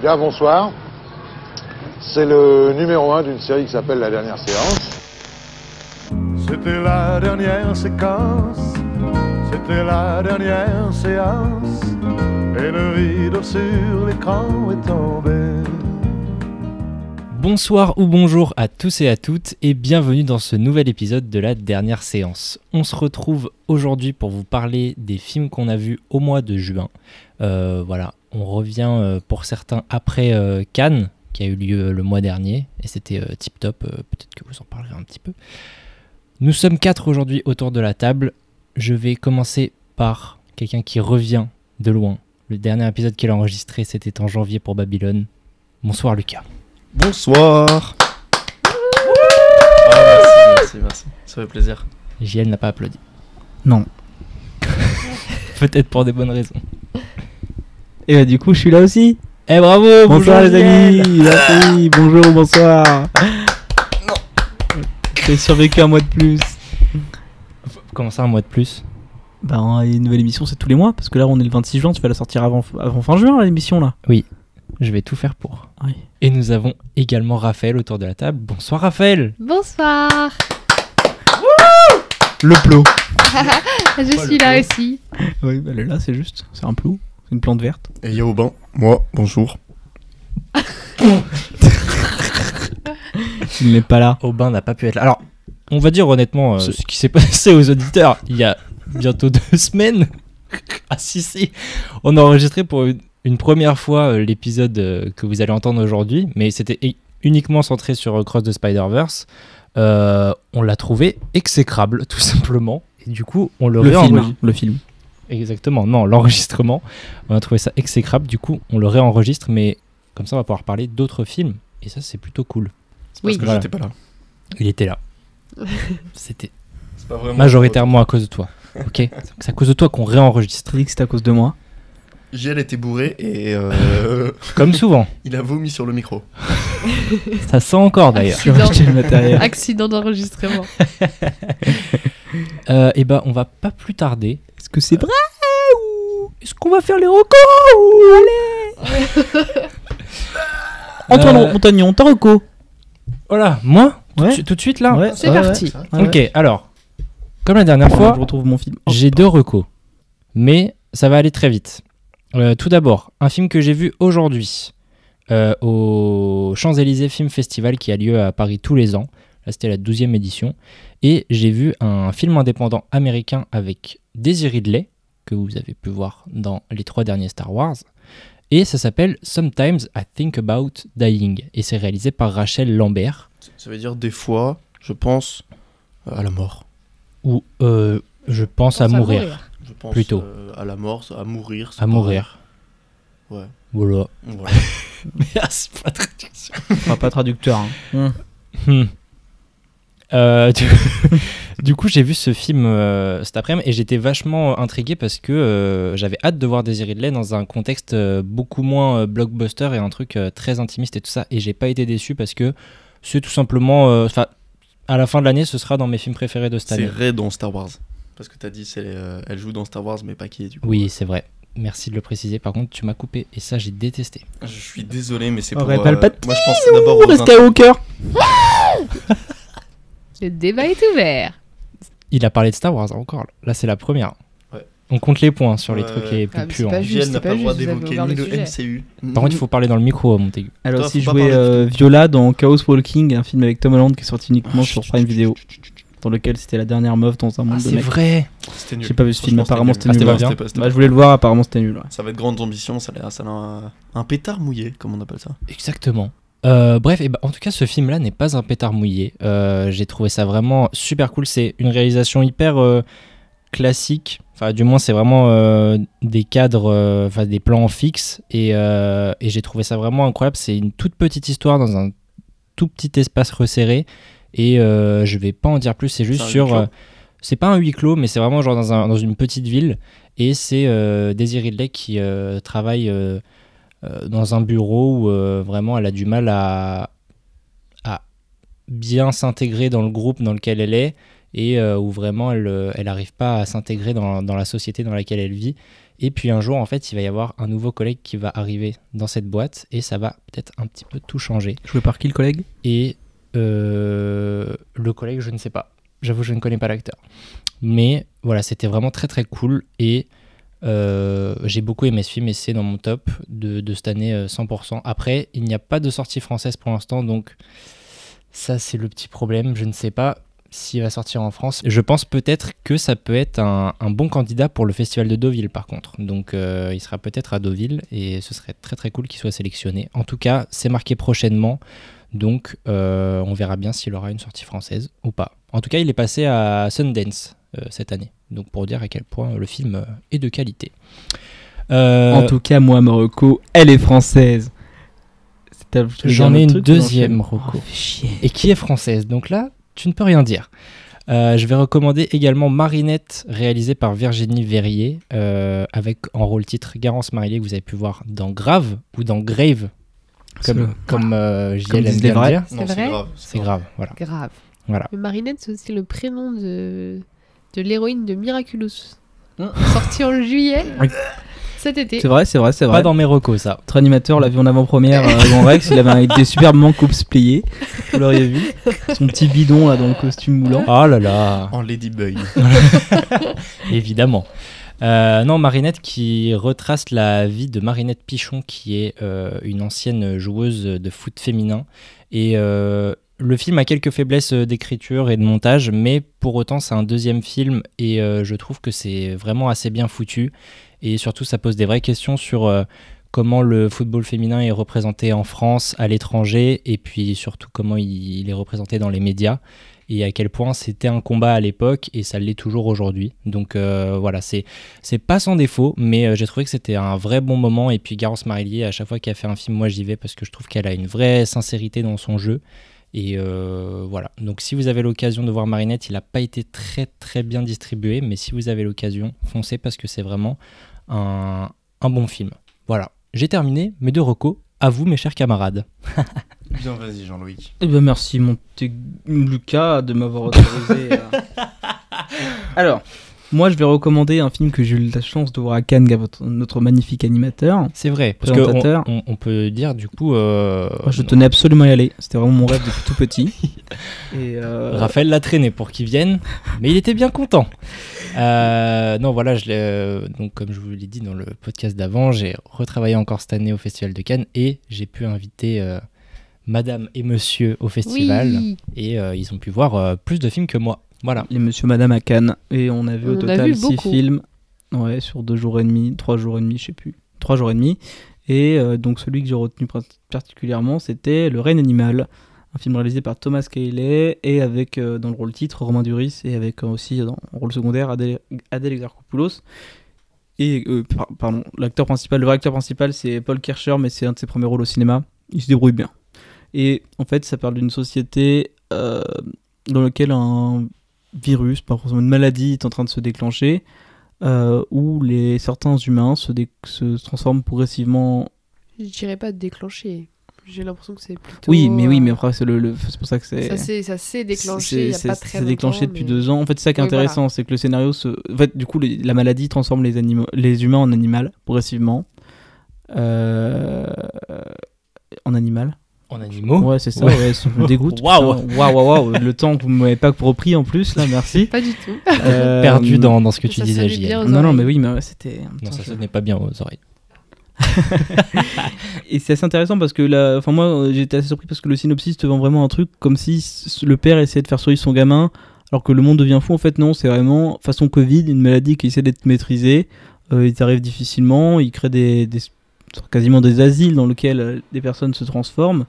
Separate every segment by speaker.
Speaker 1: Bien, bonsoir. C'est le numéro 1 d'une série qui s'appelle La dernière séance.
Speaker 2: C'était la dernière séquence, c'était la dernière séance, et le rideau sur l'écran est tombé.
Speaker 3: Bonsoir ou bonjour à tous et à toutes et bienvenue dans ce nouvel épisode de la dernière séance. On se retrouve aujourd'hui pour vous parler des films qu'on a vus au mois de juin. Euh, voilà, on revient euh, pour certains après euh, Cannes qui a eu lieu euh, le mois dernier et c'était euh, tip top, euh, peut-être que vous en parlerez un petit peu. Nous sommes quatre aujourd'hui autour de la table. Je vais commencer par quelqu'un qui revient de loin. Le dernier épisode qu'il a enregistré, c'était en janvier pour Babylone. Bonsoir Lucas.
Speaker 4: Bonsoir. Ah, merci, merci, merci. Ça fait plaisir.
Speaker 3: JL n'a pas applaudi.
Speaker 5: Non.
Speaker 3: Peut-être pour des bonnes raisons.
Speaker 5: Et bah du coup, je suis là aussi.
Speaker 3: Eh bravo
Speaker 5: Bonsoir
Speaker 3: bonjour
Speaker 5: les
Speaker 3: JL.
Speaker 5: amis. Merci. Bonjour, bonsoir. J'ai survécu un mois de plus.
Speaker 3: Comment ça, un mois de plus
Speaker 5: Bah, on a une nouvelle émission, c'est tous les mois parce que là, on est le 26 juin. Tu vas la sortir avant, avant fin juin, l'émission là.
Speaker 3: Je vais tout faire pour.
Speaker 5: Oui.
Speaker 3: Et nous avons également Raphaël autour de la table. Bonsoir Raphaël
Speaker 6: Bonsoir,
Speaker 4: Le plot.
Speaker 6: je suis là aussi.
Speaker 5: Oui, bah là, c'est juste. C'est un plou. C'est une plante verte.
Speaker 4: Et Yaoban, moi, bonjour.
Speaker 5: Il n'est pas là.
Speaker 3: Aubin n'a pas pu être là. Alors, on va dire honnêtement euh,
Speaker 4: Ce-
Speaker 3: ce qui s'est passé aux auditeurs il y a bientôt deux semaines. ah si si, on a enregistré pour une, une première fois euh, l'épisode euh, que vous allez entendre aujourd'hui, mais c'était i- uniquement centré sur euh, Cross the Spider-Verse. Euh, on l'a trouvé exécrable, tout simplement. Et du coup, on le,
Speaker 5: Le film.
Speaker 3: réenregistre.
Speaker 5: hein, Le film.
Speaker 3: Exactement, non, l'enregistrement. On a trouvé ça exécrable, du coup, on le réenregistre, mais comme ça, on va pouvoir parler d'autres films. Et ça, c'est plutôt cool.
Speaker 4: Parce
Speaker 6: Oui.
Speaker 4: que
Speaker 3: Voilà.
Speaker 4: j'étais pas là.
Speaker 3: Il était là. C'était
Speaker 4: C'est pas vraiment.
Speaker 3: majoritairement à cause de toi. Ok C'est à cause de toi qu'on réenregistre.
Speaker 5: T'as dit que c'était à cause de moi.
Speaker 4: JL était bourré et euh,
Speaker 3: Comme souvent.
Speaker 4: il a vomi sur le micro.
Speaker 3: Ça sent encore d'ailleurs.
Speaker 5: Tu as acheté le matériel.
Speaker 6: Accident d'enregistrement.
Speaker 3: Euh, et bah, on va pas plus tarder.
Speaker 5: Est-ce que c'est vrai
Speaker 3: Est-ce qu'on va faire les records
Speaker 5: Antoine
Speaker 3: Euh,
Speaker 5: Montagnon, t'as reco.
Speaker 3: Voilà, moi Tout de
Speaker 5: Ouais.
Speaker 3: suite- Tout de suite là
Speaker 5: Ouais,
Speaker 6: C'est
Speaker 5: ouais,
Speaker 6: parti.
Speaker 4: Ça
Speaker 5: ouais.
Speaker 3: Ok, alors, comme la dernière
Speaker 5: Faut que
Speaker 3: fois,
Speaker 5: je retrouve mon film. Oh,
Speaker 3: J'ai deux recos, mais ça va aller très vite. Euh, tout d'abord, un film que j'ai vu aujourd'hui euh, au Champs-Élysées Film Festival qui a lieu à Paris tous les ans. Là, c'était la 12e édition. Et j'ai vu un film indépendant américain avec Daisy Ridley, que vous avez pu voir dans les trois derniers Star Wars. Et ça s'appelle Sometimes I Think About Dying. Et c'est réalisé par Rachel Lambert.
Speaker 4: ça veut dire des fois, je pense euh, à la mort.
Speaker 3: Ou euh, je pense à mourir.
Speaker 4: Je pense
Speaker 3: Plutôt.
Speaker 4: euh, à la mort, à mourir. c'est
Speaker 3: À
Speaker 4: pas-
Speaker 3: mourir.
Speaker 4: Ouais.
Speaker 3: Voilà.
Speaker 4: Voilà. Ah,
Speaker 3: Merci, Patrick.
Speaker 5: on va pas traducteur. hein.
Speaker 3: Hmm. Euh, du, du coup, j'ai vu ce film euh, cet après-midi et j'étais vachement intrigué parce que euh, j'avais hâte de voir Daisy Ridley dans un contexte euh, beaucoup moins euh, blockbuster et un truc euh, très intimiste et tout ça. Et j'ai pas été déçu parce que c'est tout simplement. euh, Enfin, à la fin de l'année, ce sera dans mes films préférés de cette
Speaker 4: C'est
Speaker 3: année.
Speaker 4: Ray dans Star Wars. Parce que t'as dit, c'est, euh, elle joue dans Star Wars, mais pas qui du coup.
Speaker 3: Oui, c'est vrai. Merci de le préciser. Par contre, tu m'as coupé et ça, j'ai détesté.
Speaker 4: Je suis désolé, mais c'est
Speaker 5: On
Speaker 4: pour. euh,
Speaker 5: répale pas de
Speaker 4: moi, je pensais d'abord
Speaker 5: Ouh,
Speaker 4: aux
Speaker 5: restez à Walker.
Speaker 6: Le débat est ouvert.
Speaker 3: Il a parlé de Star Wars hein, encore. Là, c'est la première.
Speaker 4: Ouais.
Speaker 3: On compte les points sur les
Speaker 4: Ouais,
Speaker 3: trucs
Speaker 4: ouais.
Speaker 3: les
Speaker 6: Ah,
Speaker 3: plus
Speaker 6: mais c'est
Speaker 3: purs.
Speaker 6: pas
Speaker 3: hein.
Speaker 6: juste,
Speaker 4: JL n'a
Speaker 6: c'est
Speaker 4: pas le droit
Speaker 6: juste, vous avez
Speaker 4: d'évoquer
Speaker 6: ouvert
Speaker 4: ni
Speaker 6: le
Speaker 4: le
Speaker 6: sujet.
Speaker 4: MCU.
Speaker 3: Par contre, il faut parler dans le micro, euh, mon
Speaker 5: Elle a
Speaker 4: Toi,
Speaker 5: aussi
Speaker 4: faut pas
Speaker 5: joué
Speaker 4: parler de
Speaker 5: euh, Viola dans Chaos Walking, un film avec Tom Holland qui est sorti uniquement sur Prime Video, dans lequel c'était la dernière meuf dans un monde de mecs.
Speaker 3: vrai.
Speaker 4: C'était nul.
Speaker 5: J'ai pas vu ce film,
Speaker 4: Franchement,
Speaker 5: apparemment c'était
Speaker 3: Ah,
Speaker 5: nul.
Speaker 3: c'était pas
Speaker 5: ouais.
Speaker 3: bien.
Speaker 4: pas- c'était
Speaker 5: Bah,
Speaker 4: pas-
Speaker 5: je voulais le voir, apparemment c'était nul. ouais.
Speaker 4: Ça va être grandes ambitions, ça a, ça a un, un pétard mouillé, comme on appelle ça.
Speaker 3: Exactement. Euh, bref, et ben, en tout cas, ce film-là n'est pas un pétard mouillé. Euh, J'ai trouvé ça vraiment super cool. C'est une réalisation hyper euh, classique. Enfin, du moins, c'est vraiment euh, des cadres, euh, enfin des plans fixes. Et, euh, et j'ai trouvé ça vraiment incroyable. C'est une toute petite histoire dans un tout petit espace resserré. Et euh, je vais pas en dire plus. C'est juste
Speaker 4: C'est un huis
Speaker 3: sur.
Speaker 4: clos
Speaker 3: euh, c'est pas un huis clos, mais c'est vraiment genre dans, un- dans une petite ville. Et c'est euh, Daisy Ridley qui euh, travaille euh, euh, dans un bureau où euh, vraiment elle a du mal à, à bien s'intégrer dans le groupe dans lequel elle euh, est et euh, où vraiment elle n'arrive pas à s'intégrer dans, dans la société dans laquelle elle vit. Et puis un jour, en fait, il va y avoir un nouveau collègue qui va arriver dans cette boîte et ça va peut-être un petit peu tout changer.
Speaker 5: Joué par qui le collègue
Speaker 3: Et euh, le collègue, je ne sais pas. J'avoue, je ne connais pas l'acteur. Mais voilà, c'était vraiment très très cool et euh, j'ai beaucoup aimé ce film et c'est dans mon top de, de cette année euh, 100%. Après, il n'y a pas de sortie française pour l'instant, donc ça c'est le petit problème. Je ne sais pas s'il va sortir en France. Je pense peut-être que ça peut être un, un bon candidat pour le festival de Deauville par contre. Donc euh, il sera peut-être à Deauville et ce serait très très cool qu'il soit sélectionné. En tout cas, c'est marqué prochainement. Donc, euh, on verra bien s'il aura une sortie française ou pas. En tout cas, il est passé à Sundance euh, cette année. Donc, pour dire à quel point le film euh, est de qualité. Euh,
Speaker 5: En tout cas, moi, Morocco, elle est française. C'est un-
Speaker 3: J'en
Speaker 5: un
Speaker 3: ai
Speaker 5: autre
Speaker 3: une
Speaker 5: truc ou j'enchaîne
Speaker 3: deuxième, Rocco.
Speaker 5: Oh, fais chier.
Speaker 3: et qui est française. Donc là, tu ne peux rien dire. Euh, je vais recommander également Marinette, réalisée par Virginie Verrier, euh, avec en rôle titre Garance Marillier, que vous avez pu voir dans Grave ou dans Grave,
Speaker 5: Absolument.
Speaker 3: comme, comme euh, JL
Speaker 5: Comme
Speaker 3: aime
Speaker 5: disent
Speaker 3: bien
Speaker 5: les
Speaker 3: le
Speaker 5: vrais.
Speaker 3: dire.
Speaker 6: C'est vrai
Speaker 4: grave.
Speaker 3: C'est grave, voilà.
Speaker 6: Grave.
Speaker 3: Voilà.
Speaker 6: Le Marinette, c'est aussi le prénom de, de l'héroïne de Miraculous.
Speaker 4: Hein
Speaker 6: Sorti en juillet
Speaker 5: Oui.
Speaker 6: cet été.
Speaker 5: C'est vrai, c'est vrai, c'est vrai.
Speaker 3: Pas dans mes recos, ça.
Speaker 5: Notre animateur l'a vu en avant-première euh, avant Rex, il avait un- des superbes mancoupes pliées, vous l'auriez vu. Son petit bidon là dans le costume moulant.
Speaker 3: Oh là là
Speaker 4: En Ladybug.
Speaker 3: Évidemment. Euh, non, Marinette qui retrace la vie de Marinette Pichon, qui est euh, une ancienne joueuse de foot féminin. Et euh, le film a quelques faiblesses euh, d'écriture et de montage, mais pour autant, c'est un deuxième film et euh, je trouve que c'est vraiment assez bien foutu. Et surtout, ça pose des vraies questions sur euh, comment le football féminin est représenté en France, à l'étranger, et puis surtout comment il- il est représenté dans les médias et à quel point c'était un combat à l'époque et ça l'est toujours aujourd'hui. Donc euh, voilà, c'est c'est pas sans défaut, mais euh, j'ai trouvé que c'était un vrai bon moment. Et puis Garance Marillier, à chaque fois qu'elle a fait un film, moi j'y vais parce que je trouve qu'elle a une vraie sincérité dans son jeu. Et euh, voilà. Donc si vous avez l'occasion de voir Marinette, il n'a pas été très très bien distribué, mais si vous avez l'occasion, foncez parce que c'est vraiment un, un bon film. Voilà. J'ai terminé mes deux recos. À vous, mes chers camarades.
Speaker 4: Bien, vas-y, Jean-Louis.
Speaker 5: Eh ben merci mon petit Lucas de m'avoir autorisé. à- Alors, moi je vais recommander un film que j'ai eu la chance de voir à Cannes, grâce à votre- notre magnifique animateur.
Speaker 3: C'est vrai, parce que on,
Speaker 5: Présentateur.
Speaker 3: on- on peut dire du coup. euh,
Speaker 5: Moi, je tenais absolument à y aller, c'était vraiment mon rêve depuis tout petit. Et euh,
Speaker 3: Raphaël l'a traîné pour qu'il vienne, mais il était bien content. Euh, non, voilà, je l'ai, euh, donc comme je vous l'ai dit dans le podcast d'avant, j'ai retravaillé encore cette année au Festival de Cannes et j'ai pu inviter euh, Madame et Monsieur au festival
Speaker 6: Oui,
Speaker 3: et euh, ils ont pu voir euh, plus de films que moi. Voilà.
Speaker 5: les Monsieur Madame à Cannes. Et on a vu
Speaker 6: On
Speaker 5: au
Speaker 6: en a
Speaker 5: total
Speaker 6: vu
Speaker 5: six
Speaker 6: beaucoup.
Speaker 5: films. Ouais, sur deux jours et demi, trois jours et demi, je sais plus. Trois jours et demi. Et euh, donc celui que j'ai retenu pr- particulièrement, c'était Le règne animal, un film réalisé par Thomas Cayley et avec euh, dans le rôle titre Romain Duris et avec euh, aussi euh, dans le rôle secondaire Adèle, Adèle Exarchopoulos. Et euh, par- pardon, l'acteur principal, le vrai acteur principal, c'est Paul Kircher, mais c'est un de ses premiers rôles au cinéma. Il se débrouille bien. Et en fait, ça parle d'une société euh, dans laquelle un virus, par exemple une maladie est en train de se déclencher, euh, où les, certains humains se, dé- se transforment progressivement.
Speaker 6: je dirais pas déclenché. J'ai l'impression que c'est plutôt.
Speaker 5: Oui, mais oui, mais
Speaker 6: euh,
Speaker 5: après, c'est le, le- c'est pour ça que c'est.
Speaker 6: Ça s'est ça s'est
Speaker 5: c'est-
Speaker 6: déclenché il y a
Speaker 5: c'est-
Speaker 6: pas
Speaker 5: c'est
Speaker 6: très longtemps.
Speaker 5: déclenché depuis
Speaker 6: mais-
Speaker 5: deux ans. En fait, c'est ça qui est
Speaker 6: Oui, voilà.
Speaker 5: intéressant, c'est que le scénario se. En fait, du coup, les- la maladie transforme les, animaux, les humains en animal, progressivement. Euh, En animal.
Speaker 3: En animaux.
Speaker 5: Ouais, c'est ça,
Speaker 3: Oh. Ouais.
Speaker 5: ouais, ça me dégoûte.
Speaker 3: Waouh.
Speaker 5: putain. Waouh, waouh, waouh, le temps que vous m'avez pas repris en plus, là, merci.
Speaker 6: Pas du tout.
Speaker 5: Euh,
Speaker 3: Perdu dans, dans ce que tu
Speaker 6: ça
Speaker 3: disais,
Speaker 6: sonnait
Speaker 3: JL.
Speaker 6: bien aux
Speaker 5: Non, non,
Speaker 6: oreilles.
Speaker 5: mais oui, mais ouais, c'était.
Speaker 3: Non,
Speaker 5: Putain,
Speaker 3: ça
Speaker 5: je-
Speaker 3: sonnait pas bien aux oreilles.
Speaker 5: Et c'est assez intéressant parce que là, enfin moi euh, j'étais assez surpris parce que le synopsis te vend vraiment un truc comme si s- le père essayait de faire sourire son gamin alors que le monde devient fou. En fait non, c'est vraiment façon Covid, une maladie qui essaie d'être maîtrisée. Euh, ils arrivent difficilement, ils créent des, des- quasiment des asiles dans lesquels euh, des personnes se transforment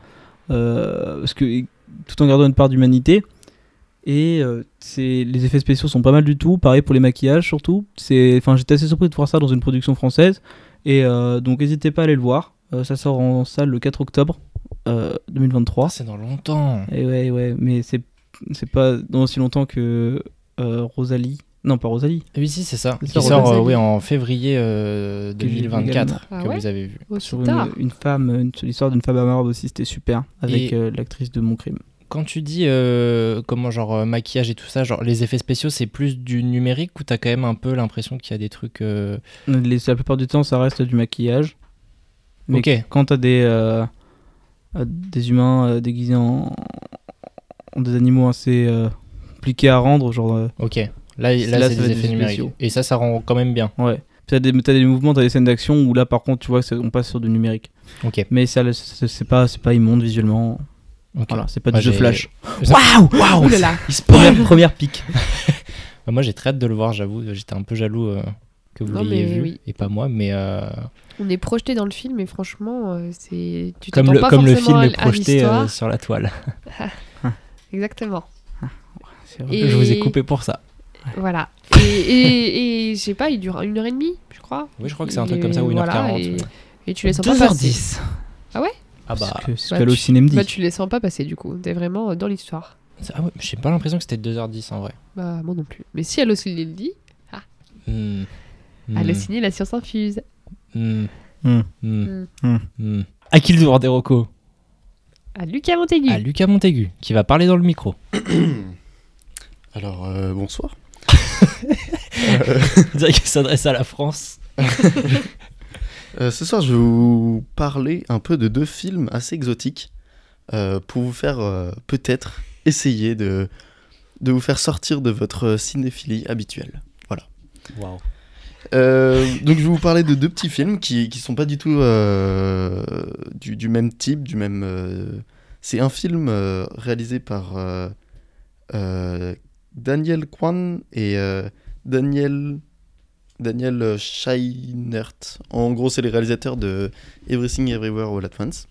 Speaker 5: euh, parce que tout en gardant une part d'humanité. Et euh, c'est les effets spéciaux sont pas mal du tout. Pareil pour les maquillages surtout. C'est, enfin j'étais assez surpris de voir ça dans une production française. Et euh, donc n'hésitez pas à aller le voir. Euh, ça sort en salle le 4 octobre euh, 2023.
Speaker 3: Ah, c'est dans longtemps.
Speaker 5: Et ouais, ouais, mais c'est c'est pas dans aussi longtemps que euh, Rosalie. Non, pas Rosalie.
Speaker 3: Ah Oui, si, c'est ça.
Speaker 5: Il
Speaker 3: Qui
Speaker 5: sort
Speaker 3: sort
Speaker 6: aux
Speaker 3: euh, ouais,
Speaker 6: oreilles.
Speaker 3: en février euh,
Speaker 5: Que j'ai vu
Speaker 3: 2024,
Speaker 6: également.
Speaker 3: que
Speaker 6: Ah ouais
Speaker 3: vous avez vu.
Speaker 6: Aussi
Speaker 5: Sur une,
Speaker 6: tard.
Speaker 5: une femme, une- sur l'histoire d'une femme à barbe aussi, c'était super. Avec
Speaker 3: Et-
Speaker 5: euh, l'actrice de Mon Crime.
Speaker 3: Quand tu dis euh, comment genre euh, maquillage et tout ça, genre les effets spéciaux, c'est plus du numérique ou t'as quand même un peu l'impression qu'il y a des trucs. euh,
Speaker 5: Les- la plupart du temps, ça reste du maquillage. Mais
Speaker 3: Ok.
Speaker 5: quand t'as des, euh, euh, des humains euh, déguisés en, en des animaux assez euh, compliqués à rendre, genre. euh,
Speaker 3: Ok. Là, là,
Speaker 5: Là,
Speaker 3: c'est
Speaker 5: ça va
Speaker 3: des
Speaker 5: être
Speaker 3: effets
Speaker 5: des
Speaker 3: numériques.
Speaker 5: spéciaux.
Speaker 3: Et ça, ça rend quand même bien.
Speaker 5: ouais. Puis T'as des, t'as des mouvements, t'as des scènes d'action où là, par contre, tu vois, que c'est- on passe sur du numérique.
Speaker 3: Ok.
Speaker 5: Mais ça, le- c'est c'est pas, c'est pas immonde visuellement.
Speaker 3: ok.
Speaker 5: Voilà, c'est pas
Speaker 3: Moi,
Speaker 5: du jeu
Speaker 3: j'ai-
Speaker 5: flash.
Speaker 3: Ça-
Speaker 5: Waouh Waouh
Speaker 6: Oulala.
Speaker 5: Il spoil Première pique.
Speaker 3: Bah, moi, j'ai très hâte de le voir, j'avoue. J'étais un peu jaloux euh, que vous
Speaker 6: Non,
Speaker 3: l'ayez
Speaker 6: mais
Speaker 3: vu.
Speaker 6: oui.
Speaker 3: Et pas moi, mais. euh,
Speaker 6: On est projeté dans le film et franchement, euh, c'est tu
Speaker 3: Comme
Speaker 6: t'attends
Speaker 3: le,
Speaker 6: pas
Speaker 3: comme le
Speaker 6: forcément
Speaker 3: film
Speaker 6: à-
Speaker 3: est
Speaker 6: à
Speaker 3: projeté
Speaker 6: l'histoire.
Speaker 3: euh, sur la toile.
Speaker 6: Exactement.
Speaker 3: Ah,
Speaker 5: C'est vrai.
Speaker 6: Et-
Speaker 3: Je vous ai coupé pour ça.
Speaker 6: Voilà. Et, et, et je sais pas, il dure une heure et demie, je crois.
Speaker 3: Oui, je crois que c'est un
Speaker 6: Il
Speaker 3: truc comme
Speaker 6: est-
Speaker 3: ça, ou une heure
Speaker 6: voilà,
Speaker 3: 40,
Speaker 6: Et,
Speaker 3: ouais.
Speaker 6: et tu les sens pas passer.
Speaker 5: 2h10.
Speaker 3: Ah bah.
Speaker 5: C'est ce
Speaker 6: Bah,
Speaker 5: que le
Speaker 6: tu-
Speaker 5: cinéma dit.
Speaker 6: Bah, tu les sens pas passer du coup. T'es vraiment euh, dans l'histoire.
Speaker 3: Ah ouais, j'ai pas l'impression que c'était 2h10 en vrai.
Speaker 6: Bah, moi non plus. Mais si Allociné le dit,
Speaker 3: Hmm. Hmm.
Speaker 6: Allociné, la science infuse.
Speaker 3: Hmm.
Speaker 5: Hmm.
Speaker 3: Hmm.
Speaker 5: Hmm.
Speaker 3: Hmm. À qui le devoir des recos
Speaker 6: À Lucas Montaigu.
Speaker 3: À Lucas Montaigu, qui va parler dans le micro.
Speaker 4: Alors, euh, bonsoir.
Speaker 3: On dirait qu'il s'adresse à la France.
Speaker 4: Euh, ce soir, je vais vous parler un peu de deux films assez exotiques euh, pour vous faire euh, peut-être essayer de, de vous faire sortir de votre cinéphilie habituelle. Voilà.
Speaker 3: Waouh.
Speaker 4: Euh, donc, je vais vous parler de deux petits films qui ne sont pas du tout euh, du, du même type, du même. euh, C'est un film euh, réalisé par euh, euh, Daniel Kwan et euh, Daniel. Daniel euh, Scheinert. En gros, c'est les réalisateurs de Everything Everywhere All At Once.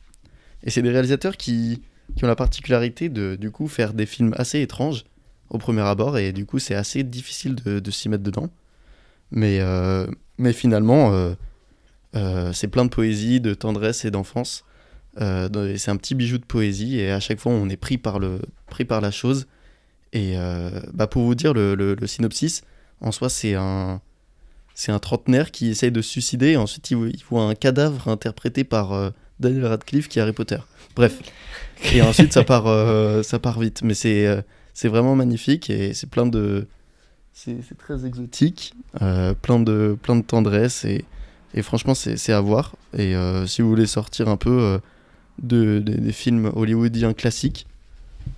Speaker 4: Et c'est des réalisateurs qui, qui ont la particularité de du coup faire des films assez étranges au premier abord et du coup c'est assez difficile de, de s'y mettre dedans. Mais, euh, mais finalement, euh, euh, c'est plein de poésie, de tendresse et d'enfance. Euh, dans- et c'est un petit bijou de poésie et à chaque fois on est pris par, le, pris par la chose. Et euh, bah, pour vous dire, le, le- le synopsis, en soi c'est un... C'est un trentenaire qui essaye de se suicider et ensuite il, il voit un cadavre interprété par euh, Daniel Radcliffe qui est Harry Potter. Bref. Et ensuite ça part, euh, ça part vite. Mais c'est euh, c'est vraiment magnifique et c'est plein de. C'est c'est très exotique, euh, plein, de, plein de tendresse et, et franchement c'est c'est à voir. Et euh, si vous voulez sortir un peu euh, de, des- des films hollywoodiens classiques,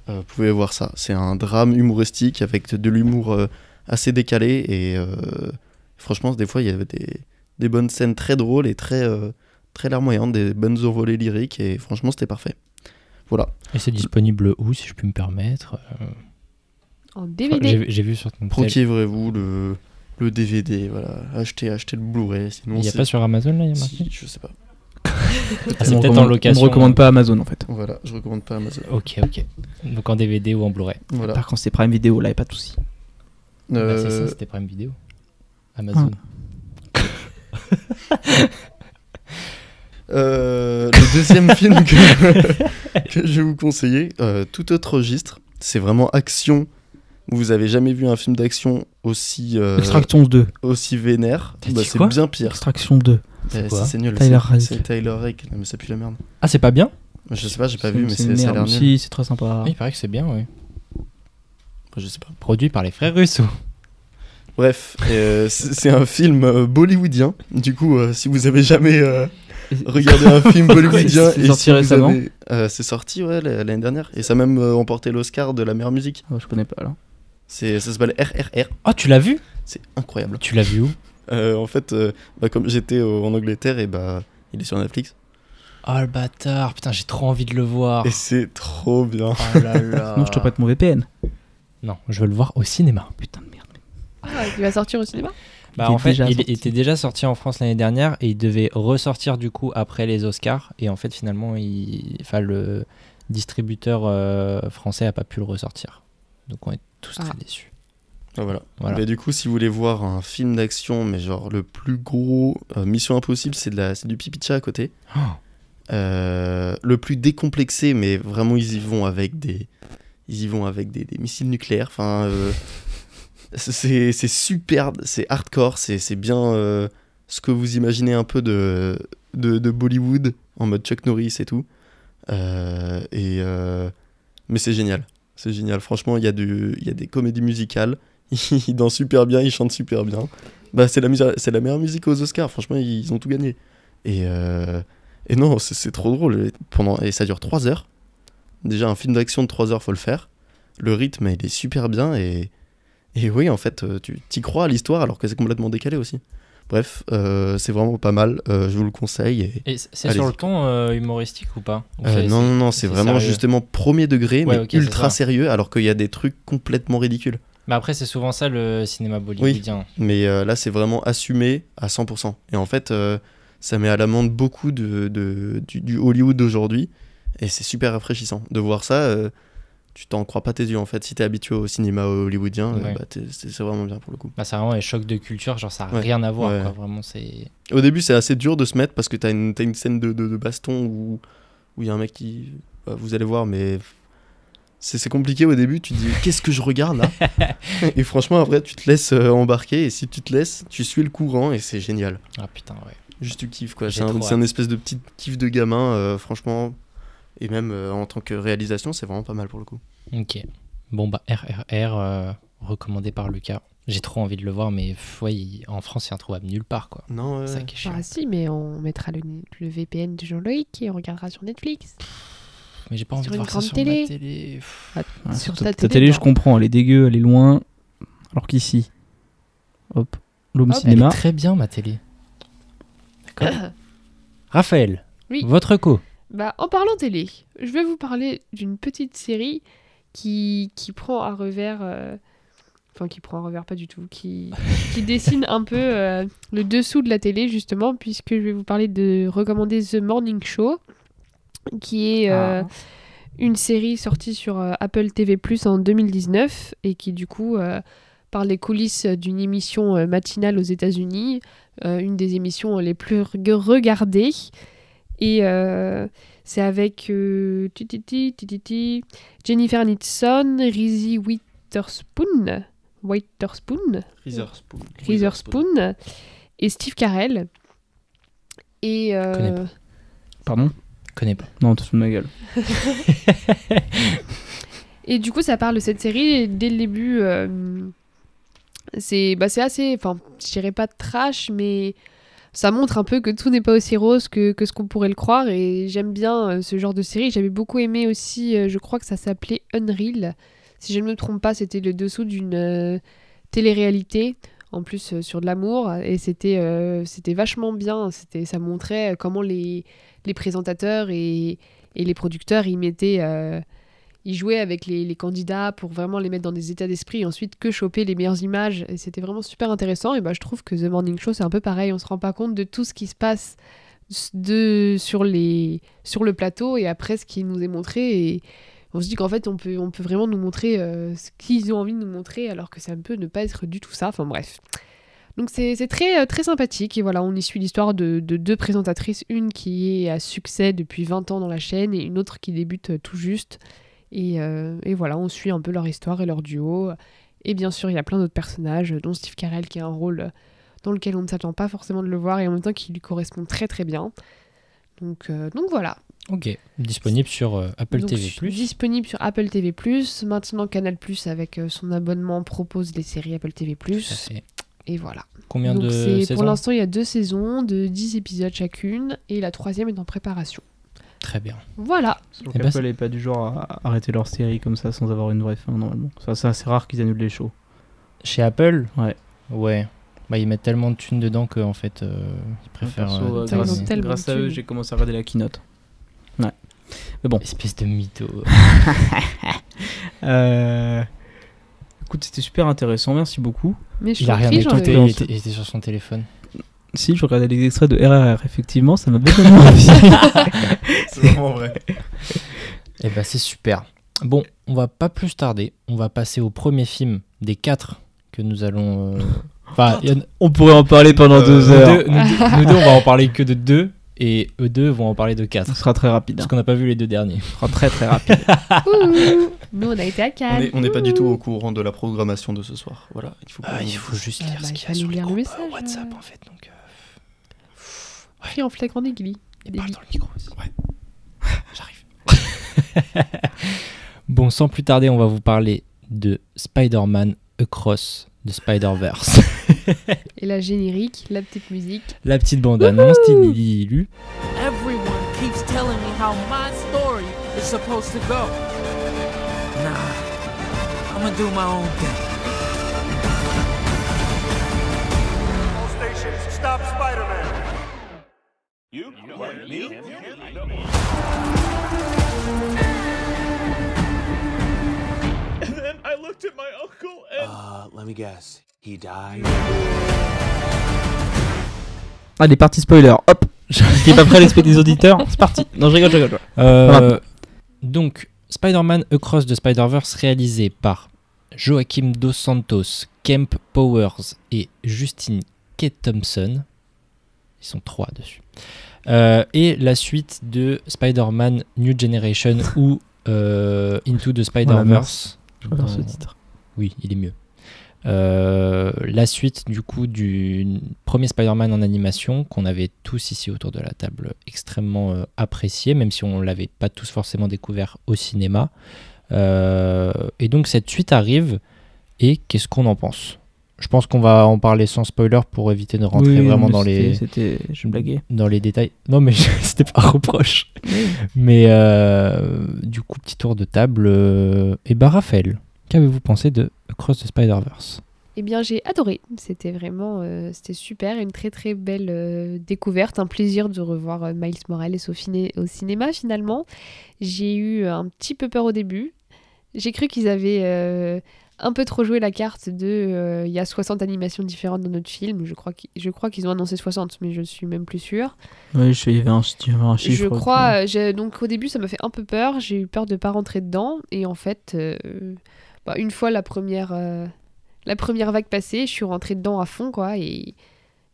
Speaker 4: euh, vous pouvez voir ça. C'est un drame humoristique avec de l'humour euh, assez décalé et. euh, Franchement, des fois, il y avait des, des bonnes scènes très drôles et très, euh, très larmoyantes, des bonnes envolées lyriques, et franchement, c'était parfait. Voilà.
Speaker 3: Et c'est disponible où, si je puis me permettre
Speaker 6: En
Speaker 3: Enfin,
Speaker 6: DVD.
Speaker 3: J'ai j'ai vu sur ton tel-
Speaker 4: Procurez-vous le, le DVD, voilà. Achetez, achetez le Blu-ray, sinon.
Speaker 3: Il n'y a
Speaker 4: c'est-
Speaker 3: pas sur Amazon là, il y a marqué
Speaker 4: si, Je sais pas.
Speaker 3: Ah, c'est
Speaker 5: On
Speaker 3: peut-être en
Speaker 5: recommande-
Speaker 3: location. euh.
Speaker 5: On ne recommande pas Amazon en fait.
Speaker 4: Voilà, je recommande pas Amazon.
Speaker 3: Ok, ok. Donc en DVD ou en Blu-ray.
Speaker 4: Voilà.
Speaker 5: Par contre, c'est Prime Vidéo, là, y a pas de souci.
Speaker 3: Bah,
Speaker 4: Euh,
Speaker 3: c'est ça, c'était Prime Vidéo. Amazon.
Speaker 4: Euh, le deuxième film que, que je vais vous conseiller, euh, tout autre registre, c'est vraiment action. Vous avez jamais vu un film d'action aussi, euh,
Speaker 5: Extraction 2.
Speaker 4: aussi vénère
Speaker 3: T'as
Speaker 4: Bah,
Speaker 3: dit
Speaker 4: C'est
Speaker 3: quoi
Speaker 4: bien pire.
Speaker 5: Extraction 2.
Speaker 4: Eh,
Speaker 3: quoi
Speaker 4: si, c'est nul.
Speaker 5: Tyler
Speaker 4: c'est-
Speaker 5: Rake.
Speaker 4: C'est Tyler Rake. Non, mais ça pue la merde.
Speaker 3: Ah, c'est pas bien
Speaker 4: Je sais pas, j'ai pas
Speaker 5: C'est-
Speaker 4: vu, mais
Speaker 5: c'est
Speaker 4: c'est-
Speaker 5: une
Speaker 4: ça a l'air
Speaker 5: merde.
Speaker 4: nul.
Speaker 5: Si, c'est très sympa.
Speaker 3: Oui, il paraît que c'est bien, oui. Bah,
Speaker 4: Enfin, Je sais pas.
Speaker 3: Produit par les frères Russo.
Speaker 4: Bref, euh, c'est c'est un film euh, bollywoodien. Du coup, euh, si vous avez jamais euh, regardé un film bollywoodien,
Speaker 5: C'est
Speaker 4: et
Speaker 5: sorti
Speaker 4: si vous
Speaker 5: récemment
Speaker 4: avez- euh, c'est sorti ouais, la- l'année dernière, et ça a même euh, remporté l'Oscar de la meilleure musique.
Speaker 5: Ah, je connais pas là.
Speaker 4: C'est ça s'appelle RRR.
Speaker 3: Ah, tu l'as vu
Speaker 4: C'est incroyable.
Speaker 3: Tu l'as vu où
Speaker 4: Euh, en fait, euh, bah, comme j'étais au- en Angleterre, et bah il est sur Netflix,
Speaker 3: Oh le bâtard, putain, j'ai trop envie de le voir.
Speaker 5: Ah.
Speaker 4: et c'est trop bien.
Speaker 3: Oh là là.
Speaker 5: Non, je te prête mon VPN.
Speaker 3: Non, je veux le voir au cinéma.
Speaker 5: Oh, Putain de merde.
Speaker 6: Ah, il va sortir au cinéma
Speaker 3: Bah,
Speaker 5: Il est
Speaker 3: en fait,
Speaker 5: déjà
Speaker 3: il
Speaker 5: sorti.
Speaker 3: était déjà sorti en France l'année dernière et il devait ressortir du coup après les Oscars. Et en fait, finalement, il... enfin, le distributeur euh, français a pas pu le ressortir. Donc, on est tous
Speaker 6: Ah.
Speaker 3: très déçus.
Speaker 4: Ah, voilà.
Speaker 3: Voilà.
Speaker 4: Bah, du coup, si vous voulez voir un film d'action, mais genre le plus gros, euh, Mission Impossible, c'est de la, c'est du pipicha à côté.
Speaker 3: Oh.
Speaker 4: Euh, le plus décomplexé, mais vraiment ils y vont avec des, ils y vont avec des, des missiles nucléaires. Enfin, euh, c'est c'est super, c'est hardcore, c'est c'est bien euh, ce que vous imaginez un peu de, de, de Bollywood en mode Chuck Norris et tout. Euh, et euh, Mais c'est génial. C'est génial. Franchement, il y, a du- il y a des comédies musicales. Ils dansent super bien, ils chantent super bien. Bah, c'est la, musa- c'est la meilleure musique aux Oscars. Franchement, ils ont tout gagné. Et, euh, et non, c'est c'est trop drôle. Et, pendant... et ça dure 3 heures. Déjà, un film d'action de 3 heures, faut le faire. Le rythme, il est super bien. Et, et oui, en fait, euh, tu t'y crois à l'histoire alors que c'est complètement décalé aussi. Bref, euh, c'est vraiment pas mal. Euh, je vous le conseille. Et...
Speaker 3: Et c- c'est sur
Speaker 4: Allez-y.
Speaker 3: le ton euh, humoristique ou pas Ou
Speaker 4: Euh,
Speaker 3: c'est-
Speaker 4: non, non, non, c'est
Speaker 3: c'est
Speaker 4: vraiment
Speaker 3: sérieux.
Speaker 4: justement premier degré,
Speaker 3: Ouais,
Speaker 4: mais
Speaker 3: ok, c'est ça.
Speaker 4: ultra sérieux, alors qu'il y a des trucs complètement ridicules.
Speaker 3: Mais après, c'est souvent ça le cinéma bollywoodien.
Speaker 4: Mais euh, là, c'est vraiment assumé à 100%. Et en fait, euh, ça met à l'amende beaucoup de, de- du, du Hollywood d'aujourd'hui. Et c'est super rafraîchissant. De voir ça, euh, tu t'en crois pas tes yeux. En fait, si t'es habitué au cinéma hollywoodien, euh,
Speaker 3: Ouais.
Speaker 4: bah, t'es- c'est c'est vraiment bien pour le coup.
Speaker 3: Bah, c'est vraiment les chocs de culture, genre ça n'a
Speaker 4: Ouais.
Speaker 3: rien à voir.
Speaker 4: Ouais.
Speaker 3: Quoi. Vraiment, c'est.
Speaker 4: Au début, c'est assez dur de se mettre parce que t'as une, t'as une scène de, de- de baston où où il y a un mec qui. bah, vous allez voir, mais. C'est c'est compliqué au début, tu te dis qu'est-ce que je regarde là Et franchement, après, tu te laisses euh, embarquer et si tu te laisses, tu suis le courant et c'est génial.
Speaker 3: Ah putain, ouais.
Speaker 4: Juste tu kiffes quoi.
Speaker 3: J'ai
Speaker 4: C'est un,
Speaker 3: trop
Speaker 4: c'est
Speaker 3: hâte.
Speaker 4: un espèce de petit kiff de gamin, euh, franchement. Et même euh, en tant que réalisation, c'est vraiment pas mal pour le coup.
Speaker 3: Ok. Bon, bah, RRR, euh, recommandé par Lucas. J'ai trop envie de le voir, mais pff, ouais, il- en France, c'est introuvable nulle part, quoi.
Speaker 4: Non, euh, ouais,
Speaker 3: C'est ça
Speaker 4: ouais.
Speaker 3: qui est chiant.
Speaker 6: Ah si, mais on mettra le, le VPN de Jean-Loïc et on regardera sur Netflix.
Speaker 3: mais j'ai pas envie
Speaker 6: sur
Speaker 3: de
Speaker 6: une
Speaker 3: voir ça
Speaker 6: grande
Speaker 3: sur
Speaker 6: télé.
Speaker 3: ma télé. pff.
Speaker 5: Ouais,
Speaker 6: Sur
Speaker 5: ta,
Speaker 6: ta
Speaker 5: ta
Speaker 6: télé,
Speaker 5: télé,
Speaker 6: non.
Speaker 5: je comprends, elle est dégueu, elle est loin. Alors qu'ici, hop, l'homme
Speaker 6: Hop.
Speaker 3: bah, Elle est
Speaker 5: cinéma.
Speaker 3: très bien, ma télé. D'accord. Raphaël,
Speaker 6: Oui.
Speaker 3: votre co.
Speaker 6: Bah, en parlant télé, je vais vous parler d'une petite série qui, qui prend un revers. euh, Enfin, qui prend un revers, pas du tout. Qui, qui dessine un peu euh, le dessous de la télé, justement, puisque je vais vous parler de recommander The Morning Show, qui est euh, une série sortie sur euh, Apple TV en 2019 et qui, du coup, euh, par les coulisses d'une émission euh, matinale aux États-Unis, euh, une des émissions les plus reg- regardées. Et euh, c'est avec euh, ti, ti, ti, ti, ti, ti, Jennifer Nitson, Reese Witherspoon, Witherspoon,
Speaker 4: Witherspoon.
Speaker 6: Witherspoon et Steve Carell. Et euh,
Speaker 3: Connais pas.
Speaker 5: Pardon
Speaker 3: Connais pas.
Speaker 5: Non, tu te fous de ma gueule.
Speaker 6: Et du coup, ça parle de cette série et dès le début. euh, c'est bah, c'est assez, enfin, je dirais pas trash, mais ça montre un peu que tout n'est pas aussi rose que, que ce qu'on pourrait le croire. Et j'aime bien euh, ce genre de série. J'avais beaucoup aimé aussi, euh, je crois que ça s'appelait Unreal. Si je ne me trompe pas, c'était le dessous d'une euh, télé-réalité. En plus, euh, sur de l'amour. Et c'était euh, c'était vachement bien. C'était- Ça montrait euh, comment les, les présentateurs et, et les producteurs y mettaient. euh, ils jouaient avec les, les candidats pour vraiment les mettre dans des états d'esprit et ensuite que choper les meilleures images. Et c'était vraiment super intéressant. Et bah, je trouve que The Morning Show, c'est un peu pareil. On se rend pas compte de tout ce qui se passe s- de, sur, les, sur le plateau et après ce qui nous est montré. Et on se dit qu'en fait, on peut, on peut vraiment nous montrer euh, ce qu'ils ont envie de nous montrer alors que ça ne peut ne pas être du tout ça. Enfin bref. Donc c'est c'est très, euh, très sympathique et voilà, on y suit l'histoire de, de deux présentatrices, une qui est à succès depuis 20 ans dans la chaîne et une autre qui débute euh, tout juste. Et, euh, et voilà, on suit un peu leur histoire et leur duo. Et bien sûr, il y a plein d'autres personnages, dont Steve Carell qui a un rôle euh, dans lequel on ne s'attend pas forcément de le voir et en même temps qui lui correspond très très bien. Donc, euh, donc voilà.
Speaker 3: Ok. Disponible sur euh, Apple
Speaker 6: Donc,
Speaker 3: TV.
Speaker 6: su- Disponible sur Apple TV+. Maintenant, Canal+, avec euh, son abonnement, propose les séries Apple TV+.
Speaker 3: Ça fait
Speaker 6: Et voilà.
Speaker 3: Combien
Speaker 6: Donc
Speaker 3: de
Speaker 6: c'est-
Speaker 3: saisons
Speaker 6: pour l'instant, il y a deux saisons de 10 épisodes chacune et la troisième est en préparation.
Speaker 3: Très bien.
Speaker 6: Voilà.
Speaker 3: Eh ben,
Speaker 5: Apple n'est pas du genre à arrêter leur série comme ça sans avoir une vraie fin normalement. Ça, c'est assez rare qu'ils annulent les shows.
Speaker 3: Chez Apple
Speaker 5: Ouais.
Speaker 3: Ouais. Bah, ils mettent tellement de thunes dedans qu'en fait, euh, ils préfèrent.
Speaker 5: Perso,
Speaker 3: euh,
Speaker 5: euh,
Speaker 6: terminer.
Speaker 5: grâce,
Speaker 6: Tellement
Speaker 5: grâce à
Speaker 6: de
Speaker 5: eux,
Speaker 6: thunes.
Speaker 5: j'ai commencé à regarder la keynote.
Speaker 3: Espèce de mytho.
Speaker 5: Euh, Écoute, c'était super intéressant, merci beaucoup.
Speaker 6: Mais je
Speaker 3: Il a
Speaker 6: t'en
Speaker 3: rien
Speaker 6: prie,
Speaker 3: écouté,
Speaker 6: Jean-Luc.
Speaker 3: il était, il était sur son téléphone.
Speaker 5: Si, je regardais les extraits de RRR, effectivement, ça m'a beaucoup envie.
Speaker 4: C'est vraiment vrai.
Speaker 3: Eh ben, c'est super. Bon, on va pas plus tarder. On va passer au premier film des quatre que nous allons. euh, Enfin, il y en a-
Speaker 5: On pourrait en parler pendant
Speaker 4: Euh,
Speaker 5: deux
Speaker 3: nous,
Speaker 5: heures.
Speaker 3: deux, nous deux- nous deux, on va en parler que de deux, et eux deux vont en parler de
Speaker 5: Ce
Speaker 3: quatre.
Speaker 5: sera très rapide.
Speaker 3: Parce
Speaker 5: hein.
Speaker 3: qu'on n'a pas vu les deux derniers.
Speaker 5: Ce sera très très rapide.
Speaker 6: Ouh, Nous, on a été à
Speaker 4: On
Speaker 6: Cannes.
Speaker 4: est- on n'est pas du tout
Speaker 6: Ouh.
Speaker 4: au courant de la programmation de ce soir. Voilà, il faut, qu'on-
Speaker 3: juste
Speaker 6: Ah, lire bah, ce il qu'il y a fallait sur les lire le groupes, euh, message, WhatsApp, euh.
Speaker 3: en fait. Donc,
Speaker 6: Pris en flagrant délit.
Speaker 3: dans le micro aussi. Ouais. J'arrive. bon, Donc sans plus tarder, on va vous parler de Spider-Man Across de Spider-Verse.
Speaker 6: Et la générique, la petite musique.
Speaker 3: La petite bande-annonce, Tilly Lu.
Speaker 7: Everyone keeps telling me how my story is supposed to go. Nah, I'm gonna do my own thing.
Speaker 8: All stations, stop Spider-Man.
Speaker 9: Uh, let me guess. He died.
Speaker 5: Allez, partie spoiler, hop Qui est pas prêt à l'esprit des auditeurs, c'est parti Non, je rigole, je rigole. je rigole.
Speaker 3: Euh, donc, Spider-Man Across the Spider-Verse réalisé par Joachim Dos Santos, Kemp Powers et Justin K. Thompson. Ils sont trois dessus. Euh, et la suite de Spider-Man New Generation ou euh, Into the Spider-Verse.
Speaker 5: J'adore ce titre.
Speaker 3: Oui, il est mieux. Euh, la suite du coup du premier Spider-Man en animation qu'on avait tous ici autour de la table extrêmement euh, apprécié, même si on l'avait pas tous forcément découvert au cinéma. Euh, et donc cette suite arrive et qu'est-ce qu'on en pense Je pense qu'on va en parler sans spoiler pour éviter de rentrer
Speaker 5: Oui,
Speaker 3: vraiment
Speaker 5: mais
Speaker 3: dans les
Speaker 5: c'était- c'était- Je blaguais.
Speaker 3: dans les détails. Non, mais c'était pas un reproche. mais euh, du coup, petit tour de table. euh, et bah, Raphaël, qu'avez-vous pensé de Cross the Spider-Verse
Speaker 6: Eh bien, j'ai adoré. C'était vraiment, euh, c'était super, une très très belle euh, découverte, un plaisir de revoir euh, Miles Morales au, finé- au cinéma finalement. J'ai eu un petit peu peur au début. J'ai cru qu'ils avaient euh, un peu trop joué la carte de, euh, il y a 60 animations différentes dans notre film. Je crois, qu'ils- je crois qu'ils ont annoncé 60, mais je suis même plus sûre.
Speaker 5: Oui, je suis il y avait un, il y avait un chiffre.
Speaker 6: je crois, euh, j'ai- donc au début ça m'a fait un peu peur. J'ai eu peur de pas rentrer dedans et en fait, euh, bah, une fois la première, euh, la première vague passée, je suis rentrée dedans à fond quoi et,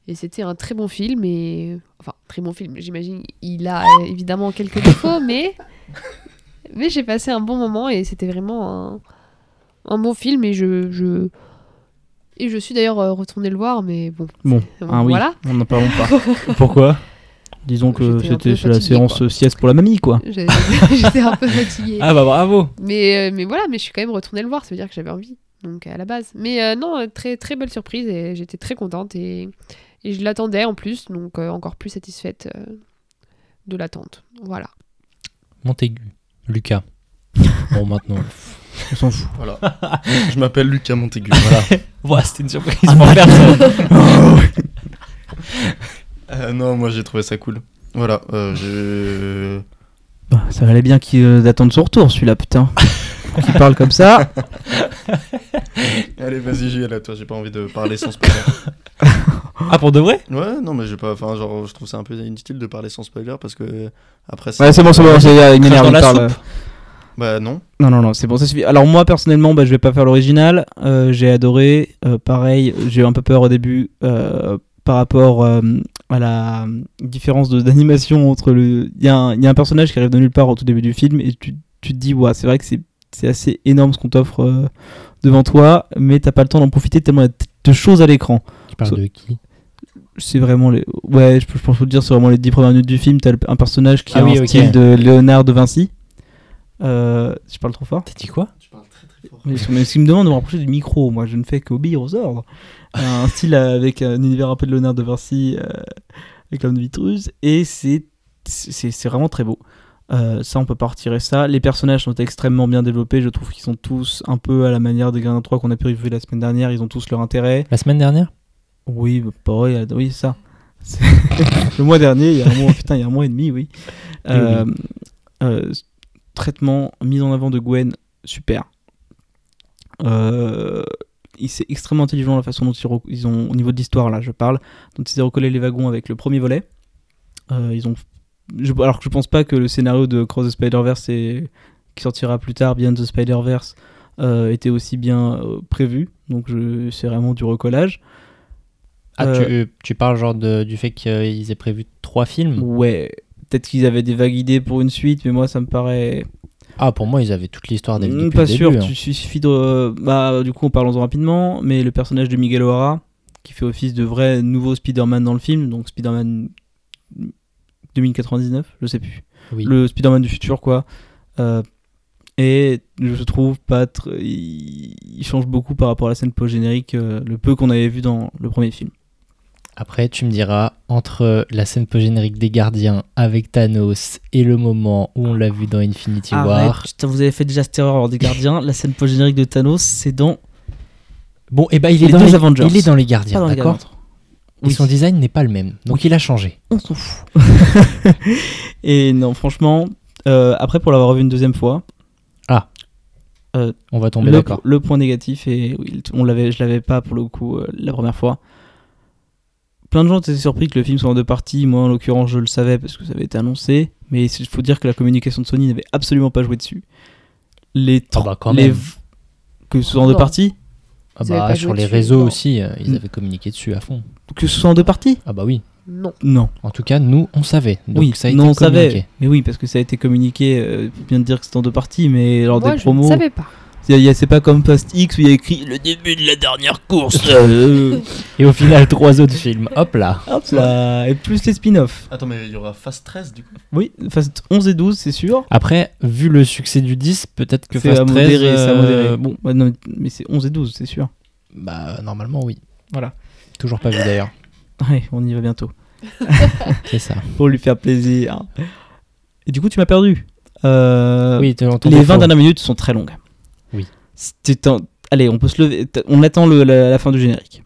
Speaker 6: et c'était un très bon film et enfin très bon film. J'imagine il a euh, évidemment quelques défauts mais mais j'ai passé un bon moment et c'était vraiment un, un bon film et je, je et je suis d'ailleurs euh, retournée le voir mais bon.
Speaker 5: Bon, ah oui,
Speaker 6: euh, Voilà.
Speaker 5: on n'en parlons pas. Pourquoi Disons que
Speaker 6: J'étais un
Speaker 5: c'était
Speaker 6: peu
Speaker 5: sur la
Speaker 6: fatigué,
Speaker 5: séance
Speaker 6: quoi.
Speaker 5: sieste pour la mamie, quoi.
Speaker 6: J'ai- J'étais un peu fatiguée.
Speaker 3: Ah bah bravo
Speaker 6: Mais, euh, mais voilà, mais je suis quand même retournée le voir, ça veut dire que j'avais envie, donc à la base. Mais euh, non, euh, très, très belle surprise et j'étais très contente et, et je l'attendais en plus, donc euh, encore plus satisfaite euh, de l'attente. Voilà.
Speaker 3: Montaigu, Lucas. Bon, maintenant.
Speaker 5: On s'en fout.
Speaker 4: Voilà. je m'appelle Lucas Montaigu. Voilà.
Speaker 3: Voilà, c'était une surprise pour personne.
Speaker 4: Euh, non, moi j'ai trouvé ça cool. Voilà. euh, je...
Speaker 5: Bah, ça valait bien qu'il euh, attende son retour, celui-là, putain. Qui parle comme ça.
Speaker 4: Allez, vas-y, j'y là, toi. J'ai pas envie de parler sans spoiler.
Speaker 3: Ah, pour de vrai
Speaker 4: Ouais, non, mais j'ai pas. Enfin, genre, je trouve ça un peu inutile de parler sans spoiler parce que après.
Speaker 5: Ouais, c'est bon, c'est bon, c'est- il m'énerve,
Speaker 3: dans
Speaker 5: il
Speaker 3: la
Speaker 5: parle.
Speaker 3: soupe.
Speaker 4: Bah non.
Speaker 5: Non, non, non, c'est bon, ça suffit. Alors, moi, personnellement, bah, je vais pas faire l'original. Euh, j'ai adoré. Euh, pareil, j'ai eu un peu peur au début euh, par rapport euh, à la différence de- d'animation entre le. Il y, a un- il y a un personnage qui arrive de nulle part au tout début du film et tu, tu te dis, ouais, c'est vrai que c'est c'est assez énorme ce qu'on t'offre euh, devant toi, mais t'as pas le temps d'en profiter tellement il y a de choses à l'écran.
Speaker 3: Tu parles de qui
Speaker 5: c'est vraiment les ouais je, peux- je pense vous le dire c'est vraiment les 10 premières minutes du film t'as le- un personnage qui
Speaker 3: Ah
Speaker 5: a
Speaker 3: oui,
Speaker 5: un
Speaker 3: ok.
Speaker 5: style de Léonard de Vinci Euh, je parle trop fort
Speaker 3: T'as dit quoi
Speaker 5: mais mais ce qui me demande de me rapprocher du micro moi je ne fais qu'obéir aux ordres un style euh, avec un univers un peu de Léonard de Vinci euh, avec l'homme de Vitrus et c'est c'est c'est vraiment très beau Euh, ça on peut pas retirer ça les personnages sont extrêmement bien développés je trouve qu'ils sont tous un peu à la manière des Gardiens 3 qu'on a pu revivre la semaine dernière ils ont tous leur intérêt
Speaker 3: La semaine dernière
Speaker 5: oui, bah, pareil, elle- oui, ça. C'est- le mois dernier, il y a un mois, putain, il y a un mois et demi, oui. Euh, euh, traitement, mise en avant de Gwen, super. Euh, il- c'est extrêmement intelligent la façon dont ils, rec- ils ont, au niveau de l'histoire, là, je parle, dont ils ont recollé les wagons avec le premier volet. Euh, ils ont, je- alors que je pense pas que le scénario de Cross the Spider-Verse, et- qui sortira plus tard, Beyond the Spider-Verse, euh, était aussi bien euh, prévu. Donc je- c'est vraiment du recollage.
Speaker 3: Ah,
Speaker 5: Euh,
Speaker 3: tu, euh, tu parles genre de- du fait qu'ils aient prévu trois films
Speaker 5: Ouais, peut-être qu'ils avaient des vagues idées pour une suite, mais moi ça me paraît
Speaker 3: Ah, pour moi, ils avaient toute l'histoire dès-
Speaker 5: Mm,
Speaker 3: depuis
Speaker 5: pas
Speaker 3: le
Speaker 5: sûr.
Speaker 3: début. hein.
Speaker 5: Tu il suffit de bah du coup en parlons-en rapidement, mais le personnage de Miguel O'Hara qui fait office de vrai nouveau Spider-Man dans le film, donc Spider-Man 2099, je sais plus.
Speaker 3: Oui.
Speaker 5: Le Spider-Man du futur quoi. Euh, Et je trouve pas tr- il il change beaucoup par rapport à la scène post-générique, euh, le peu qu'on avait vu dans le premier film.
Speaker 3: Après, tu me diras, entre la scène post-générique des gardiens avec Thanos et le moment où on l'a vu dans Infinity War.
Speaker 5: vous avez fait déjà cette erreur des gardiens. la scène post-générique de Thanos, c'est dans.
Speaker 3: Bon, et bah il est,
Speaker 5: Les
Speaker 3: dans
Speaker 5: deux
Speaker 3: les...
Speaker 5: Avengers.
Speaker 3: il est dans les gardiens,
Speaker 5: dans les
Speaker 3: d'accord
Speaker 5: Gardiens.
Speaker 3: Et
Speaker 5: Oui.
Speaker 3: son design n'est pas le même, donc il a changé.
Speaker 5: on s'en fout. et non, franchement, euh, après pour l'avoir revu une deuxième fois,
Speaker 3: On va tomber
Speaker 5: le,
Speaker 3: d'accord.
Speaker 5: le point négatif et oui, on l'avait, je l'avais pas pour le coup euh, la première fois. Plein de gens étaient surpris que le film soit en deux parties. Moi, en l'occurrence, je le savais parce que ça avait été annoncé. Mais il faut dire que la communication de Sony n'avait absolument pas joué dessus. Les
Speaker 3: Ah
Speaker 5: trois,
Speaker 3: bah, quand
Speaker 5: les
Speaker 3: même.
Speaker 5: v- que ce soit en deux
Speaker 6: Non.
Speaker 5: parties,
Speaker 3: Ah
Speaker 6: Ils avaient
Speaker 3: bah,
Speaker 6: pas
Speaker 3: sur
Speaker 6: joué
Speaker 3: les
Speaker 6: dessus,
Speaker 3: réseaux
Speaker 6: non.
Speaker 3: aussi, euh, ils
Speaker 5: Mm.
Speaker 3: avaient communiqué dessus à fond.
Speaker 5: que ce soit en deux parties,
Speaker 3: Ah bah oui.
Speaker 6: Non.
Speaker 5: non.
Speaker 3: En tout cas, nous, on savait. Donc
Speaker 5: oui,
Speaker 3: ça a été
Speaker 5: non, on
Speaker 3: communiqué.
Speaker 5: savait. Mais oui, parce que ça a été communiqué. euh, faut bien de dire que c'est en deux parties, mais lors
Speaker 6: Moi,
Speaker 5: des
Speaker 6: je
Speaker 5: promos,
Speaker 6: ne savais pas.
Speaker 5: il y a- il y a- c'est pas comme Fast X où il y a écrit le début de la dernière course. Euh,
Speaker 3: Et au final, trois autres films. Hop là.
Speaker 5: hop là, et plus les spin-offs.
Speaker 4: Attends, mais il y aura Fast 13 du coup.
Speaker 5: Oui, Fast 11 et 12, c'est sûr.
Speaker 3: Après, vu le succès du 10, peut-être que
Speaker 5: C'est
Speaker 3: Fast
Speaker 5: à
Speaker 3: 13.
Speaker 5: modérer, c'est à
Speaker 3: euh,
Speaker 5: modérer.
Speaker 3: bon,
Speaker 5: Ouais, non, mais c'est 11 et 12, c'est sûr.
Speaker 3: bah normalement, oui.
Speaker 5: Voilà.
Speaker 3: Toujours pas vu d'ailleurs.
Speaker 5: Ouais, on y va bientôt.
Speaker 3: C'est ça.
Speaker 5: Pour lui faire plaisir. Et du coup, tu m'as perdu. Euh,
Speaker 3: oui, t'as entendu
Speaker 5: les
Speaker 3: faux.
Speaker 5: 20 dernières minutes sont très longues.
Speaker 3: Oui.
Speaker 5: C'était un- Allez, on peut se lever. T'as- On attend le- la, la fin du générique.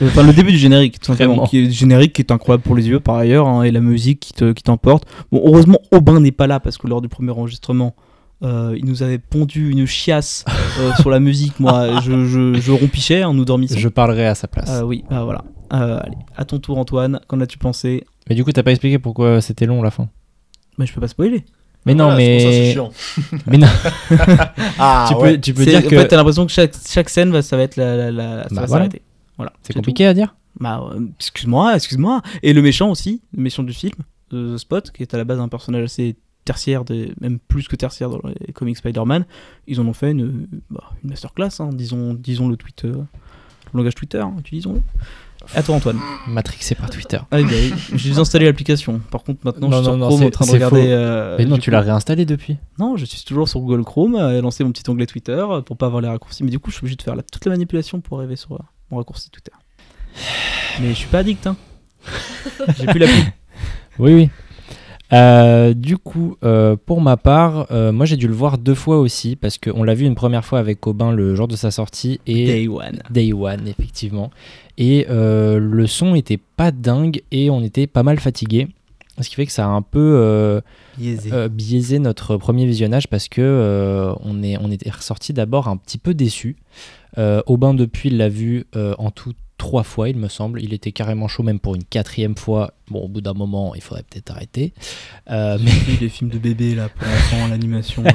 Speaker 5: Euh, Enfin, le début du générique, tout simplement.
Speaker 3: Vraiment.
Speaker 5: Qui est, générique qui est incroyable pour les yeux, par ailleurs, hein, et la musique qui te- qui t'emporte. bon, heureusement, Aubin n'est pas là, parce que lors du premier enregistrement, euh, il nous avait pondu une chiasse euh, sur la musique. Moi, je, je, je rompichais, hein, nous dormissions.
Speaker 3: Je parlerai à sa place.
Speaker 5: Euh, oui, bah voilà. Euh, allez, à ton tour, Antoine, qu'en as-tu pensé
Speaker 3: Mais du coup, t'as pas expliqué pourquoi c'était long la fin.
Speaker 5: Mais je peux pas spoiler.
Speaker 3: Mais non, mais. mais non. tu peux, tu peux
Speaker 5: C'est-
Speaker 3: dire
Speaker 5: en
Speaker 3: que.
Speaker 5: fait, t'as l'impression que chaque, chaque scène, va, ça va être la, la- la- ça
Speaker 3: Bah
Speaker 5: va
Speaker 3: voilà.
Speaker 5: s'arrêter. Voilà.
Speaker 3: c'est
Speaker 5: tout.
Speaker 3: compliqué à dire
Speaker 5: Bah, euh, excuse-moi, excuse-moi. Et le méchant aussi, le méchant du film, euh, The Spot, qui est à la base un personnage assez tertiaire, des- même plus que tertiaire dans les comics Spider-Man, ils en ont fait une, bah, une masterclass, hein, disons, disons le Twitter, le langage Twitter, hein, utilisons-le. À toi, Antoine.
Speaker 3: Matrixé par Twitter.
Speaker 5: Ah oui, bah oui, j'ai désinstallé l'application. Par contre, maintenant,
Speaker 3: Non,
Speaker 5: je suis
Speaker 3: non,
Speaker 5: sur
Speaker 3: non,
Speaker 5: Chrome
Speaker 3: c'est-
Speaker 5: en train de
Speaker 3: c'est faux.
Speaker 5: regarder. euh,
Speaker 3: mais non,
Speaker 5: du
Speaker 3: tu
Speaker 5: coup-
Speaker 3: l'as réinstallé depuis.
Speaker 5: Non, je suis toujours sur Google Chrome, euh, lancer mon petit onglet Twitter euh, pour pas avoir les raccourcis. Mais du coup, je suis obligé de faire la- toute la manipulation pour arriver sur euh, mon raccourci Twitter. Mais je suis pas addict, hein. J'ai plus l'appli.
Speaker 3: Oui, oui. Euh, du coup, euh, pour ma part, euh, moi j'ai dû le voir deux fois aussi parce qu'on l'a vu une première fois avec Aubin le jour de sa sortie et
Speaker 5: Day One.
Speaker 3: Day One, effectivement. Et euh, le son était pas dingue et on était pas mal fatigué. Ce qui fait que ça a un peu euh, euh, biaisé notre premier visionnage parce que euh, on, est, on était ressorti d'abord un petit peu déçu. Euh, Aubin, depuis, l'a vu euh, en tout trois fois, il me semble. Il était carrément chaud, même pour une quatrième fois. Bon, au bout d'un moment, il faudrait peut-être arrêter. Euh, mais
Speaker 5: Oui, Ah, les films de bébé, là, pour l'instant, l'animation. là.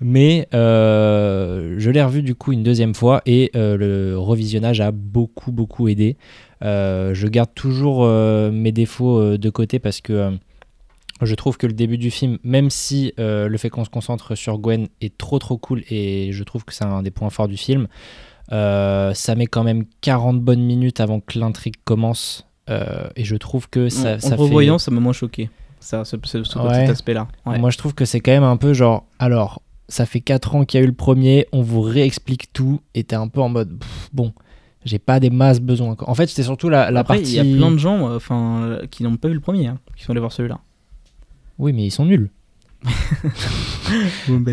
Speaker 3: mais euh, je l'ai revu du coup une deuxième fois et euh, le revisionnage a beaucoup beaucoup aidé. Euh, je garde toujours euh, mes défauts euh, de côté parce que euh, je trouve que le début du film, même si euh, le fait qu'on se concentre sur Gwen est trop trop cool et je trouve que c'est un des points forts du film, euh, ça met quand même 40 bonnes minutes avant que l'intrigue commence. Euh, et je trouve que ça,
Speaker 5: en
Speaker 3: ça fait-
Speaker 5: revoyant, ça m'a moins choqué. Ça, ce, ce- ce
Speaker 3: Ouais.
Speaker 5: petit aspect-là. Ouais.
Speaker 3: moi, je trouve que c'est quand même un peu genre, alors, ça fait 4 ans qu'il y a eu le premier, on vous réexplique tout, et t'es un peu en mode, pff, bon, j'ai pas des masses besoin. encore. En fait, c'était surtout la, la
Speaker 5: Après,
Speaker 3: partie.
Speaker 5: il y a plein de gens, euh, enfin, euh, qui n'ont pas vu le premier, hein, qui sont allés voir celui-là.
Speaker 3: Oui, mais ils sont nuls.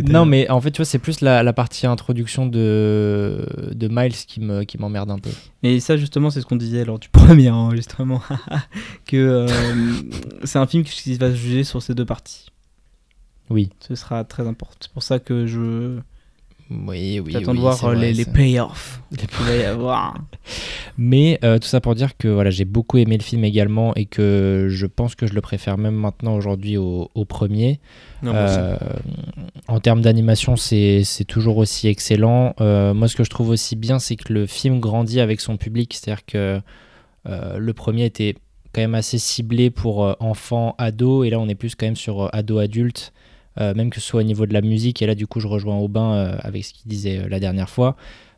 Speaker 3: Non, mais en fait, tu vois, c'est plus la, la partie introduction de, de Miles qui me- qui m'emmerde un peu.
Speaker 5: Mais ça, justement, c'est ce qu'on disait lors du premier enregistrement, que euh, c'est un film qui va se juger sur ces deux parties.
Speaker 3: Oui.
Speaker 5: Ce sera très important. C'est pour ça que je
Speaker 3: Oui, oui.
Speaker 5: j'attends
Speaker 3: oui,
Speaker 5: de voir
Speaker 3: c'est
Speaker 5: euh,
Speaker 3: vrai,
Speaker 5: les, les
Speaker 3: c'est-
Speaker 5: payoffs
Speaker 3: Les
Speaker 5: qu'il va y avoir.
Speaker 3: Mais euh, tout ça pour dire que voilà, j'ai beaucoup aimé le film également et que je pense que je le préfère même maintenant aujourd'hui au- au premier.
Speaker 4: Non,
Speaker 3: Euh, en termes d'animation, c'est c'est toujours aussi excellent. Euh, moi, ce que je trouve aussi bien, c'est que le film grandit avec son public. C'est-à-dire que euh, le premier était quand même assez ciblé pour euh, enfants, ados, et là, on est plus quand même sur euh, ados-adultes, euh, même que ce soit au niveau de la musique. Et là, du coup, je rejoins Aubin euh, avec ce qu'il disait euh, la dernière fois.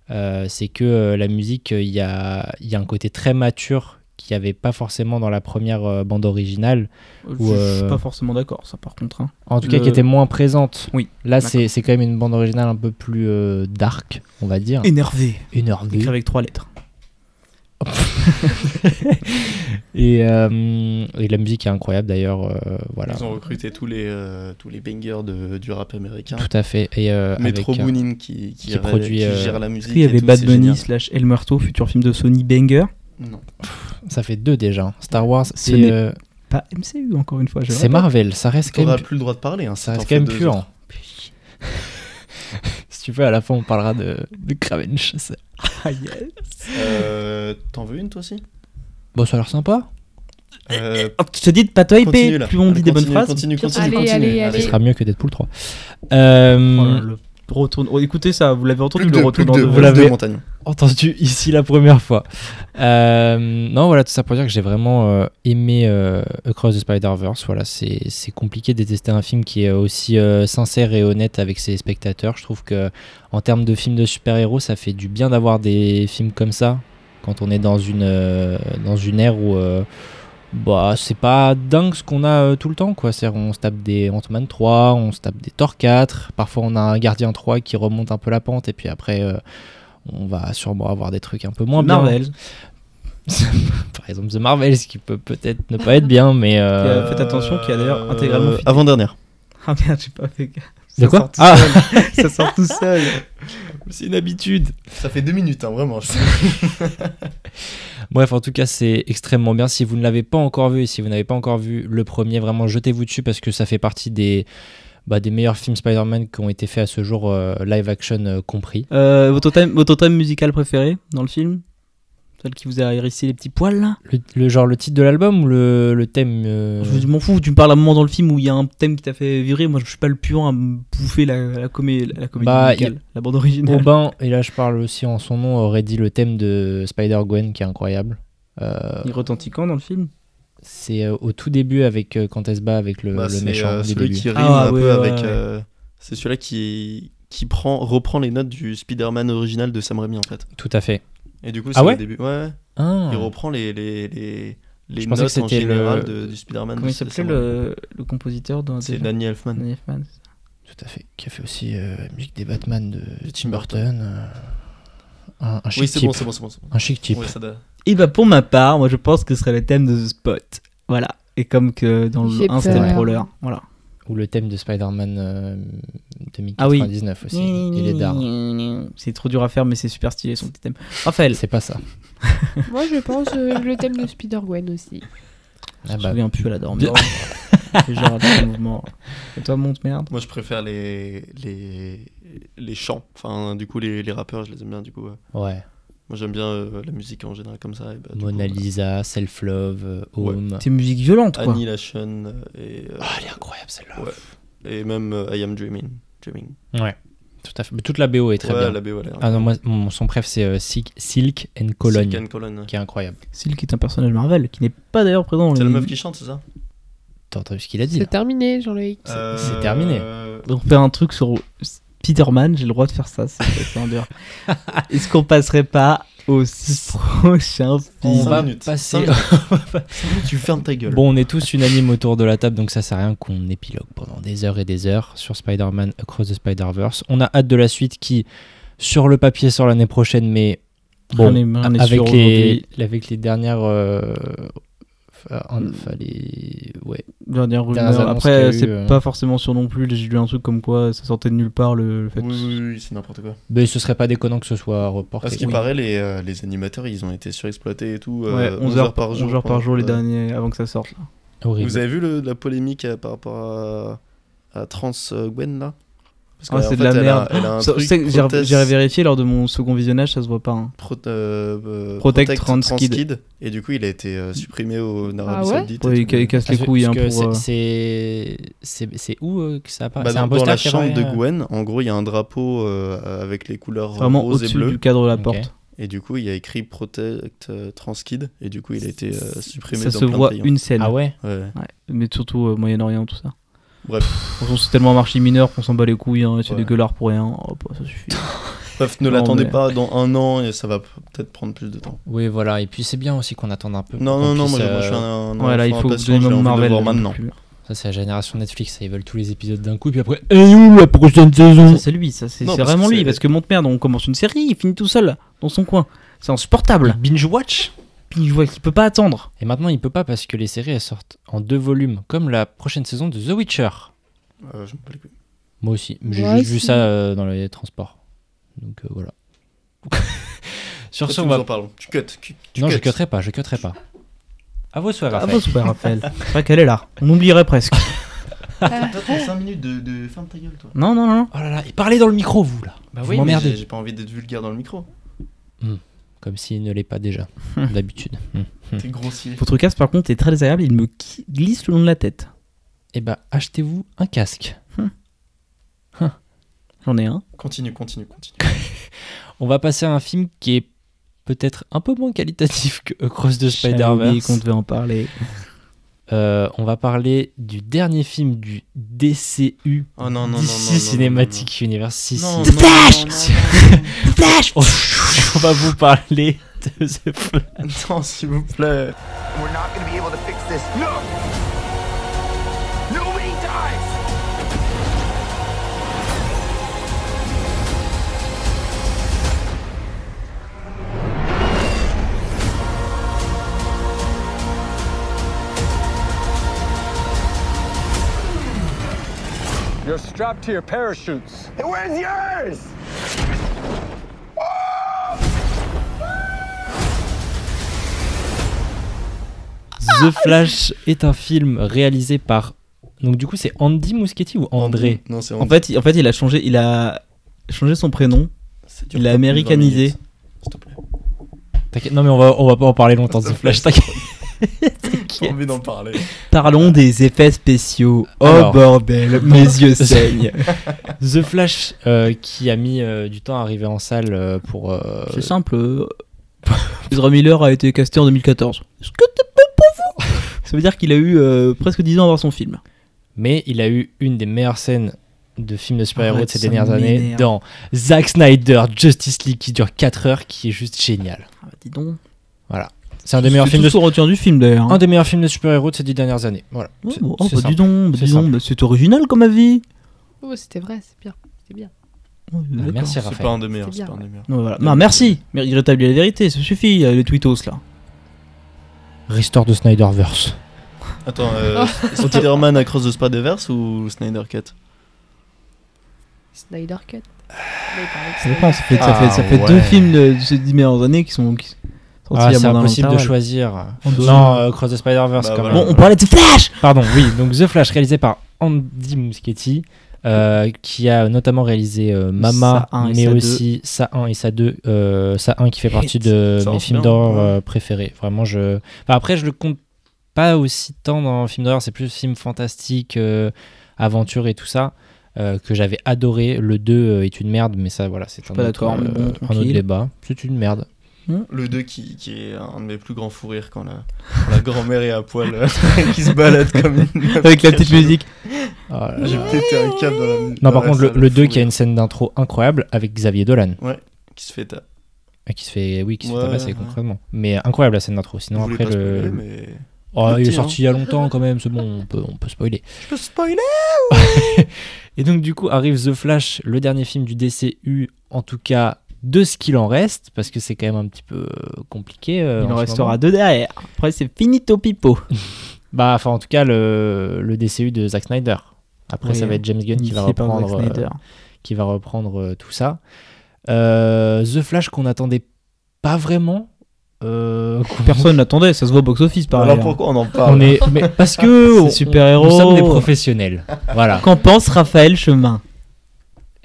Speaker 3: Euh, c'est que euh, la musique, euh, il y, a, il y a un côté très mature qui qu'il n'y avait pas forcément dans la première euh, bande originale,
Speaker 5: Je
Speaker 3: Ou,
Speaker 5: je suis
Speaker 3: euh,
Speaker 5: pas forcément d'accord, ça par contre. hein.
Speaker 3: en tout
Speaker 5: Le-
Speaker 3: cas qui était moins présente.
Speaker 5: Oui,
Speaker 3: Là, c'est c'est quand même une bande originale un peu plus euh, dark, on va dire.
Speaker 5: Énervé.
Speaker 3: Énervée.
Speaker 5: Écrit avec trois lettres.
Speaker 3: Et, euh, et la musique est incroyable d'ailleurs. euh, voilà.
Speaker 4: Ils ont recruté tous les, euh, tous les bangers de- du rap américain.
Speaker 3: Tout à fait. Et, euh,
Speaker 4: Metro
Speaker 3: avec, euh,
Speaker 4: Boomin qui, qui,
Speaker 3: qui
Speaker 4: ré-
Speaker 3: produit,
Speaker 4: qui
Speaker 3: euh,
Speaker 4: gère la musique.
Speaker 5: Est-ce qu'il y
Speaker 4: et
Speaker 5: avait
Speaker 4: tout,
Speaker 5: Bad
Speaker 4: c'est
Speaker 5: Bunny
Speaker 4: génial.
Speaker 5: slash El Muerto, futur film de Sony Banger
Speaker 4: Non.
Speaker 3: ça fait deux déjà. hein. Star Wars,
Speaker 5: Ce
Speaker 3: c'est
Speaker 5: n'est-
Speaker 3: euh,
Speaker 5: Pas MCU encore une fois, je le
Speaker 3: c'est
Speaker 5: répète.
Speaker 3: Marvel. Ça reste quand
Speaker 4: T'auras
Speaker 3: même,
Speaker 4: plus le droit de parler. Hein,
Speaker 3: ça
Speaker 4: si
Speaker 3: reste
Speaker 4: t'en
Speaker 3: quand même
Speaker 4: fais deux
Speaker 3: puant.
Speaker 4: autres.
Speaker 3: si tu veux, à la fin, on parlera de, de Cravench.
Speaker 5: Ah, yes.
Speaker 4: Euh, T'en veux une toi aussi
Speaker 3: Bon, ça a l'air sympa.
Speaker 4: Euh,
Speaker 5: Oh, Je te dis de pas toi
Speaker 4: Continue là.
Speaker 5: plus on
Speaker 4: Allez,
Speaker 5: dit des bonnes
Speaker 4: continue,
Speaker 5: phrases.
Speaker 4: Continue,
Speaker 5: pire
Speaker 4: continue,
Speaker 6: Allez,
Speaker 4: continue.
Speaker 6: allez,
Speaker 3: Ce
Speaker 6: allez.
Speaker 3: sera mieux que Deadpool 3.
Speaker 5: Oh
Speaker 3: Euh,
Speaker 5: là là, le retourne. oh, écoutez ça, vous l'avez entendu
Speaker 4: Plus que
Speaker 5: le
Speaker 4: deux, plus
Speaker 5: retour
Speaker 4: que
Speaker 5: dans
Speaker 4: deux,
Speaker 5: le-
Speaker 4: plus que
Speaker 3: l'avez-
Speaker 4: deux montagnes.
Speaker 3: entendu ici la première fois. Euh, non, voilà, tout ça pour dire que j'ai vraiment euh, aimé euh, Across the Spider-Verse. Voilà, c'est c'est compliqué de détester un film qui est aussi euh, sincère et honnête avec ses spectateurs. Je trouve que en termes de films de super-héros, ça fait du bien d'avoir des films comme ça quand on est dans une, euh, dans une ère où. euh, bah, c'est pas dingue ce qu'on a euh, tout le temps, quoi. cest on se tape des Ant-Man 3, on se tape des Thor 4, parfois on a un Gardien 3 qui remonte un peu la pente, et puis après, euh, on va sûrement avoir des trucs un peu moins bien.
Speaker 5: Marvel.
Speaker 3: Par exemple, The Marvel, ce qui peut peut-être ne pas être bien, mais. euh,
Speaker 5: Qui a- faites attention, qui a
Speaker 4: Euh,
Speaker 5: d'ailleurs intégralement fini.
Speaker 4: Avant dernière.
Speaker 5: Ah merde, j'ai pas fait gaffe.
Speaker 3: De
Speaker 5: Ça
Speaker 3: quoi
Speaker 5: sort tout
Speaker 3: Ah.
Speaker 5: seul. Ça sort tout seul.
Speaker 3: C'est une habitude.
Speaker 4: Ça fait deux minutes, hein, vraiment. je-
Speaker 3: Bref, en tout cas, c'est extrêmement bien. Si vous ne l'avez pas encore vu et si vous n'avez pas encore vu le premier, vraiment jetez-vous dessus parce que ça fait partie des, bah, des meilleurs films Spider-Man qui ont été faits à ce jour, euh, live action euh, compris.
Speaker 5: Euh, votre, thème, votre thème musical préféré dans le film Celle qui vous a hérissé les petits poils là
Speaker 3: Le, le genre, le titre de l'album ou le, le thème euh,
Speaker 5: Je m'en fous, tu me parles à un moment dans le film où il y a un thème qui t'a fait virer. Moi je suis pas le puant à me bouffer la, la, comé- la comédie
Speaker 3: Bah,
Speaker 5: musicale, la bande originale.
Speaker 3: Aubin, et là je parle aussi en son nom, aurait dit le thème de Spider-Gwen qui est incroyable. Euh,
Speaker 5: Il retentit quand dans le film
Speaker 3: Ah, c'est euh, au tout début avec euh, quand elle se bat avec le,
Speaker 4: Bah,
Speaker 3: le
Speaker 4: c'est,
Speaker 3: méchant.
Speaker 4: euh,
Speaker 3: du
Speaker 4: celui
Speaker 3: début.
Speaker 4: qui rime
Speaker 5: Ah,
Speaker 4: un
Speaker 5: ouais,
Speaker 4: peu
Speaker 5: ouais,
Speaker 4: avec.
Speaker 5: ouais.
Speaker 4: euh, c'est celui-là qui, qui prend, reprend les notes du Spider-Man original de Sam Raimi en fait.
Speaker 3: Tout à fait.
Speaker 4: Et du coup, c'est
Speaker 3: Ah ouais
Speaker 4: au début. Ouais, ouais.
Speaker 3: Ah.
Speaker 4: Il reprend les, les, les, les
Speaker 3: Je pensais que
Speaker 4: notes en
Speaker 3: c'était le-
Speaker 4: général de- du Spider-Man.
Speaker 5: Comment
Speaker 4: de
Speaker 5: il s'appelait
Speaker 4: Sam Raimi.
Speaker 5: le, le compositeur dans
Speaker 4: C'est
Speaker 5: déjà
Speaker 4: Danny Elfman.
Speaker 5: Danny Elfman.
Speaker 3: Tout à fait. Qui a fait aussi euh, la musique des Batman de
Speaker 4: De
Speaker 3: Tim
Speaker 4: Tim
Speaker 3: Burton. euh, un, un chic
Speaker 4: Oui, c'est
Speaker 3: type.
Speaker 4: bon, c'est bon, c'est bon. c'est bon.
Speaker 3: Un chic type.
Speaker 4: Ouais, ça doit-
Speaker 5: Et bah pour ma part, moi je pense que ce serait le thème de The Spot. Voilà. Et comme que dans
Speaker 6: J'ai
Speaker 5: le 1
Speaker 6: peur.
Speaker 5: c'était le roller. Voilà.
Speaker 3: Ou le thème de Spider-Man euh, de 1999
Speaker 5: Ah oui.
Speaker 3: aussi. Il est d'art.
Speaker 5: C'est trop dur à faire mais c'est super stylé son petit thème. Raphaël,
Speaker 3: C'est pas ça.
Speaker 6: Moi, je pense euh, le thème de Spider-Gwen aussi.
Speaker 3: Ah
Speaker 5: Je me
Speaker 3: bah,
Speaker 5: souviens plus, elle adore bien. C'est genre le mouvement. Et toi, monte merde.
Speaker 4: Moi, je préfère les, les, les chants. Enfin, du coup, les, les rappeurs, je les aime bien. Du coup, ouais.
Speaker 3: ouais.
Speaker 4: moi, j'aime bien euh, la musique en général comme ça. et bah, du
Speaker 3: Mona
Speaker 4: coup,
Speaker 3: Lisa, Self Love, euh,
Speaker 4: Ouais.
Speaker 3: Home.
Speaker 5: C'est une musique violente, quoi.
Speaker 4: Annihilation euh, et, euh,
Speaker 3: Ah, elle est incroyable celle-là.
Speaker 4: Ouais. et même euh, I Am Dreaming. Dreaming.
Speaker 3: Tout à fait. Mais toute la BO est très
Speaker 4: ouais,
Speaker 3: bien.
Speaker 4: la BO, elle est
Speaker 3: Ah non, moi, mon son préf c'est euh, Silk, Silk and Cologne,
Speaker 4: Silk and Cologne, ouais.
Speaker 3: qui est incroyable.
Speaker 5: Silk est un personnage Marvel qui n'est pas d'ailleurs présent dans
Speaker 4: C'est
Speaker 5: les.
Speaker 4: la meuf qui chante, c'est ça
Speaker 3: T'as entendu ce qu'il a dit là
Speaker 6: C'est terminé, Jean-Loïc.
Speaker 3: c'est terminé.
Speaker 4: euh,
Speaker 5: On fait un truc sur Spider-Man, j'ai le droit de faire ça, c'est c'est en dehors. Est-ce qu'on passerait pas au six prochain
Speaker 3: On
Speaker 5: film
Speaker 4: Cinq
Speaker 3: va
Speaker 4: minutes.
Speaker 3: passer.
Speaker 4: Tu fermes ta gueule.
Speaker 3: bon, on est tous unanimes autour de la table, donc ça sert à rien qu'on épilogue pendant des heures et des heures sur Spider-Man Across the Spider-Verse. On a hâte de la suite qui, sur le papier, sort l'année prochaine, mais bon,
Speaker 5: On est- on est sûr
Speaker 3: avec, les,
Speaker 5: aujourd'hui.
Speaker 3: avec les dernières. euh, fa- en- fa- les- ouais.
Speaker 5: Dernière
Speaker 3: Dernières
Speaker 5: rumeur.
Speaker 3: annonces
Speaker 5: Après,
Speaker 3: qu'il y a eu,
Speaker 5: c'est
Speaker 3: euh.
Speaker 5: pas forcément sûr non plus. J'ai lu un truc comme quoi ça sortait de nulle part le, le fait.
Speaker 4: Oui, oui, oui, c'est n'importe quoi.
Speaker 3: Mais ce serait pas déconnant que ce soit reporté.
Speaker 4: Parce qu'il
Speaker 3: Oui.
Speaker 4: paraît, les, euh, les animateurs, ils ont été surexploités et tout.
Speaker 5: Ouais,
Speaker 4: euh,
Speaker 5: 11 heures par jour, par
Speaker 4: pendant-
Speaker 5: jour les
Speaker 4: ouais.
Speaker 5: derniers avant que ça sorte.
Speaker 3: Horrible.
Speaker 4: Vous avez vu le- la polémique euh, par rapport à, à Trans euh, Gwen là Parce
Speaker 5: Ah,
Speaker 4: qu'en
Speaker 5: c'est de
Speaker 4: fait,
Speaker 5: la
Speaker 4: elle a-
Speaker 5: merde.
Speaker 4: elle a un
Speaker 5: Ça-
Speaker 4: truc
Speaker 5: c'est- J'ai
Speaker 4: prothèse-
Speaker 5: j'ai vérifié lors de mon second visionnage, ça se voit pas. hein.
Speaker 4: pro- euh, euh,
Speaker 5: Protect
Speaker 4: Protect,
Speaker 5: Trans
Speaker 4: Trans,
Speaker 5: Kid.
Speaker 4: Kid. Et du coup, il a été euh, supprimé au en
Speaker 6: Ah
Speaker 4: Arabie
Speaker 6: ouais
Speaker 4: Saoudite. et
Speaker 5: Ouais, il,
Speaker 4: tout.
Speaker 5: ca- il casse
Speaker 3: Ah,
Speaker 5: les
Speaker 3: c'est-
Speaker 5: couilles hein,
Speaker 3: parce que
Speaker 5: pour. euh,
Speaker 3: C'est c'est- c'est- c'est où euh, que ça apparaît
Speaker 4: Bah,
Speaker 3: C'est un
Speaker 4: dans, dans la
Speaker 3: poster qui
Speaker 4: chambre de
Speaker 3: apparaît, euh,
Speaker 4: Gwen, en gros, il y a un drapeau euh, avec les couleurs
Speaker 5: vraiment
Speaker 4: rose et
Speaker 5: au-dessus
Speaker 4: bleu.
Speaker 5: du cadre de la
Speaker 3: Ok.
Speaker 5: porte.
Speaker 4: Et du coup, il y a écrit Protect euh, Trans Kid. Et du coup, il a été euh, supprimé
Speaker 5: ça
Speaker 4: dans
Speaker 5: se
Speaker 4: plein de
Speaker 5: voit
Speaker 4: pays, hein.
Speaker 5: une scène.
Speaker 3: Ah ouais
Speaker 4: Ouais.
Speaker 5: Ouais, Mais surtout euh, Moyen-Orient, tout ça.
Speaker 4: Bref.
Speaker 5: De toute façon, c'est tellement un marché mineur qu'on s'en bat les couilles, hein, c'est
Speaker 4: Ouais.
Speaker 5: dégueulasse pour rien. Oh, bah, ça suffit.
Speaker 4: Bref, ne
Speaker 5: Non,
Speaker 4: l'attendez
Speaker 5: mais-
Speaker 4: pas dans un an et ça va p- peut-être prendre plus de temps.
Speaker 3: Oui, voilà. Et puis c'est bien aussi qu'on attende un peu.
Speaker 4: Non,
Speaker 3: pour
Speaker 4: non,
Speaker 3: qu'on
Speaker 4: non, moi,
Speaker 3: puisse,
Speaker 4: je- moi,
Speaker 3: euh,
Speaker 4: je suis un, un
Speaker 5: Ouais, là, il
Speaker 4: enfant
Speaker 5: faut
Speaker 4: impatient, j'ai
Speaker 5: donner
Speaker 4: envie de
Speaker 5: Marvel.
Speaker 4: voir maintenant.
Speaker 5: plus.
Speaker 3: Ça, c'est la génération Netflix. ça, Ils veulent tous les épisodes d'un coup. Puis après, et où la prochaine saison
Speaker 5: Ça, C'est lui, ça, c'est
Speaker 4: Non,
Speaker 5: c'est
Speaker 4: parce que
Speaker 5: vraiment lui.
Speaker 4: c'est-
Speaker 5: Parce que Montemerde, on commence une série, il finit tout seul dans son coin. C'est insupportable.
Speaker 3: Binge watch
Speaker 5: Puis je vois qu'il peut pas attendre.
Speaker 3: Et maintenant, il peut pas parce que les séries elles sortent en deux volumes, comme la prochaine saison de The Witcher.
Speaker 4: Euh, je me rappelle plus.
Speaker 3: Moi aussi. J'ai
Speaker 6: Moi
Speaker 3: juste vu
Speaker 6: aussi.
Speaker 3: ça euh, dans les transports. Donc euh, voilà. Sur ce,
Speaker 4: Toi, tu
Speaker 3: on
Speaker 4: nous
Speaker 3: va.
Speaker 4: en parles. Tu cut. tu- tu
Speaker 3: Non, je
Speaker 4: cut.
Speaker 3: cutterai pas, je cutterai pas. À vos souhaits, Raphaël.
Speaker 5: Bravo, Ah super Raphaël. C'est vrai qu'elle est là. On oublierait presque.
Speaker 4: Toi, t'as 5 minutes de, de fin de ta gueule, toi.
Speaker 5: Non, non, non.
Speaker 3: Oh là là, et parlez dans le micro, vous là.
Speaker 4: Bah
Speaker 3: Ah oui, mais
Speaker 4: merde.
Speaker 3: j'ai-
Speaker 4: J'ai pas envie d'être vulgaire dans le micro.
Speaker 3: Comme s'il ne l'est pas déjà, d'habitude. Hmm.
Speaker 4: T'es grossier.
Speaker 5: Votre casque, par contre, est très désagréable. Il me qui- glisse le long de la tête.
Speaker 3: Eh bah, achetez-vous un casque.
Speaker 5: J'en ai un.
Speaker 4: Continue, continue, continue.
Speaker 3: On va passer à un film qui est peut-être un peu moins qualitatif que Cross the
Speaker 5: J'avais oublié qu'on
Speaker 3: Spider-Verse.
Speaker 5: devait en parler.
Speaker 3: Euh, on va parler du dernier film du DCU,
Speaker 4: Oh non, non, non, non. non,
Speaker 3: DC
Speaker 4: non,
Speaker 3: Cinematic Universe. Si,
Speaker 4: Non, non, non,
Speaker 3: si.
Speaker 4: non, non, non,
Speaker 3: On on va vous parler de The Flash.
Speaker 4: non. Non, s'il vous plaît.
Speaker 8: We're not gonna be able to fix this. No! Nobody dies!
Speaker 9: You're strapped to your parachutes.
Speaker 8: Where's yours?
Speaker 5: Ah,
Speaker 3: The Flash est un film réalisé par. Donc, du coup, c'est Andy Muschietti ou André
Speaker 4: Non, c'est
Speaker 5: En
Speaker 4: André.
Speaker 5: fait, il- en fait, il a changé, il a changé son prénom.
Speaker 4: C'est
Speaker 5: il
Speaker 4: dur.
Speaker 5: l'a américanisé.
Speaker 4: minutes, S'il te plaît.
Speaker 3: T'inquiète, Non, mais on va, on va pas en parler longtemps de The Flash, t'inquiète.
Speaker 4: J'ai envie d'en parler.
Speaker 5: Parlons des effets spéciaux. Oh
Speaker 3: Alors.
Speaker 5: bordel, mes yeux saignent.
Speaker 3: The Flash, euh, qui a mis euh, du temps à arriver en salle euh, pour. euh,
Speaker 5: C'est simple. euh, Ezra Miller a été casté en 2014. Est-ce que t'es pas pour vous Ça veut dire qu'il a eu euh, presque 10 ans avant son film.
Speaker 3: mais il a eu une des meilleures scènes de films de super-héros
Speaker 5: Arrête,
Speaker 3: de ces
Speaker 5: ça
Speaker 3: dernières années
Speaker 5: m'énerve.
Speaker 3: dans Zack Snyder Justice League qui dure 4 heures, qui est juste génial.
Speaker 5: Ah, dis donc.
Speaker 3: C'est un des meilleurs films de
Speaker 5: son retient du film d'ailleurs. hein.
Speaker 3: un des meilleurs films de super-héros de ces 10 dernières années. Voilà.
Speaker 5: Oh,
Speaker 3: C'est-
Speaker 5: bah, oh,
Speaker 3: c'est
Speaker 5: bah,
Speaker 3: simple.
Speaker 5: dis donc, bah,
Speaker 3: C'est
Speaker 5: dis donc,
Speaker 3: simple.
Speaker 5: bah, c'est original comme avis.
Speaker 6: Oh, c'était vrai, c'est bien. C'est bien.
Speaker 5: Oh, d'accord.
Speaker 3: merci
Speaker 4: C'est
Speaker 3: Raphaël.
Speaker 4: pas un des meilleurs.
Speaker 6: bien,
Speaker 4: C'est pas un
Speaker 6: ouais.
Speaker 4: des meilleurs.
Speaker 5: Non, voilà. Non,
Speaker 3: euh,
Speaker 5: merci. Mais il rétablit la vérité, ça suffit, euh, les tweetos là.
Speaker 3: Restore de Snyderverse.
Speaker 4: Attends, euh, Spider-Man Across the Spider-Verse ou Snyder Cut
Speaker 6: Snyder Cut.
Speaker 5: Ça dépend, ça fait, ça
Speaker 1: Ah,
Speaker 5: fait, ça fait
Speaker 1: ouais.
Speaker 5: deux films de, de ces 10 meilleures années qui sont qui sont sortis
Speaker 3: Ah,
Speaker 5: à
Speaker 3: c'est
Speaker 5: mon
Speaker 3: impossible de
Speaker 5: intervalle.
Speaker 3: choisir.
Speaker 5: En deux
Speaker 3: Non, euh, Cross the Spider-Verse
Speaker 4: Bah,
Speaker 3: quand même.
Speaker 4: voilà.
Speaker 5: Bon, on parlait de Flash
Speaker 3: Pardon, oui. Donc The Flash, réalisé par Andy Muschietti, euh, qui a notamment réalisé euh, Mama,
Speaker 5: Sa un et
Speaker 3: mais
Speaker 5: Sa
Speaker 3: aussi Sa 1 et Sa 2. euh, Sa 1 qui fait partie
Speaker 4: Hit.
Speaker 3: de
Speaker 4: Ça
Speaker 3: mes
Speaker 4: en
Speaker 3: films
Speaker 4: revient,
Speaker 3: d'horreur
Speaker 4: ouais.
Speaker 3: euh, préférés. Vraiment, je. Enfin, après, je le compte pas aussi tant dans film d'horreur. C'est plus film fantastique, euh, aventure et tout ça. euh, que j'avais adoré. Le 2 euh, est une merde, mais ça, voilà, c'est un,
Speaker 5: pas
Speaker 3: autre, euh,
Speaker 5: d'accord, mais bon,
Speaker 3: un autre
Speaker 5: tranquille.
Speaker 3: débat. C'est une merde.
Speaker 4: Le 2 qui, qui est un de mes plus grands fous rires quand la, quand la grand-mère est à poil euh, qui se balade comme une. meuf
Speaker 5: Avec la petite
Speaker 4: cachée.
Speaker 5: musique.
Speaker 3: Oh là là.
Speaker 4: J'ai pété un câble dans la.
Speaker 3: Non,
Speaker 4: dans
Speaker 3: par
Speaker 4: la
Speaker 3: contre, le,
Speaker 4: salle,
Speaker 3: le
Speaker 4: fou
Speaker 3: 2 qui a
Speaker 4: rire.
Speaker 3: une scène d'intro incroyable avec Xavier Dolan.
Speaker 4: Qui se fait. ta-
Speaker 3: Ah, qui se fait oui qui se
Speaker 4: Ouais,
Speaker 3: fait tabasser
Speaker 4: ouais.
Speaker 3: concrètement mais incroyable la scène d'intro
Speaker 4: Je
Speaker 3: sinon
Speaker 4: voulais
Speaker 3: après
Speaker 4: pas spoiler,
Speaker 3: le
Speaker 4: mais.
Speaker 3: oh, il est
Speaker 4: Petit, hein.
Speaker 3: sorti il y a longtemps quand même c'est bon on peut on peut spoiler
Speaker 4: Je peux spoiler
Speaker 3: et donc du coup arrive The Flash le dernier film du DCU en tout cas de ce qu'il en reste parce que c'est quand même un petit peu euh, compliqué euh,
Speaker 5: Il en
Speaker 3: ce
Speaker 5: restera
Speaker 3: moment.
Speaker 5: deux derrière. Après, c'est finito pipo.
Speaker 3: bah enfin en tout cas le, le DCU de Zack Snyder après
Speaker 5: Oui,
Speaker 4: hein.
Speaker 3: ça va être James Gunn qui va
Speaker 5: Initié par Zack
Speaker 3: reprendre euh,
Speaker 5: Snyder.
Speaker 3: qui va reprendre euh, tout ça. Euh, The Flash qu'on attendait pas vraiment. euh, qu'on-
Speaker 5: Personne n'attendait, ça se voit au box-office par
Speaker 4: Alors
Speaker 5: ailleurs.
Speaker 4: pourquoi on en
Speaker 3: on
Speaker 4: parle
Speaker 3: est, mais parce que on-
Speaker 5: super-héros.
Speaker 3: Nous sommes des professionnels. Voilà.
Speaker 5: Qu'en pense Raphaël Chemin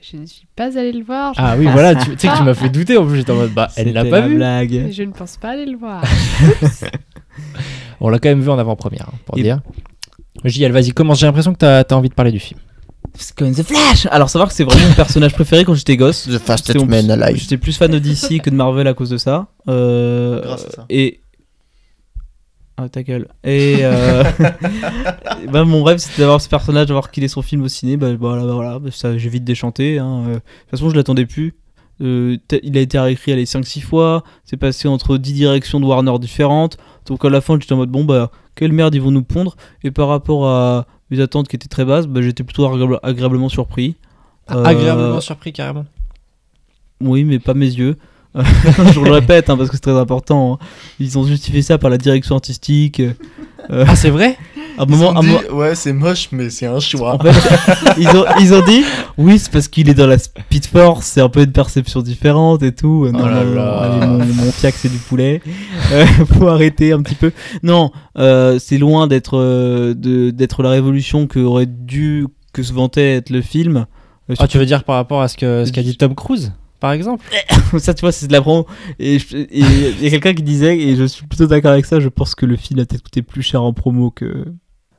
Speaker 6: Je ne suis pas allée le voir. Je,
Speaker 3: Ah oui, voilà, tu tu sais que tu m'as fait douter en plus, j'étais en mode bah elle l'a
Speaker 5: C'était
Speaker 3: pas
Speaker 5: la
Speaker 3: vu.
Speaker 5: blague.
Speaker 6: je ne pense pas aller le voir.
Speaker 3: On l'a quand même vu en avant-première, hein, pour
Speaker 5: Et-
Speaker 3: dire. JL, vas-y, commence, j'ai l'impression que t'as as envie de parler du film.
Speaker 5: Parce que The Flash Alors, savoir que c'est vraiment mon personnage préféré quand j'étais gosse.
Speaker 4: The
Speaker 5: J'étais en plus- J'étais plus fan de DC que de Marvel à cause de ça. Euh,
Speaker 4: Grâce à ça.
Speaker 5: Et. Ah, ta gueule. Et. euh, et ben, mon rêve, c'était d'avoir ce personnage, d'avoir qu'il ait son film au ciné. Bah, voilà, bah, voilà, bah, ça, j'ai vite déchanté. hein. Euh, De toute façon, je l'attendais plus. Euh, t'as- il a été réécrit allez, 5-6 fois, c'est passé entre 10 directions de Warner différentes. Donc à la fin, j'étais en mode bon, bah, quelle merde ils vont nous pondre. Et par rapport à mes attentes qui étaient très basses, bah, j'étais plutôt agréable- agréablement surpris. Euh,
Speaker 3: Agréablement surpris carrément.
Speaker 5: Oui, mais pas mes yeux. Je vous le répète, hein, parce que c'est très important. hein. Ils ont justifié ça par la direction artistique. Euh,
Speaker 3: Ah c'est vrai
Speaker 5: à un
Speaker 4: Ils
Speaker 5: moment,
Speaker 4: ont
Speaker 5: à un
Speaker 4: dit,
Speaker 5: moment-
Speaker 4: ouais, c'est moche, mais c'est un choix.
Speaker 5: En fait, ils, ont, ils ont dit oui, c'est parce qu'il est dans la Speed Force, c'est un peu une perception différente et tout. Euh, Non,
Speaker 4: Oh là
Speaker 5: non, non,
Speaker 4: là.
Speaker 5: allez, mon, mon fiac, c'est du poulet. Euh, faut arrêter un petit peu. Non, euh, c'est loin d'être euh, de- d'être la révolution que aurait dû que se vantait être le film. Euh,
Speaker 3: Ah tu veux dire par rapport à ce que ce qu'a dit Tom Cruise par exemple
Speaker 5: ça, tu vois, c'est de la promo. Et je- et il y a quelqu'un qui disait, et je suis plutôt d'accord avec ça, je pense que le film a peut-être coûté plus cher en promo que.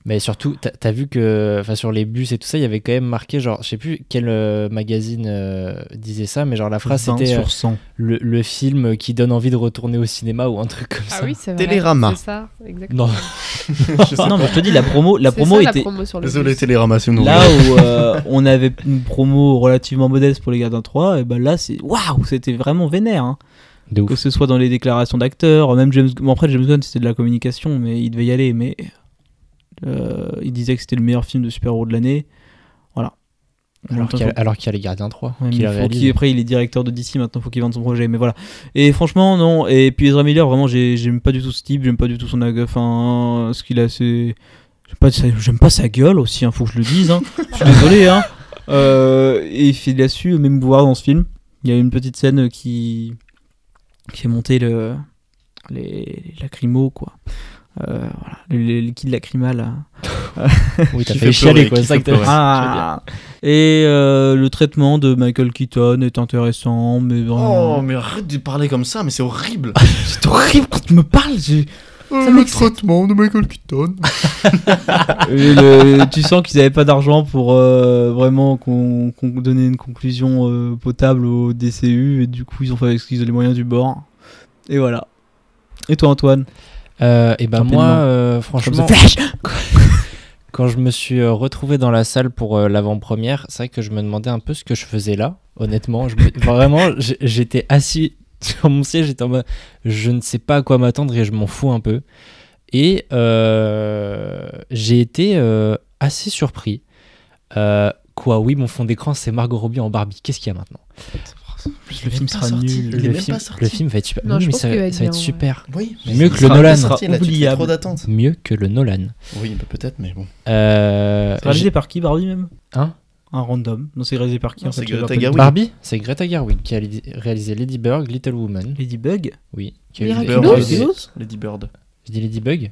Speaker 3: Mais surtout, t'as t'as vu que enfin, sur les bus et tout ça, il y avait quand même marqué, genre, je sais plus quel euh, magazine euh, disait ça, mais genre la phrase
Speaker 5: 20
Speaker 3: c'était euh,
Speaker 5: sur 100.
Speaker 3: le, le film qui donne envie de retourner au cinéma ou un truc comme
Speaker 6: Ah
Speaker 3: ça.
Speaker 6: oui, c'est vrai.
Speaker 4: Télérama.
Speaker 6: C'est ça, exactement.
Speaker 3: Non,
Speaker 4: Je sais
Speaker 5: Non,
Speaker 4: pas.
Speaker 5: mais je te dis, la promo, la
Speaker 6: C'est
Speaker 5: promo
Speaker 6: ça,
Speaker 5: était.
Speaker 6: La promo sur le
Speaker 4: Désolé,
Speaker 6: bus.
Speaker 4: Télérama, c'est mon
Speaker 5: Là où euh, on avait une promo relativement modeste pour les Gardiens 3, et ben là c'est waouh, c'était vraiment vénère. hein.
Speaker 3: de
Speaker 5: Que
Speaker 3: ouf.
Speaker 5: ce soit dans les déclarations d'acteurs, même James. Bon, après James Gunn c'était de la communication, mais il devait y aller. Mais euh, il disait que c'était le meilleur film de super-héros de l'année. Voilà.
Speaker 3: Alors qu'il y,
Speaker 5: Ouais,
Speaker 3: a- alors qu'il y a les Gardiens 3
Speaker 5: mais
Speaker 3: qui
Speaker 5: il
Speaker 3: la
Speaker 5: faut
Speaker 3: réalisent.
Speaker 5: qu'il- après il est directeur de DC maintenant faut qu'il vende son projet mais voilà et franchement non et puis Ezra Miller vraiment j'ai- j'aime pas du tout ce type j'aime pas du tout son ag- enfin ce qu'il a c'est j'aime pas, sa- j'aime pas sa gueule aussi hein, faut que je le dise hein. je suis désolé hein. Euh, et il a su même voir dans ce film il y a une petite scène qui qui fait monter le les, les lacrymos quoi euh, voilà le, le liquide lacrymal là.
Speaker 3: Oui, t'as
Speaker 4: Qui
Speaker 3: fait
Speaker 4: fait
Speaker 3: chialer
Speaker 4: pleurer,
Speaker 3: quoi,
Speaker 4: qui
Speaker 3: c'est ça
Speaker 4: fait
Speaker 3: que t'as
Speaker 4: pleurer.
Speaker 5: Ah. Et euh, le traitement de Michael Keaton est intéressant, mais
Speaker 4: Oh,
Speaker 5: vraiment.
Speaker 4: mais arrête de parler comme ça, mais c'est
Speaker 5: Ah,
Speaker 4: horrible.
Speaker 5: c'est horrible quand tu me parles. j'ai-
Speaker 4: Euh, le
Speaker 5: m'excite.
Speaker 4: traitement de Michael Keaton.
Speaker 5: Et Euh, le- tu sens qu'ils n'avaient pas d'argent pour euh, vraiment qu'on qu'on donnait une conclusion euh, potable au DCU, et du coup ils ont fait avec ce qu'ils ont les moyens du bord. Et voilà. Et toi Antoine
Speaker 3: Euh, et ben
Speaker 5: Rapidement.
Speaker 3: moi, euh,
Speaker 5: Comme
Speaker 3: franchement,
Speaker 5: The Flash
Speaker 3: quand je me suis euh, retrouvé dans la salle pour euh, l'avant-première, c'est vrai que je me demandais un peu ce que je faisais là, honnêtement. Je me- Vraiment, j'- j'étais assis sur mon siège, j'étais en mode je ne sais pas à quoi m'attendre et je m'en fous un peu. Et euh, j'ai été euh, assez surpris. Euh, quoi, oui, mon fond d'écran, c'est Margot Robbie en Barbie. Qu'est-ce qu'il y a maintenant
Speaker 5: Le film sera nul.
Speaker 4: Il est
Speaker 3: le,
Speaker 4: même
Speaker 3: film,
Speaker 4: pas sorti.
Speaker 3: le film va être super.
Speaker 6: Non,
Speaker 3: Oui,
Speaker 6: je
Speaker 3: mais
Speaker 6: pense
Speaker 3: ça,
Speaker 6: qu'il va être
Speaker 3: ça va être
Speaker 6: bien, ouais.
Speaker 3: super.
Speaker 4: Oui,
Speaker 3: Mieux que le Nolan.
Speaker 4: Sera là, tu te fais
Speaker 5: Oubliable.
Speaker 4: trop d'attentes.
Speaker 3: Mieux que le Nolan.
Speaker 4: Oui, bah, peut-être, mais bon.
Speaker 3: Euh,
Speaker 5: C'est réalisé par qui Barbie même
Speaker 3: Hein
Speaker 5: Un random. Non c'est réalisé par qui en
Speaker 4: Non,
Speaker 5: fait
Speaker 4: c'est
Speaker 5: je vais
Speaker 4: Greta
Speaker 5: pas te dire.
Speaker 4: Garbo.
Speaker 3: Barbie, c'est Greta Gerwig qui a li- réalisé Ladybug, Little Woman.
Speaker 5: Ladybug
Speaker 3: Oui. Qui a
Speaker 6: Miraculous.
Speaker 3: réalisé-
Speaker 4: Bird,
Speaker 6: Ladybug.
Speaker 5: Ladybug.
Speaker 4: Lady- Lady Bird.
Speaker 3: Je dis Ladybug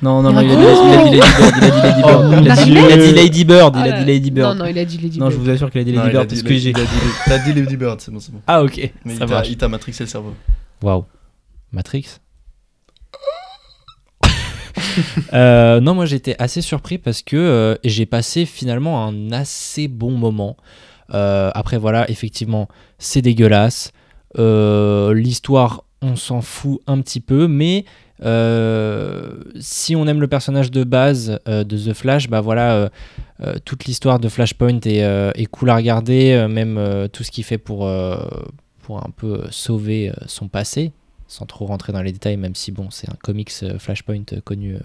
Speaker 5: Non, non, non, il a dit
Speaker 6: Miraculous.
Speaker 5: Ladybird, il a dit Ladybird, il a dit Ladybird, il a dit
Speaker 3: Oh,
Speaker 5: Ladybird, il
Speaker 6: Ah
Speaker 5: a dit
Speaker 6: là là.
Speaker 5: Ladybird.
Speaker 6: Non, non, il a dit Lady
Speaker 5: Non,
Speaker 6: Bird.
Speaker 5: je vous assure qu'il a dit
Speaker 4: Non, il a
Speaker 5: Ladybird
Speaker 4: dit
Speaker 5: parce que
Speaker 4: Lady-
Speaker 5: j'ai.
Speaker 4: il a dit- T'as dit Lady Bird, c'est bon, c'est bon.
Speaker 3: Ah, ok. ça
Speaker 4: Mais il t'a-
Speaker 3: marche.
Speaker 4: il t'a matrixé le cerveau.
Speaker 3: Waouh. Matrix Euh, non, moi j'étais assez surpris parce que euh, j'ai passé finalement un assez bon moment. Euh, après, voilà, effectivement, c'est dégueulasse. Euh, L'histoire, on s'en fout un petit peu, mais euh, si on aime le personnage de base euh, de The Flash, bah voilà, euh, euh, toute l'histoire de Flashpoint est, euh, est cool à regarder, euh, même euh, tout ce qu'il fait pour, euh, pour un peu euh, sauver euh, son passé, sans trop rentrer dans les détails, même si bon, c'est un comics euh, Flashpoint euh, connu. euh,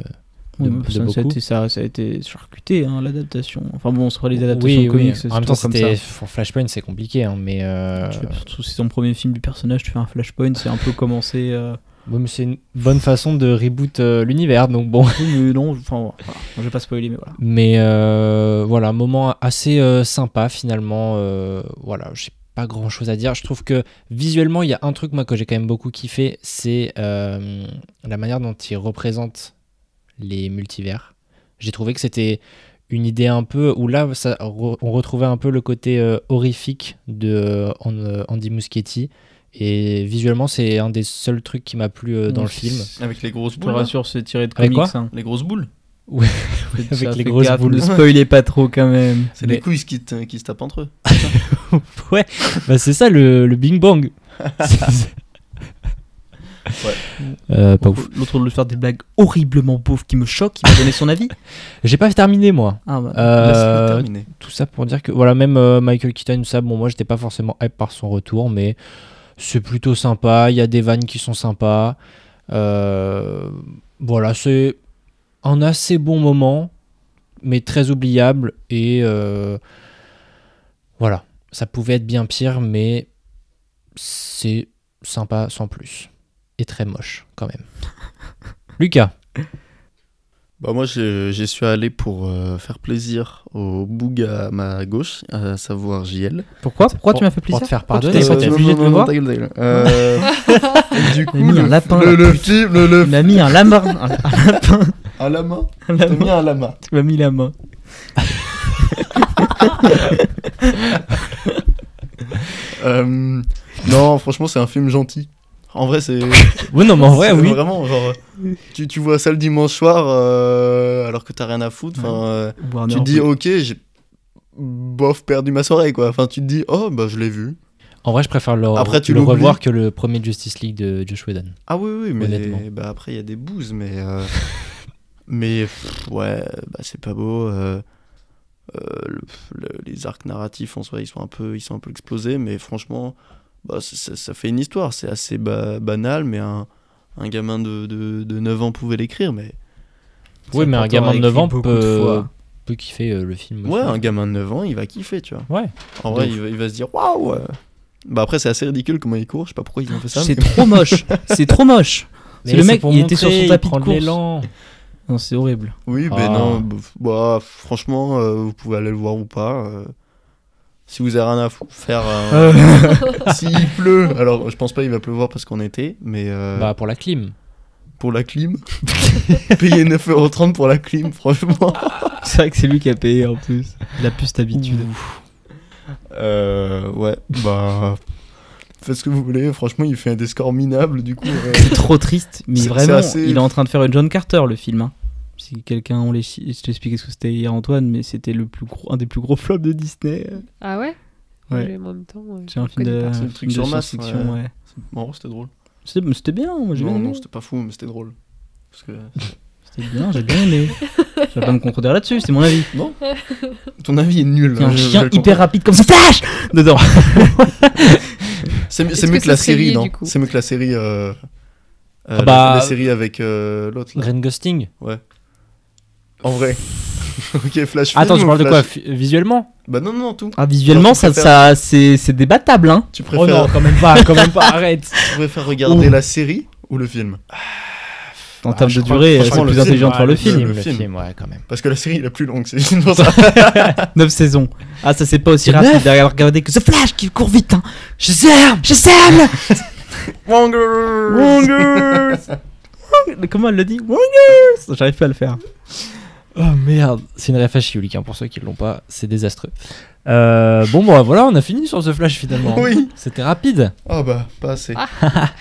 Speaker 3: de- de
Speaker 5: Ça, ça a
Speaker 3: beaucoup.
Speaker 5: été, ça, ça a été charcuté, hein, l'adaptation. Enfin bon, sur les adaptations
Speaker 3: oui,
Speaker 5: de comics,
Speaker 3: oui.
Speaker 5: c'est
Speaker 3: En même
Speaker 5: toujours
Speaker 3: temps,
Speaker 5: comme
Speaker 3: c'était
Speaker 5: ça.
Speaker 3: pour Flashpoint, c'est compliqué, hein, mais. euh,
Speaker 5: Tu fais- Surtout si c'est ton premier film du personnage, tu fais un flashpoint, c'est un peu commencé. euh,
Speaker 3: bon, mais c'est une bonne façon de reboot euh, l'univers, donc bon.
Speaker 5: oui, mais non, enfin, voilà. je vais pas spoiler, mais voilà.
Speaker 3: Mais euh, voilà, moment assez euh, sympa finalement. euh, voilà, j'ai pas grand chose à dire. Je trouve que visuellement, il y a un truc moi que j'ai quand même beaucoup kiffé, c'est euh, la manière dont ils représentent les multivers. J'ai trouvé que c'était une idée un peu où là, ça re- on retrouvait un peu le côté euh, horrifique de euh, An- euh, Andy Muschietti. Et visuellement, c'est un des seuls trucs qui m'a plu euh, dans le film.
Speaker 4: Avec les grosses
Speaker 5: Je te
Speaker 4: boules. là.
Speaker 5: rassure, c'est tiré de
Speaker 3: Avec
Speaker 5: comics.
Speaker 3: quoi
Speaker 5: hein.
Speaker 4: Les grosses boules.
Speaker 5: Faites- ça,
Speaker 3: Avec les
Speaker 5: faites
Speaker 3: grosses
Speaker 5: gaffe,
Speaker 3: boules.
Speaker 5: Ne spoilez pas trop quand même.
Speaker 4: C'est
Speaker 3: Mais-
Speaker 4: les couilles qui, te- qui se tapent entre eux.
Speaker 3: ouais, bah c'est ça le, le Bing Bang. C'est- c'est- Euh, pas ouf.
Speaker 5: L'autre de lui faire des blagues horriblement pauvres qui me choquent, il m'a donné son avis.
Speaker 3: J'ai pas terminé moi.
Speaker 5: Ah bah.
Speaker 3: Euh,
Speaker 4: Là, c'est terminé.
Speaker 3: tout ça pour dire que voilà même euh, Michael Keaton ça bon moi j'étais pas forcément hype par son retour mais c'est plutôt sympa il y a des vannes qui sont sympas Euh, voilà c'est un assez bon moment mais très oubliable et euh, voilà ça pouvait être bien pire mais c'est sympa sans plus et très moche quand même Lucas
Speaker 4: Bah moi, j'ai- j'y suis allé pour euh, faire plaisir au boug à ma gauche, à savoir JL.
Speaker 5: Pourquoi Pourquoi
Speaker 3: pour-
Speaker 5: tu m'as fait
Speaker 3: pour
Speaker 5: plaisir
Speaker 3: te faire
Speaker 5: Pourquoi tu
Speaker 3: pardonner
Speaker 5: t'es senti
Speaker 4: non,
Speaker 5: obligé
Speaker 4: non,
Speaker 5: de le
Speaker 4: non,
Speaker 5: voir
Speaker 4: ta gueule, ta gueule. Euh, et du coup,
Speaker 5: mis
Speaker 4: le,
Speaker 5: un lapin,
Speaker 4: le,
Speaker 5: la
Speaker 4: le
Speaker 5: pute.
Speaker 4: film, le, le-
Speaker 5: Il m'a mis un lama. Un, un lapin.
Speaker 4: un lama.
Speaker 5: Un
Speaker 4: T'as mis
Speaker 5: lama.
Speaker 4: un lama.
Speaker 5: Tu m'as mis la main.
Speaker 4: Euh, non, franchement, c'est un film gentil. En vrai, c'est.
Speaker 3: oui non mais en vrai
Speaker 4: c'est
Speaker 3: oui
Speaker 4: Vraiment, genre, tu, tu vois ça le dimanche soir euh, alors que t'as rien à foutre. Enfin, euh,
Speaker 5: Warner,
Speaker 4: tu te dis,
Speaker 5: oui.
Speaker 4: ok, j'ai bof perdu ma soirée quoi. Enfin, tu te dis, oh bah je l'ai vu.
Speaker 3: En vrai, je préfère le,
Speaker 4: Après, tu
Speaker 3: le
Speaker 4: l'oublies.
Speaker 3: revoir que le premier Justice League de Josh Whedon.
Speaker 4: Ah oui, oui,
Speaker 3: Honnêtement.
Speaker 4: mais bah, après, il y a des bouses, mais. euh, mais pff, ouais, bah, c'est pas beau. euh, euh, le- pff, le- les arcs narratifs en soi, ils sont un peu, ils sont un peu explosés, mais franchement, bah, ça, ça- ça fait une histoire. C'est assez ba- banal, mais un, un gamin de, de, de 9 ans pouvait l'écrire, mais.
Speaker 3: Oui, mais un
Speaker 5: pourtant
Speaker 3: gamin de
Speaker 5: écrit
Speaker 3: 9 ans
Speaker 5: beaucoup de
Speaker 3: peut,
Speaker 5: fois.
Speaker 3: peut kiffer euh, le film.
Speaker 4: Ouais,
Speaker 3: aussi.
Speaker 4: un gamin de 9 ans, il va kiffer, tu vois.
Speaker 3: Ouais.
Speaker 4: En vrai,
Speaker 3: De
Speaker 4: il va, il va se dire, waouh! euh. Bah après, c'est assez ridicule comment il court, je sais pas pourquoi ils ont fait ça.
Speaker 5: C'est
Speaker 4: mais-
Speaker 5: trop moche. C'est trop moche.
Speaker 3: Mais
Speaker 5: C'est le mec,
Speaker 3: pour
Speaker 5: il était sur
Speaker 3: montrer,
Speaker 5: son
Speaker 3: il
Speaker 5: tapis de
Speaker 3: prend de
Speaker 5: course.
Speaker 3: l'élan.
Speaker 5: Non, c'est horrible.
Speaker 4: Oui,
Speaker 3: Ah.
Speaker 4: ben non, bah, f- bah, franchement, euh, vous pouvez aller le voir ou pas. euh, si vous avez rien à fou- faire, euh, s'il pleut, alors je pense pas il va pleuvoir parce qu'on était, mais euh,
Speaker 3: Bah, pour la clim.
Speaker 4: pour la clim, payer 9,30€ pour la clim, franchement.
Speaker 5: C'est vrai que c'est lui qui a payé en plus. Il a plus cette habitude.
Speaker 4: Euh, ouais, bah faites ce que vous voulez, franchement il fait des scores minables du coup. euh,
Speaker 5: C'est trop triste, mais
Speaker 4: C'est- c'est
Speaker 5: vraiment,
Speaker 4: assez-
Speaker 5: il est en train de faire une John Carter le film. hein. Si quelqu'un, on l'ai- je t'ai expliqué ce que c'était hier Antoine, mais c'était le plus gros, un des plus gros flops de Disney.
Speaker 6: Ah ouais
Speaker 5: Ouais.
Speaker 6: J'ai- En même temps, euh,
Speaker 5: C'est un
Speaker 6: je
Speaker 5: film de,
Speaker 6: connais pas.
Speaker 5: un
Speaker 4: C'est le
Speaker 5: film
Speaker 4: truc
Speaker 5: de
Speaker 4: sur Mars,
Speaker 5: science-fiction, ouais.
Speaker 4: en gros c'était drôle.
Speaker 5: C'est- mais C'était bien, moi j'ai bien
Speaker 4: Non,
Speaker 5: aimé.
Speaker 4: non, c'était pas fou, mais c'était drôle. Parce que...
Speaker 5: C'était bien, j'ai bien aimé. Tu vas pas me contredire là-dessus, c'est mon avis.
Speaker 4: Ton avis est nul.
Speaker 5: Il y a un
Speaker 4: hein, je- je
Speaker 5: chien
Speaker 4: le comprends.
Speaker 5: hyper rapide comme ça, flash Dedans.
Speaker 4: C'est mi-
Speaker 6: Est-ce
Speaker 4: c'est
Speaker 6: que
Speaker 4: mieux que,
Speaker 6: ça
Speaker 4: la
Speaker 6: serait lié,
Speaker 4: série,
Speaker 6: du
Speaker 4: non
Speaker 6: coup
Speaker 4: C'est mieux que la série. euh, euh, la-
Speaker 3: bah,
Speaker 4: la, série avec euh, l'autre. là.
Speaker 3: Green Ghosting.
Speaker 4: En vrai. ok, Flash. film
Speaker 3: Attends, tu
Speaker 4: ou
Speaker 3: parles de quoi
Speaker 4: Flash-
Speaker 3: fi- Visuellement
Speaker 4: Bah non, non, non, tout.
Speaker 5: Ah, visuellement,
Speaker 4: Non, tu
Speaker 5: ça,
Speaker 4: préfères-
Speaker 5: ça, c'est c'est débattable, hein.
Speaker 3: oh
Speaker 4: Tu préfères,
Speaker 3: quand même pas, quand même pas, arrête.
Speaker 4: tu préfères regarder la série ou le film
Speaker 5: En
Speaker 3: Ah,
Speaker 5: termes
Speaker 3: je
Speaker 5: de
Speaker 3: crois-
Speaker 5: durée, euh,
Speaker 4: franchement,
Speaker 5: c'est
Speaker 4: le
Speaker 5: plus
Speaker 4: film,
Speaker 5: intelligent de
Speaker 4: ouais,
Speaker 5: faire le
Speaker 4: le
Speaker 5: film.
Speaker 4: film.
Speaker 3: Le film, ouais, quand même.
Speaker 4: Parce que la série, il est plus longue, c'est juste pour ça.
Speaker 5: 9 saisons. Ah, ça c'est pas aussi
Speaker 3: Et
Speaker 5: rapide
Speaker 3: neuf
Speaker 5: derrière regarder que The Flash qui court vite. Hein. Je sème, je sème.
Speaker 4: Wongers
Speaker 5: Comment elle le dit Wongers J'arrive pas à le faire.
Speaker 3: Oh merde, c'est une référence chiolique, hein, pour ceux qui l'ont pas, c'est désastreux. Euh, bon, bah voilà, on a fini sur ce flash finalement.
Speaker 4: Oui.
Speaker 3: C'était rapide.
Speaker 4: Oh bah, pas assez.
Speaker 6: Ah.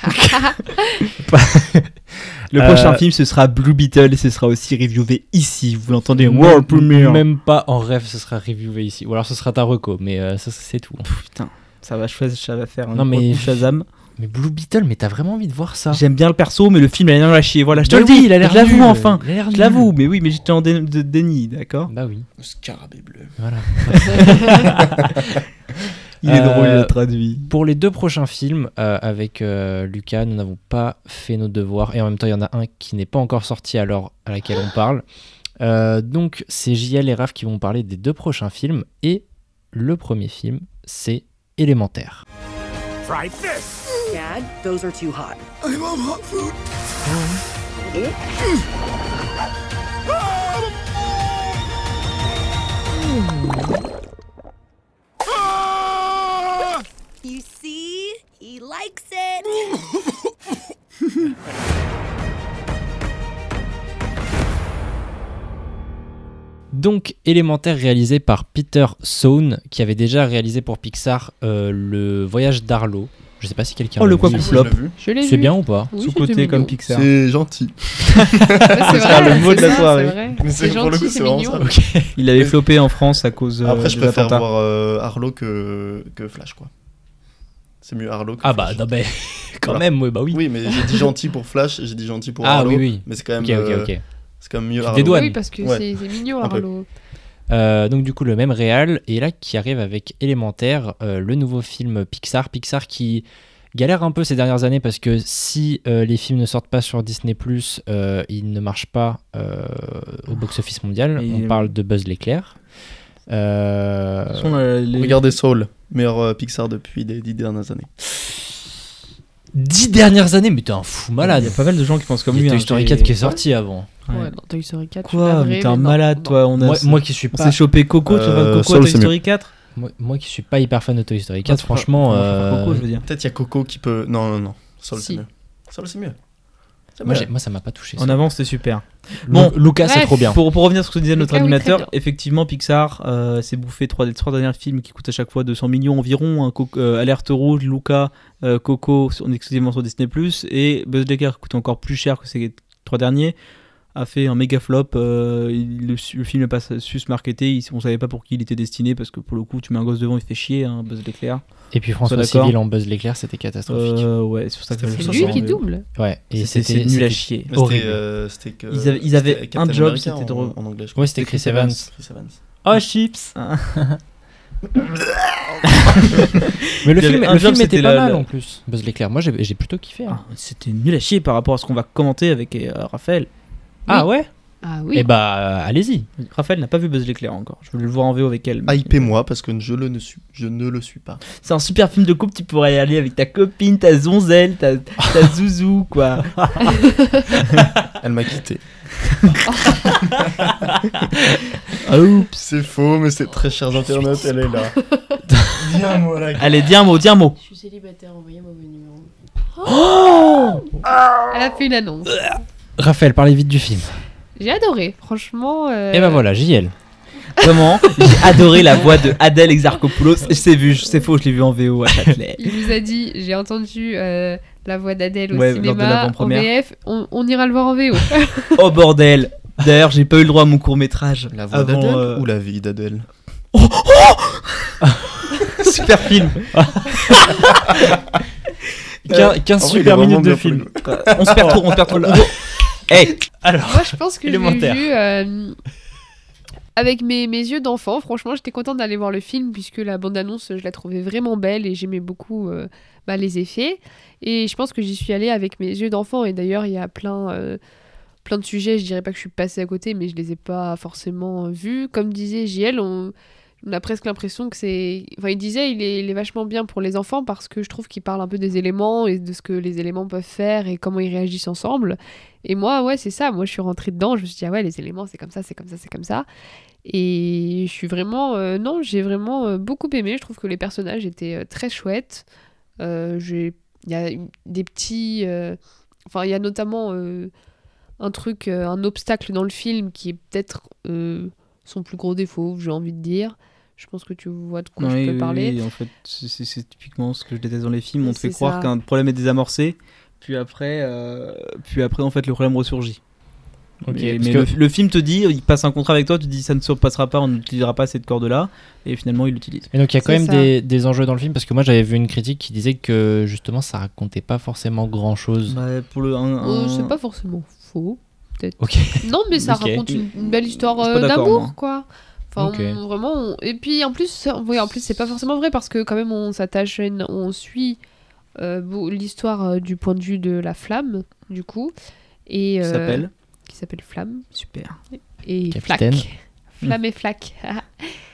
Speaker 5: Le
Speaker 3: Euh,
Speaker 5: prochain film ce sera Blue Beetle et ce sera aussi reviewé ici. Vous l'entendez World Premiere.
Speaker 3: Même pas en rêve, ce sera reviewé ici. Ou alors ce sera ta reco, mais euh, ça, c'est tout.
Speaker 5: Putain, ça va, je fais- ça va faire un
Speaker 3: Non, mais-
Speaker 5: gros Shazam.
Speaker 3: Mais Blue Beetle, mais t'as vraiment envie de voir ça
Speaker 5: J'aime bien le perso, mais le film il a l'air à chier. Voilà, je te
Speaker 3: Mais
Speaker 5: le
Speaker 3: oui,
Speaker 5: dis.
Speaker 3: il a l'air
Speaker 5: Je l'avoue
Speaker 3: nul,
Speaker 5: enfin.
Speaker 3: il a l'air
Speaker 5: Je l'avoue,
Speaker 3: nul.
Speaker 5: mais oui, mais j'étais en dé- de déni, d'accord
Speaker 3: Bah oui,
Speaker 4: Scarabée bleu.
Speaker 3: voilà.
Speaker 5: Il est
Speaker 3: Euh,
Speaker 5: drôle, il a traduit.
Speaker 3: Pour les deux prochains films, euh, avec euh, Lucas, nous n'avons pas fait nos devoirs. Et en même temps, il y en a un qui n'est pas encore sorti à l'heure à laquelle on parle. Euh, donc, c'est JL et Raph qui vont parler des deux prochains films. Et le premier film, c'est Élémentaire.
Speaker 10: Try this.
Speaker 7: Dad, those are too hot.
Speaker 10: I love hot food.
Speaker 7: You see? He likes it.
Speaker 3: Donc, Élémentaire réalisé par Peter Sohn, qui avait déjà réalisé pour Pixar euh, le voyage d'Arlo. Je sais pas si quelqu'un.
Speaker 5: Oh,
Speaker 3: l'a
Speaker 5: le
Speaker 3: vu.
Speaker 5: quoi qu'on
Speaker 4: Je l'ai
Speaker 5: floppe.
Speaker 4: vu.
Speaker 6: Je l'ai vu.
Speaker 3: C'est bien ou pas
Speaker 6: Oui, c'était
Speaker 5: Sous-côté
Speaker 6: mignon.
Speaker 5: comme Pixar.
Speaker 4: C'est gentil.
Speaker 6: Ouais, c'est
Speaker 5: sera
Speaker 6: vrai,
Speaker 5: le mot de la
Speaker 6: c'est ça,
Speaker 5: soirée.
Speaker 6: c'est vrai.
Speaker 4: Mais
Speaker 6: C'est
Speaker 4: c'est- pour le
Speaker 6: gentil,
Speaker 4: coup,
Speaker 6: c'est
Speaker 4: c'est vraiment
Speaker 6: mignon.
Speaker 4: ça.
Speaker 5: Il avait flopé en France à cause euh,
Speaker 4: Après, je
Speaker 5: des
Speaker 4: préfère
Speaker 5: attentats.
Speaker 4: voir euh, Arlo que, que Flash, quoi. C'est mieux Harlow. que
Speaker 3: Ah bah,
Speaker 4: Flash.
Speaker 3: non, bah, quand
Speaker 4: Voilà.
Speaker 3: même, ouais, bah oui.
Speaker 4: Oui, mais j'ai dit gentil pour Flash, j'ai dit gentil pour
Speaker 3: Ah
Speaker 4: Harlow.
Speaker 3: oui, oui.
Speaker 4: Mais c'est quand même,
Speaker 3: Ok, ok,
Speaker 4: euh,
Speaker 3: ok.
Speaker 4: c'est quand même mieux
Speaker 3: Tu
Speaker 4: Harlow.
Speaker 3: dédouanes.
Speaker 6: Oui, parce que
Speaker 4: Ouais.
Speaker 6: c'est c'est mignon,
Speaker 4: Un peu.
Speaker 6: Arlo.
Speaker 3: Euh, donc du coup le même réal et là qui arrive avec Élémentaire, euh, le nouveau film Pixar, Pixar qui galère un peu ces dernières années parce que si euh, les films ne sortent pas sur Disney+, euh, ils ne marchent pas euh, au box-office mondial.
Speaker 5: Ah. Et- euh,
Speaker 3: On parle de Buzz l'éclair. Euh,
Speaker 5: De toute façon, la- les-
Speaker 4: Regardez Soul, meilleur euh, Pixar depuis les dix dernières années.
Speaker 3: Dix dernières années, mais t'es un fou
Speaker 5: Il
Speaker 3: malade.
Speaker 5: y a pas mal de gens qui pensent comme
Speaker 3: Il
Speaker 5: lui.
Speaker 3: y a Toy
Speaker 5: hein,
Speaker 3: Story
Speaker 5: j'ai-
Speaker 3: 4 qui est sorti avant.
Speaker 5: Ouais.
Speaker 6: Ouais, non, Toy Story 4. tu
Speaker 5: Quoi
Speaker 6: l'as vrai,
Speaker 5: Mais t'es un
Speaker 6: mais non,
Speaker 5: malade,
Speaker 6: non.
Speaker 5: toi. On a.
Speaker 3: Moi, moi qui suis
Speaker 5: on
Speaker 3: pas,
Speaker 5: s'est chopé Coco, tu
Speaker 4: Euh,
Speaker 5: vois Coco à
Speaker 4: Soul,
Speaker 5: Toy
Speaker 4: c'est
Speaker 5: Story 4
Speaker 3: moi, moi qui suis pas hyper fan de Toy Story 4, franchement,
Speaker 5: Enfin,
Speaker 3: euh,
Speaker 5: Coco, je veux dire.
Speaker 4: Peut-être il y a Coco qui peut. Non, non, non. Soul,
Speaker 6: Si.
Speaker 4: c'est mieux. Soul, c'est mieux. C'est
Speaker 3: moi,
Speaker 4: mieux.
Speaker 3: j'ai- moi, ça m'a pas touché.
Speaker 5: En
Speaker 3: ça.
Speaker 5: avant, c'était super.
Speaker 3: Bon, Lucas, c'est
Speaker 6: Bref.
Speaker 3: trop bien.
Speaker 5: Pour, pour revenir sur ce que disait notre
Speaker 6: Lucas, oui,
Speaker 5: animateur,
Speaker 6: très bien.
Speaker 5: effectivement, Pixar euh, s'est bouffé trois des trois derniers films qui coûtent à chaque fois 200 millions environ. hein, Co- euh, Alerte Rouge, Luca, euh, Coco, on est exclusivement sur Disney+, et Buzz Lightyear coûte encore plus cher que ces trois derniers a fait un méga flop, euh, il- le, le film n'a pas su se marketer, il- on savait pas pour qui il était destiné parce que pour le coup tu mets un gosse devant il fait chier, hein, Buzz l'éclair.
Speaker 3: Et puis François
Speaker 5: Soit d'accord.
Speaker 3: Civil en Buzz l'éclair, c'était catastrophique.
Speaker 5: Euh, ouais, c'est pour ça que
Speaker 4: C'était
Speaker 5: je- euh,
Speaker 6: C'est
Speaker 4: Ça,
Speaker 6: lui
Speaker 4: c'est
Speaker 6: qui
Speaker 4: mieux.
Speaker 6: double.
Speaker 3: Ouais, et
Speaker 5: C'était
Speaker 3: c'était
Speaker 5: c'est nul à
Speaker 3: c'était-
Speaker 5: chier.
Speaker 4: Mais
Speaker 3: horrible.
Speaker 4: C'était. euh, c'était que-
Speaker 5: Ils avaient- ils avaient
Speaker 4: c'était
Speaker 5: un
Speaker 4: Captain
Speaker 5: job,
Speaker 4: America
Speaker 5: c'était
Speaker 4: en-
Speaker 5: drôle.
Speaker 4: En, anglais, je crois.
Speaker 3: Ouais, c'était Chris Evans.
Speaker 4: Chris Evans.
Speaker 5: Oh chips
Speaker 3: Ah, Mais le
Speaker 5: Il y
Speaker 3: film,
Speaker 5: avait un
Speaker 3: le
Speaker 5: job,
Speaker 3: film était
Speaker 5: c'était
Speaker 3: pas
Speaker 5: la-
Speaker 3: mal
Speaker 5: la-
Speaker 3: en plus. Buzz l'éclair, moi j'ai j'ai plutôt kiffé. hein.
Speaker 5: Ah, C'était nul à chier par rapport à ce qu'on va commenter avec euh, Raphaël.
Speaker 3: Ah ouais
Speaker 6: Ah
Speaker 3: Et
Speaker 5: Eh
Speaker 6: oui.
Speaker 5: ben.
Speaker 3: bah euh, allez-y.
Speaker 5: Raphaël n'a pas vu Buzz l'éclair encore. Je voulais le voir en VO avec elle. mais-
Speaker 4: Hypez-moi parce que je, le ne suis, je ne le suis pas.
Speaker 5: C'est un super film de couple. Tu pourrais y aller avec ta copine, ta zonzelle, ta, ta zouzou, quoi.
Speaker 4: Elle m'a quitté. Ah,
Speaker 5: Oups.
Speaker 4: C'est faux, mais c'est très chers internautes, elle est là. Viens-moi là.
Speaker 5: Allez, dis un mot, dis un mot.
Speaker 11: Je suis célibataire, envoyez-moi vos numéros.
Speaker 6: Elle a fait une annonce.
Speaker 3: Raphaël, parlez vite du film.
Speaker 6: J'ai adoré, franchement.
Speaker 5: Eh
Speaker 6: euh,
Speaker 5: ben
Speaker 3: Et bah voilà, JL.
Speaker 5: Vraiment, j'ai adoré la voix de Adèle Exarchopoulos. C'est vu, c'est faux, je l'ai vu en VO à Châtelet.
Speaker 6: Il nous a dit, j'ai entendu euh, la voix d'Adèle au
Speaker 5: Ouais, lors de
Speaker 6: cinéma, en
Speaker 5: l'avant-première.
Speaker 6: VF, on, on ira le voir en VO.
Speaker 5: Oh bordel. D'ailleurs, j'ai pas eu le droit à mon euh, court métrage.
Speaker 4: La voix d'Adèle euh, ou la vie d'Adèle
Speaker 5: super film.
Speaker 3: 15,
Speaker 4: en vrai, il est
Speaker 3: super
Speaker 4: vraiment
Speaker 3: minutes de
Speaker 4: bien
Speaker 3: film.
Speaker 5: On se perd trop, on se perd trop. Hey,
Speaker 6: Moi, je pense que je l'ai
Speaker 3: Élémentaire.
Speaker 6: vu euh, avec mes, mes yeux d'enfant. Franchement, j'étais contente d'aller voir le film puisque la bande-annonce, je la trouvais vraiment belle et j'aimais beaucoup euh, bah, les effets. Et je pense que j'y suis allée avec mes yeux d'enfant. Et d'ailleurs, il y a plein, euh, plein de sujets. Je dirais pas que je suis passée à côté, mais je les ai pas forcément euh, vus. Comme disait JL, on, on a presque l'impression que c'est. Enfin, il disait, il est, il est vachement bien pour les enfants parce que je trouve qu'il parle un peu des éléments et de ce que les éléments peuvent faire et comment ils réagissent ensemble. Et moi, ouais, c'est ça. Moi, je suis rentrée dedans. Je me suis dit, ah ouais, les éléments, c'est comme ça, c'est comme ça, c'est comme ça. Et je suis vraiment. euh, non, j'ai vraiment euh, beaucoup aimé. Je trouve que les personnages étaient euh, très chouettes. Euh, j'ai- Il y a une- des petits. euh, Enfin, il y a notamment euh, un truc, euh, un obstacle dans le film qui est peut-être euh, son plus gros défaut, j'ai envie de dire. Je pense que tu vois de quoi je peux parler.
Speaker 5: en fait, c'est- c'est c'est typiquement ce que je déteste dans les films. On te fait
Speaker 6: C'est
Speaker 5: croire
Speaker 6: ça.
Speaker 5: qu'un problème est désamorcé, puis après, euh, puis après, en fait, le problème ressurgit.
Speaker 3: Ok,
Speaker 5: mais
Speaker 3: parce
Speaker 5: mais
Speaker 3: que-
Speaker 5: le, le film te dit, il passe un contrat avec toi, tu dis ça ne se passera pas, on n'utilisera pas cette corde-là, et finalement il l'utilise.
Speaker 3: Et donc il y a quand
Speaker 6: C'est
Speaker 3: même
Speaker 6: ça.
Speaker 3: des, des enjeux dans le film parce que moi j'avais vu une critique qui disait que justement ça racontait pas forcément grand chose.
Speaker 5: Bah, pour le, un-
Speaker 6: Euh,
Speaker 5: un-
Speaker 6: c'est pas forcément faux. peut-être.
Speaker 3: Ok.
Speaker 6: Non, mais ça
Speaker 3: Ok.
Speaker 6: raconte une, une belle histoire
Speaker 5: Je suis
Speaker 6: euh,
Speaker 5: pas d'accord, moi.
Speaker 6: d'amour, quoi. Enfin,
Speaker 3: Ok.
Speaker 6: on- vraiment. on- Et puis en plus, oui, en plus, c'est pas forcément vrai parce que quand même, on s'attache, à une- on suit euh, beau- l'histoire euh, du point de vue de la flamme, du coup, et
Speaker 5: qui
Speaker 6: euh,
Speaker 5: s'appelle
Speaker 6: qui s'appelle Flamme
Speaker 5: Super.
Speaker 6: et
Speaker 3: Capitaine.
Speaker 6: Flac. Flamme et Flac.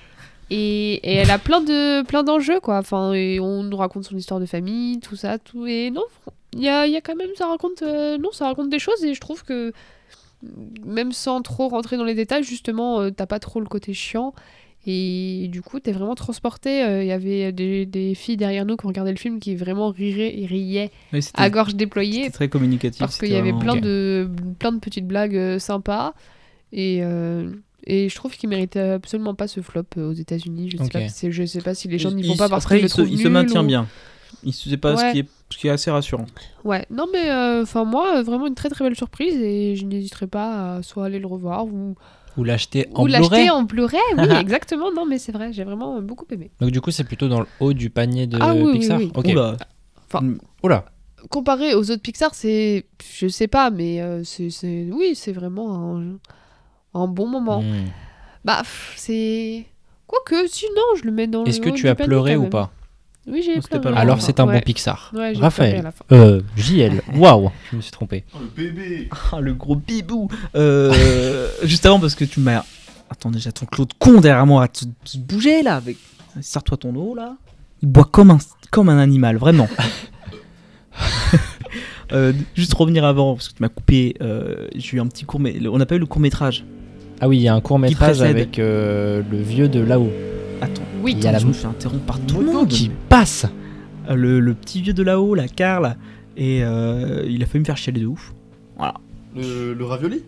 Speaker 6: et, et elle a plein de plein d'enjeux quoi. Enfin, et on nous raconte son histoire de famille, tout ça, tout et non, fr- il y a, il y a quand même ça raconte euh, non, ça raconte des choses et je trouve que même sans trop rentrer dans les détails, justement, euh, t'as pas trop le côté chiant. Et du coup, t'es vraiment transporté. Euh, Il y avait des, des filles derrière nous qui regardaient le film qui vraiment riraient et riaient
Speaker 5: Oui, c'était-
Speaker 6: à gorge
Speaker 5: c'était
Speaker 6: déployée
Speaker 5: très communicatif.
Speaker 6: parce qu'il y
Speaker 5: c'était
Speaker 6: avait
Speaker 5: vraiment-
Speaker 6: plein de plein de petites blagues euh, sympas et euh, et je trouve qu'il méritait absolument pas ce flop euh, aux États-Unis. Je sais
Speaker 3: Ok.
Speaker 6: pas, c'est- je sais pas si les gens n'y
Speaker 5: Il-
Speaker 6: vont
Speaker 5: il-
Speaker 6: pas parce
Speaker 5: après,
Speaker 6: qu'ils le
Speaker 5: il se,
Speaker 6: trouvent
Speaker 5: il se
Speaker 6: nul
Speaker 5: maintient
Speaker 6: ou-
Speaker 5: bien. Il se sait pas ce,
Speaker 6: Ouais.
Speaker 5: qui est, ce qui est assez rassurant.
Speaker 6: Ouais. Non euh, mais enfin moi euh, vraiment une très très belle surprise et je n'hésiterai pas à soit aller le revoir ou
Speaker 12: Ou l'acheter en
Speaker 6: Ou l'acheter
Speaker 12: Blu-ray.
Speaker 6: en Blu-ray, oui, exactement. Non, mais c'est vrai, j'ai vraiment beaucoup aimé.
Speaker 12: Donc du coup, c'est plutôt dans le haut du panier de
Speaker 6: Ah oui, oui,
Speaker 12: Pixar.
Speaker 6: oui.
Speaker 12: Ok.
Speaker 5: Oula.
Speaker 6: Enfin,
Speaker 12: Oula.
Speaker 6: comparé aux autres Pixar, c'est. Je sais pas, mais euh, c'est. c'est- Oui, c'est vraiment un, un bon moment.
Speaker 12: Hmm.
Speaker 6: Bah, pff, c'est. Quoique, sinon, je le mets dans
Speaker 12: Est-ce
Speaker 6: le
Speaker 12: que
Speaker 6: haut
Speaker 12: tu
Speaker 6: du
Speaker 12: as
Speaker 6: panier,
Speaker 12: pleuré
Speaker 6: quand
Speaker 12: ou
Speaker 6: même.
Speaker 12: pas
Speaker 6: Oui, j'ai
Speaker 5: C'était
Speaker 6: pleuré.
Speaker 5: pas loin.
Speaker 12: Alors c'est un
Speaker 6: Ouais.
Speaker 12: bon Pixar.
Speaker 6: Ouais, j'ai pleuré à
Speaker 12: Raphaël.
Speaker 6: la fin.
Speaker 12: Euh, JL. Waouh. Je me suis trompé.
Speaker 2: Oh, le bébé
Speaker 5: Ah, le gros bibou Euh, Juste avant, parce que tu m'as. Attends, déjà ton Claude con derrière moi, à te, te bouger là. Avec... Sers-toi ton eau là. Il boit comme un, comme un animal, vraiment. Euh, juste revenir avant, parce que tu m'as coupé. euh, J'ai eu un petit court. Mais on n'a pas eu le court métrage.
Speaker 12: Ah oui, il y a un court métrage
Speaker 5: précède.
Speaker 12: avec euh, le vieux de là-haut.
Speaker 5: Attends,
Speaker 6: Oui,
Speaker 12: Il y a la
Speaker 5: je
Speaker 12: mou-
Speaker 5: me fais interrompre par tout le
Speaker 12: moto
Speaker 5: monde.
Speaker 12: qui passe.
Speaker 5: Euh, Le, le petit vieux de là-haut, la Carl. Et euh, il a failli me faire chialer de ouf.
Speaker 4: Le, le ravioli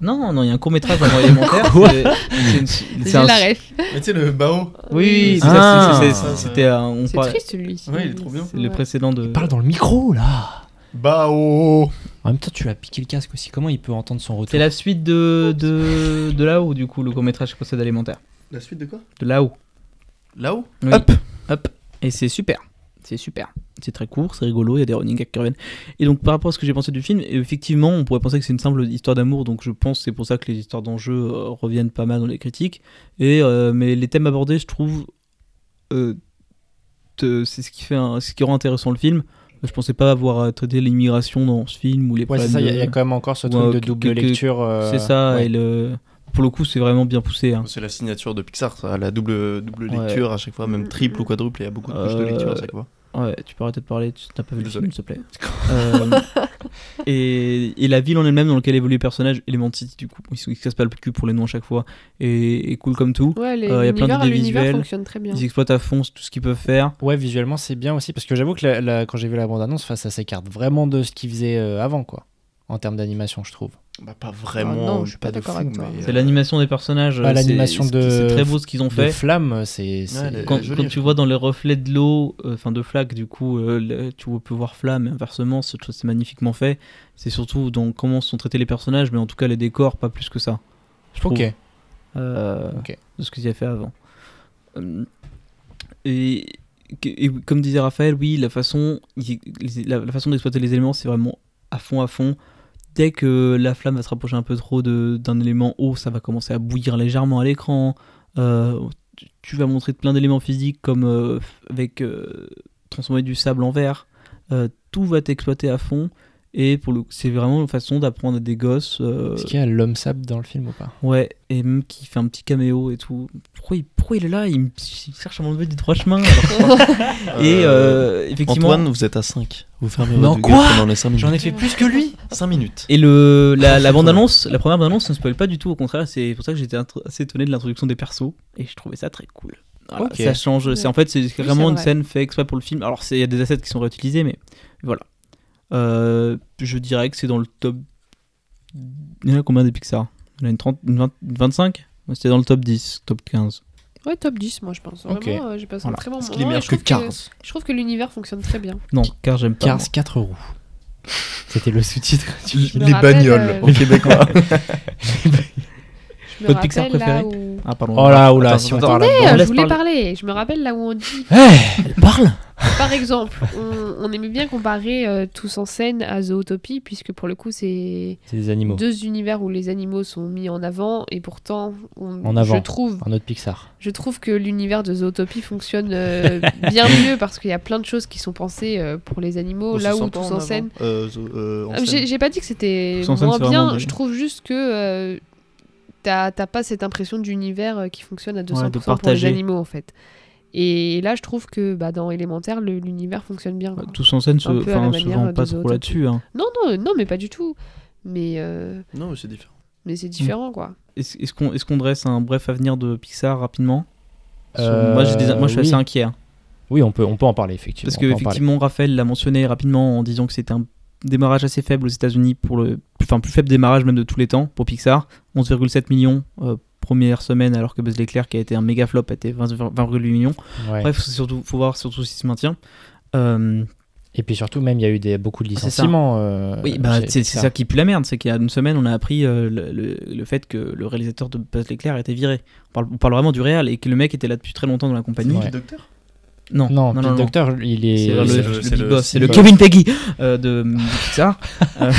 Speaker 5: Non, non, il y a un court métrage dans le élémentaire. c'est- c'est une- c'est
Speaker 6: J'ai
Speaker 5: un-
Speaker 6: la ref.
Speaker 4: Mais tu sais, le bao.
Speaker 5: Oui, c'est
Speaker 12: Ah.
Speaker 5: ça, c'est- c'est- c'était un- on
Speaker 6: C'est
Speaker 5: parlait-
Speaker 6: triste, celui-ci.
Speaker 4: Ouais, il est trop bien.
Speaker 5: c'est le précédent de.
Speaker 12: Parle dans le micro là.
Speaker 4: Bao
Speaker 12: En même temps, tu lui as piqué le casque aussi. Comment il peut entendre son
Speaker 5: C'est
Speaker 12: retour
Speaker 5: la suite de, de, de là-haut, du coup, le court-métrage qui possède alimentaire.
Speaker 4: La suite de quoi
Speaker 5: De là-haut.
Speaker 4: Là-haut
Speaker 5: Oui.
Speaker 4: Hop.
Speaker 5: Hop. Et c'est super. C'est super. C'est très court, c'est rigolo, il y a des running gags qui reviennent. Et donc, par rapport à ce que j'ai pensé du film, effectivement, on pourrait penser que c'est une simple histoire d'amour, donc je pense que c'est pour ça que les histoires d'enjeux euh, reviennent pas mal dans les critiques. Et, euh, mais les thèmes abordés, je trouve. euh, te- c'est ce qui, fait un- ce qui rend intéressant le film. Je pensais pas avoir à traiter l'immigration dans ce film ou les
Speaker 12: Ouais, c'est
Speaker 5: problèmes
Speaker 12: ça. Il y, a-
Speaker 5: de-
Speaker 12: il y a quand même encore ce
Speaker 5: Ouais,
Speaker 12: truc de
Speaker 5: que-
Speaker 12: double
Speaker 5: que-
Speaker 12: lecture. euh,
Speaker 5: C'est ça,
Speaker 12: ouais.
Speaker 5: et le... pour le coup, c'est vraiment bien poussé. hein.
Speaker 4: C'est la signature de Pixar, ça, la double, double
Speaker 5: Ouais.
Speaker 4: lecture à chaque fois,
Speaker 6: Mm,
Speaker 4: même triple ou quadruple, il y a beaucoup de couches de
Speaker 5: Euh,
Speaker 4: lecture à chaque fois.
Speaker 5: Ouais, tu peux arrêter de parler, tu n'as pas vu le
Speaker 4: Désolé.
Speaker 5: film, s'il te plaît. Euh, et, et la ville en elle-même dans laquelle évolue le personnage, Element City, du coup, ils se ils se cassent pas le cul pour les noms à chaque fois, et, et cool comme tout.
Speaker 6: Ouais, les-
Speaker 5: Euh, il y a plein
Speaker 6: l'univers
Speaker 5: d'idées
Speaker 6: l'univers
Speaker 5: visuelles.
Speaker 6: fonctionne très bien.
Speaker 5: Ils exploitent à fond tout ce qu'ils peuvent faire.
Speaker 12: Ouais, visuellement c'est bien aussi parce que j'avoue que la- la- quand j'ai vu la bande-annonce, enfin, ça s'écarte vraiment de ce qu'ils faisaient euh, avant quoi, en termes d'animation, je trouve.
Speaker 4: Bah, pas vraiment,
Speaker 6: Ah non, je suis pas
Speaker 4: de
Speaker 6: d'accord
Speaker 4: fou,
Speaker 6: avec toi.
Speaker 4: mais,
Speaker 5: C'est
Speaker 4: euh,
Speaker 5: l'animation des personnages.
Speaker 12: Ah,
Speaker 5: euh, c'est-
Speaker 12: l'animation
Speaker 5: c'est-
Speaker 12: de-
Speaker 5: C'est très beau ce qu'ils ont
Speaker 12: De
Speaker 5: fait.
Speaker 12: flamme, c'est. c'est-
Speaker 4: elle est-
Speaker 5: Quand,
Speaker 4: joli,
Speaker 5: quand
Speaker 4: elle
Speaker 5: tu
Speaker 4: est
Speaker 5: vois dans les reflets de l'eau, euh, enfin de flaque, du coup, euh, le- tu vois- peux voir flamme, et inversement, c'est c'est magnifiquement fait. C'est surtout dans comment sont traités les personnages, mais en tout cas les décors, pas plus que ça. Je trouve.
Speaker 12: Ok.
Speaker 5: euh,
Speaker 12: Ok.
Speaker 5: de ce qu'ils avaient fait avant. Hum, Et, et comme disait Raphaël, oui, la façon, il- les- la, la façon d'exploiter les éléments, c'est vraiment à fond, à fond. Dès que la flamme va se rapprocher un peu trop de- d'un élément haut, ça va commencer à bouillir légèrement à l'écran. Euh, tu- tu vas montrer plein d'éléments physiques comme euh, avec euh, transformer du sable en verre. Euh, tout va t'exploiter à fond. Et pour le, coup, c'est vraiment une façon d'apprendre à des gosses. euh,
Speaker 12: Est-ce qu'il y a l'homme sable dans le film ou pas
Speaker 5: Ouais, et même qui fait un petit caméo et tout. Pourquoi il, pourquoi il est là il, me, il cherche à m'enlever des trois chemins. alors. et euh, effectivement.
Speaker 4: Antoine, vous êtes à 5. Vous fermez
Speaker 12: Non,
Speaker 4: votre
Speaker 12: quoi
Speaker 4: gueule pendant les 5 minutes.
Speaker 12: J'en ai fait plus que lui.
Speaker 4: 5 minutes.
Speaker 5: Et le, la, la bande-annonce, la première bande-annonce ne spoil pas du tout, au contraire, c'est pour ça que j'étais intr- assez étonné de l'introduction des persos, et je trouvais ça très cool. Voilà,
Speaker 12: Ok.
Speaker 5: Ça change, c'est en fait, c'est vraiment
Speaker 6: c'est
Speaker 5: une
Speaker 6: vrai.
Speaker 5: scène faite exprès pour le film. Alors, c'est- il y a des assets qui sont réutilisés, mais voilà. Euh, je dirais que c'est dans le top. Il y en a combien des Pixar Il y en a une, 30, une 20 une 25 Moi, C'était dans le top 10, top 15.
Speaker 6: Ouais, top 10, moi, je pense. Vraiment,
Speaker 12: Ok.
Speaker 6: euh, j'ai passé
Speaker 5: Voilà.
Speaker 6: un très bon
Speaker 4: Parce
Speaker 6: moment.
Speaker 4: qu'il est
Speaker 6: et
Speaker 4: meilleur
Speaker 6: je
Speaker 4: que
Speaker 6: trouve
Speaker 4: 15.
Speaker 6: Je trouve que l'univers fonctionne très bien.
Speaker 5: Non, car j'aime pas.
Speaker 12: Cars 4 roues. C'était le sous-titre du film.
Speaker 6: Je me rappelle, euh,
Speaker 4: au québécois.
Speaker 6: Je me
Speaker 5: Votre Pixar
Speaker 6: rappelle là
Speaker 5: préféré
Speaker 6: où.
Speaker 5: Ah, pardon.
Speaker 12: Oh là, oh là,
Speaker 5: Attends,
Speaker 12: si on
Speaker 5: attends,
Speaker 12: parle
Speaker 5: attends,
Speaker 6: Eh,
Speaker 5: on
Speaker 6: je
Speaker 5: laisse
Speaker 6: voulais
Speaker 5: parler.
Speaker 6: parler. Je me rappelle là où on dit.
Speaker 12: Eh, elle parle
Speaker 6: Par exemple, on, on aimait bien comparer euh, Tous en scène à Zootopie, puisque pour le coup, c'est
Speaker 12: C'est des animaux.
Speaker 6: deux univers où les animaux sont mis en avant, et pourtant, on-
Speaker 12: En avant.
Speaker 6: je trouve
Speaker 12: Un autre Pixar.
Speaker 6: Je trouve que l'univers de Zootopie fonctionne euh, bien mieux parce qu'il y a plein de choses qui sont pensées euh, pour les animaux,
Speaker 4: On se
Speaker 6: là
Speaker 4: sent
Speaker 6: où
Speaker 4: pas
Speaker 6: tous en,
Speaker 4: avant.
Speaker 6: scène.
Speaker 4: Euh, zo- euh, en
Speaker 6: Ah, J'ai
Speaker 4: scène.
Speaker 6: j'ai pas dit que c'était
Speaker 5: Tous en scène,
Speaker 6: moins
Speaker 5: c'est
Speaker 6: bien,
Speaker 5: vraiment
Speaker 6: je
Speaker 5: des-
Speaker 6: trouve juste que euh, t'as t'as pas cette impression d'univers euh, qui fonctionne à 200%
Speaker 5: de
Speaker 6: pour les
Speaker 5: partager.
Speaker 6: animaux en fait. Et là, je trouve que bah, dans Élémentaire, le- l'univère fonctionne bien.
Speaker 5: Bah, Tous en scène se,
Speaker 6: Un peu à la
Speaker 5: enfin, se
Speaker 6: manière
Speaker 5: vend pas trop
Speaker 6: de Zootopie.
Speaker 5: là-dessus. hein.
Speaker 6: Non, non, non, mais pas du tout. Mais, euh,
Speaker 4: Non, mais c'est différent.
Speaker 6: mais c'est différent quoi.
Speaker 5: Est-ce est-ce qu'on est-ce qu'on dresse un bref avenir de Pixar rapidement Sur-
Speaker 12: Euh,
Speaker 5: Moi, j'ai des- moi, je suis
Speaker 12: oui.
Speaker 5: assez inquiet. hein.
Speaker 12: Oui, on peut, on peut en parler effectivement.
Speaker 5: parce
Speaker 12: on
Speaker 5: que,
Speaker 12: peut en
Speaker 5: effectivement, Raphaël l'a mentionné rapidement en disant que c'était un démarrage assez faible aux États-Unis, pour le enfin, plus faible démarrage même de tous les temps pour Pixar. 11,7 millions euh, première semaine, alors que Buzz l'éclair, qui a été un méga flop, a été 20,8 millions.
Speaker 12: parler. Ouais.
Speaker 5: Bref, c'est surtout, faut voir surtout si se maintient. Euh,
Speaker 3: Et puis surtout, même, il y a eu des, beaucoup de licenciements. euh,
Speaker 5: Ah, oui, bah,
Speaker 3: chez
Speaker 5: c'est c'est
Speaker 3: Pixar.
Speaker 5: ça qui pue la merde, c'est qu'il y a une semaine, on a appris euh, le, le- le fait que le réalisateur de Buzz l'éclair était viré. On parle, on parle vraiment du réel et que le mec était là depuis très longtemps dans la compagnie.
Speaker 3: Ouais.
Speaker 4: Docteur
Speaker 5: Non, non,
Speaker 3: Non, Pete
Speaker 5: non, non.
Speaker 3: Docter, il est.
Speaker 5: C'est le,
Speaker 3: c'est
Speaker 5: le,
Speaker 3: le-
Speaker 5: big
Speaker 3: c'est le-
Speaker 5: boss,
Speaker 3: c'est
Speaker 5: c'est le
Speaker 3: le-
Speaker 5: Kevin Peggy euh, de, de Pixar. Euh,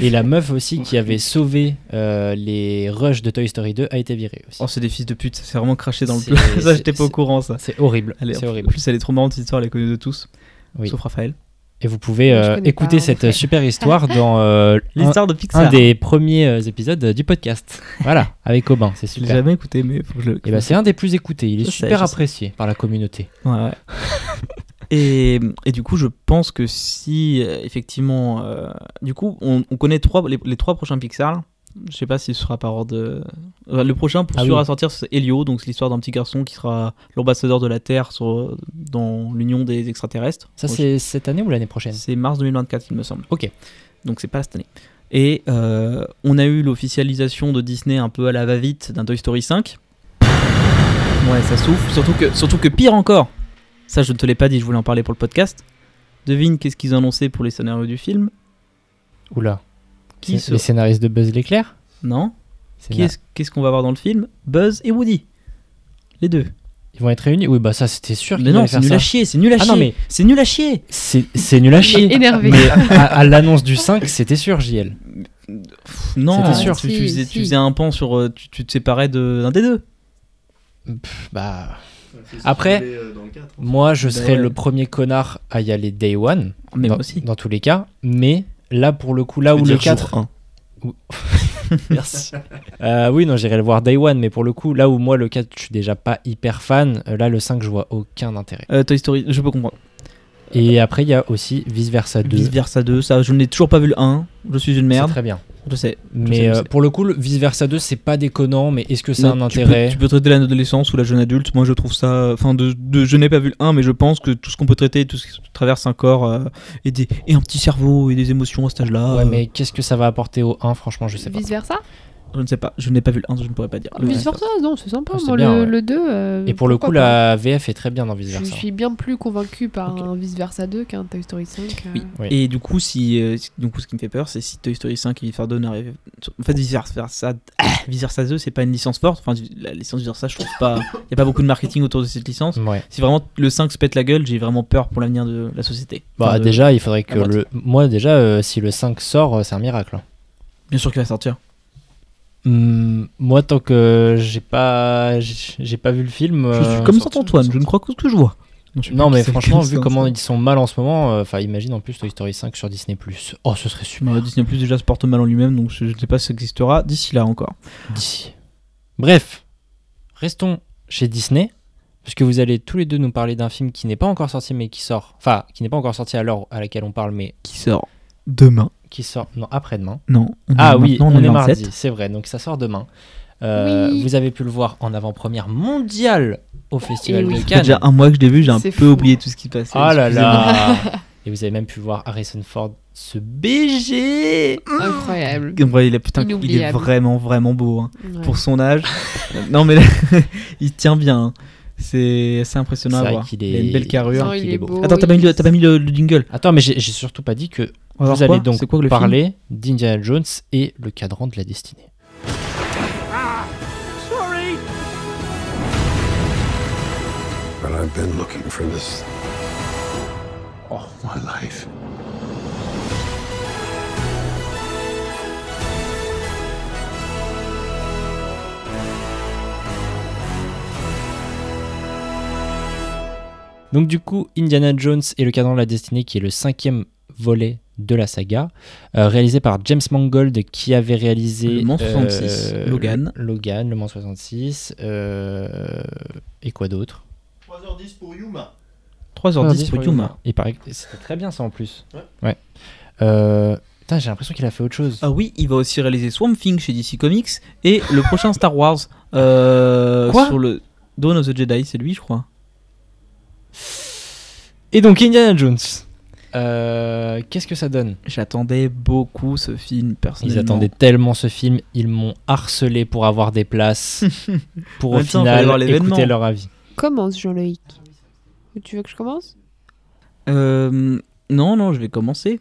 Speaker 3: Et la meuf aussi qui avait sauvé euh, les rushs de Toy Story 2 a été virée aussi.
Speaker 5: oh, c'est des fils de pute, ça s'est vraiment craché dans le
Speaker 3: C'est-
Speaker 5: plat. ça,
Speaker 3: c'est-
Speaker 5: j'étais pas au
Speaker 3: c'est-
Speaker 5: courant, ça.
Speaker 3: C'est horrible.
Speaker 5: Elle est-
Speaker 3: C'est
Speaker 5: En
Speaker 3: horrible.
Speaker 5: plus, elle est trop marrante, cette histoire, elle est connue de tous,
Speaker 3: Oui.
Speaker 5: sauf Raphaël.
Speaker 3: Et vous pouvez
Speaker 6: Moi, je
Speaker 3: euh,
Speaker 6: connais
Speaker 3: écouter
Speaker 6: pas, en
Speaker 3: cette
Speaker 6: fait.
Speaker 3: super histoire dans euh, un,
Speaker 5: L'histoire de Pixar.
Speaker 3: un des premiers euh, épisodes du podcast. Voilà, avec Aubin, c'est
Speaker 5: Je l'ai
Speaker 3: super.
Speaker 5: jamais écouté, mais faut que je le.
Speaker 3: Et bah, c'est un des plus écoutés. Il est
Speaker 5: Je sais,
Speaker 3: super
Speaker 5: je sais.
Speaker 3: apprécié par la communauté.
Speaker 5: Ouais, ouais. et, et du coup, je pense que si euh, effectivement, euh, du coup, on, on connaît trois, les, les trois prochains Pixar. Je sais pas s'il sera par ordre. de- Euh, Le prochain pour
Speaker 3: Ah
Speaker 5: sûr
Speaker 3: oui.
Speaker 5: à sortir, c'est Helio, donc c'est l'histoire d'un petit garçon qui sera l'ambassadeur de la Terre sur, dans l'union des extraterrestres.
Speaker 3: Ça,
Speaker 5: Donc,
Speaker 3: c'est cette année ou l'année prochaine
Speaker 5: c'est mars 2024, il me semble.
Speaker 3: Ok.
Speaker 5: Donc c'est pas cette année. Et euh, on a eu l'officialisation de Disney un peu à la va-vite d'un Toy Story 5. Ouais, ça souffle. Surtout que, surtout que pire encore, ça je ne te l'ai pas dit, je voulais en parler pour le podcast. Devine qu'est-ce qu'ils ont annoncé pour les scénarios du film
Speaker 3: Oula.
Speaker 5: Qui
Speaker 3: C'est-
Speaker 5: se-
Speaker 3: Les scénaristes de Buzz l'éclair
Speaker 5: Non
Speaker 3: C'est na-
Speaker 5: Qu'est-ce qu'est-ce qu'on va voir dans le film Buzz et Woody. Les deux.
Speaker 3: Ils vont être réunis Oui, bah ça, c'était sûr.
Speaker 5: Mais
Speaker 3: qu'ils
Speaker 5: non,
Speaker 3: allaient
Speaker 5: c'est
Speaker 3: faire
Speaker 5: nul
Speaker 3: ça.
Speaker 5: à chier, c'est nul à
Speaker 3: Ah
Speaker 5: chier.
Speaker 3: non, mais-
Speaker 5: C'est nul à chier.
Speaker 3: C'est c'est nul à
Speaker 6: Il est
Speaker 3: chier.
Speaker 6: énervé.
Speaker 3: Mais à, à l'annonce du 5, c'était sûr, JL.
Speaker 5: Pff, non,
Speaker 3: C'était sûr.
Speaker 5: Tu, tu
Speaker 6: Si,
Speaker 5: faisais, tu
Speaker 6: si.
Speaker 5: faisais un pan sur. euh, Tu, tu te séparais de- d'un des deux.
Speaker 3: Bah, Après- moi, je
Speaker 5: Bah
Speaker 3: serais
Speaker 5: ouais.
Speaker 3: le premier connard à y aller day one.
Speaker 5: Mais
Speaker 3: dans,
Speaker 5: moi aussi.
Speaker 3: Dans tous les cas. Mais là, pour le coup, là où Bah, le 4. Merci. Euh, oui, non, j'irai le voir day one. Mais pour le coup, là où moi, le 4, je suis déjà pas hyper fan. euh, Là, le 5, je vois aucun intérêt.
Speaker 5: Euh, Toy Story, je peux comprendre.
Speaker 3: Et après, il y a aussi Ah bah. vice versa 2.
Speaker 5: Vice versa 2, ça, je n'ai toujours pas vu le 1. Je suis une
Speaker 3: C'est
Speaker 5: merde.
Speaker 3: très bien.
Speaker 5: Je sais. je sais,
Speaker 3: Mais
Speaker 5: je
Speaker 3: euh,
Speaker 5: sais.
Speaker 3: pour le coup, le vice versa 2, c'est pas déconnant. Mais est-ce que ça a un
Speaker 5: Mais tu
Speaker 3: intérêt
Speaker 5: peux- Tu peux, traiter l'adolescence ou la jeune adulte. Moi, je trouve ça. Enfin, de, de- je n'ai pas vu le 1, mais je pense que tout ce qu'on peut traiter, tout ce qui traverse un corps euh, et, des, et un petit cerveau et des émotions à cet âge-là.
Speaker 3: Ouais,
Speaker 5: euh,
Speaker 3: mais qu'est-ce que ça va apporter au 1 Franchement, je sais pas.
Speaker 6: Vice versa
Speaker 5: Je ne sais pas. Je n'ai pas vu le 1, je ne pourrais pas dire. Le-
Speaker 6: Ah, Vice versa, non, c'est sympa.
Speaker 3: Ah, c'est
Speaker 6: Moi,
Speaker 3: bien,
Speaker 6: le,
Speaker 3: ouais.
Speaker 6: le 2. euh,
Speaker 3: Et pour le coup,
Speaker 6: pourquoi pas.
Speaker 3: la VF est très bien dans Vice
Speaker 6: Je
Speaker 3: Versa.
Speaker 6: suis bien plus convaincu par
Speaker 5: Ok.
Speaker 6: un Vice versa 2 qu'un Toy Story 5. euh.
Speaker 5: Oui.
Speaker 3: Oui.
Speaker 5: Et du coup, si, euh, si- du coup, ce qui me fait peur, c'est si Toy Story 5 et Vice Versa 2 n'arrivent. En fait, Vice Versa, ah, Vice Versa 2, c'est pas une licence forte. Enfin, la licence Vice Versa, je trouve pas. Il n'y a pas beaucoup de marketing autour de cette licence.
Speaker 3: Ouais.
Speaker 5: Si vraiment le 5 se pète la gueule, j'ai vraiment peur pour l'avenir de la société.
Speaker 3: Bah,
Speaker 5: Enfin, de-
Speaker 3: déjà, il faudrait que
Speaker 5: la boîte.
Speaker 3: le. Moi, déjà, euh, si le 5 sort, euh, c'est un miracle. hein.
Speaker 5: Bien sûr qu'il va sortir.
Speaker 3: Hum, moi, tant que j'ai pas, j'ai j'ai pas vu le film.
Speaker 5: Je
Speaker 3: euh,
Speaker 5: suis comme
Speaker 4: sorti,
Speaker 5: Saint-Antoine,
Speaker 4: sorti.
Speaker 5: je ne crois que ce que je vois. je sais
Speaker 3: Non,
Speaker 5: plus
Speaker 3: mais
Speaker 5: qui c'est
Speaker 3: franchement,
Speaker 5: qui
Speaker 3: vu
Speaker 5: dit
Speaker 3: comment
Speaker 5: ça.
Speaker 3: ils sont mal en ce moment, euh, enfin, imagine en plus Toy Story 5 sur Disney. Oh, ce serait super.
Speaker 5: Bah, Disney Plus déjà se porte mal en lui-même, donc je je ne sais pas si ça existera d'ici là encore.
Speaker 3: D'ici. Bref, restons chez Disney. Parce que vous allez tous les deux nous parler d'un film qui n'est pas encore sorti, mais qui sort. Enfin, qui n'est pas encore sorti à l'heure à laquelle on parle, mais
Speaker 5: Qui sort demain
Speaker 3: qui sort. Non, après-demain.
Speaker 5: Non. on est
Speaker 3: Ah oui,
Speaker 5: maintenant,
Speaker 3: on,
Speaker 5: le
Speaker 3: est
Speaker 5: 27.
Speaker 3: mardi, c'est vrai, donc ça sort demain. Euh,
Speaker 6: Oui.
Speaker 3: Vous avez pu le voir en avant-première mondiale au Festival
Speaker 6: Eh oui.
Speaker 3: de
Speaker 5: Ça fait
Speaker 3: Cannes.
Speaker 5: déjà un mois que je l'ai vu, j'ai un peu
Speaker 6: C'est fou.
Speaker 5: oublié tout ce qui passait.
Speaker 3: Ah là
Speaker 5: excusez-moi.
Speaker 3: là Et vous avez même pu voir Harrison Ford se BG
Speaker 6: Incroyable.
Speaker 5: En vrai, il, est, putain, il est
Speaker 6: Inoubliable.
Speaker 5: vraiment, vraiment beau. hein.
Speaker 6: Ouais.
Speaker 5: Pour son âge. non, mais il tient bien. hein. C'est assez impressionnant
Speaker 3: C'est
Speaker 5: à
Speaker 3: vrai
Speaker 5: voir.
Speaker 3: qu'il
Speaker 5: Il a
Speaker 3: est-
Speaker 5: une belle carrure.
Speaker 6: Non,
Speaker 3: qu'il
Speaker 6: il
Speaker 3: est
Speaker 6: est
Speaker 3: beau.
Speaker 6: beau.
Speaker 5: Attends, t'as pas, mis
Speaker 6: il-
Speaker 5: le- t'as pas mis le, le jingle
Speaker 3: Attends, mais j'ai j'ai surtout pas dit que
Speaker 5: On va voir
Speaker 3: vous allez
Speaker 5: quoi
Speaker 3: donc
Speaker 5: C'est quoi le film
Speaker 3: parler d'Indiana Jones et le cadran de la destinée.
Speaker 8: But I've been looking for this all my life.
Speaker 3: Donc du coup, Indiana Jones et le cadran de la destinée, qui est le cinquième volet de la saga, euh, réalisé par James Mangold, qui avait réalisé
Speaker 5: Le Mans 66, Logan.
Speaker 3: le- Logan, Le Mans 66, euh, et quoi d'autre
Speaker 4: 3h10 pour Yuma.
Speaker 5: 3h10 pour Yuma.
Speaker 3: Il paraît que c'était très bien ça en plus.
Speaker 4: Ouais.
Speaker 3: Euh, putain, j'ai l'impression qu'il a fait autre chose.
Speaker 5: Ah oui, il va aussi réaliser Swamp Thing chez DC Comics et le prochain Star Wars euh,
Speaker 3: Quoi
Speaker 5: sur le Dawn of the Jedi, c'est lui, je crois.
Speaker 3: Et donc Indiana Jones. Euh, Qu'est-ce que ça donne
Speaker 5: J'attendais beaucoup ce film
Speaker 3: Ils
Speaker 5: personnellement.
Speaker 3: attendaient tellement ce film, ils m'ont harcelé pour avoir des places, pour
Speaker 5: En
Speaker 3: au
Speaker 5: même temps, fallait
Speaker 3: final
Speaker 5: voir l'événement.
Speaker 3: écouter leur avis.
Speaker 6: Commence, Jean-Loïc. Tu veux que je commence
Speaker 5: Euh, Non, non, je vais commencer.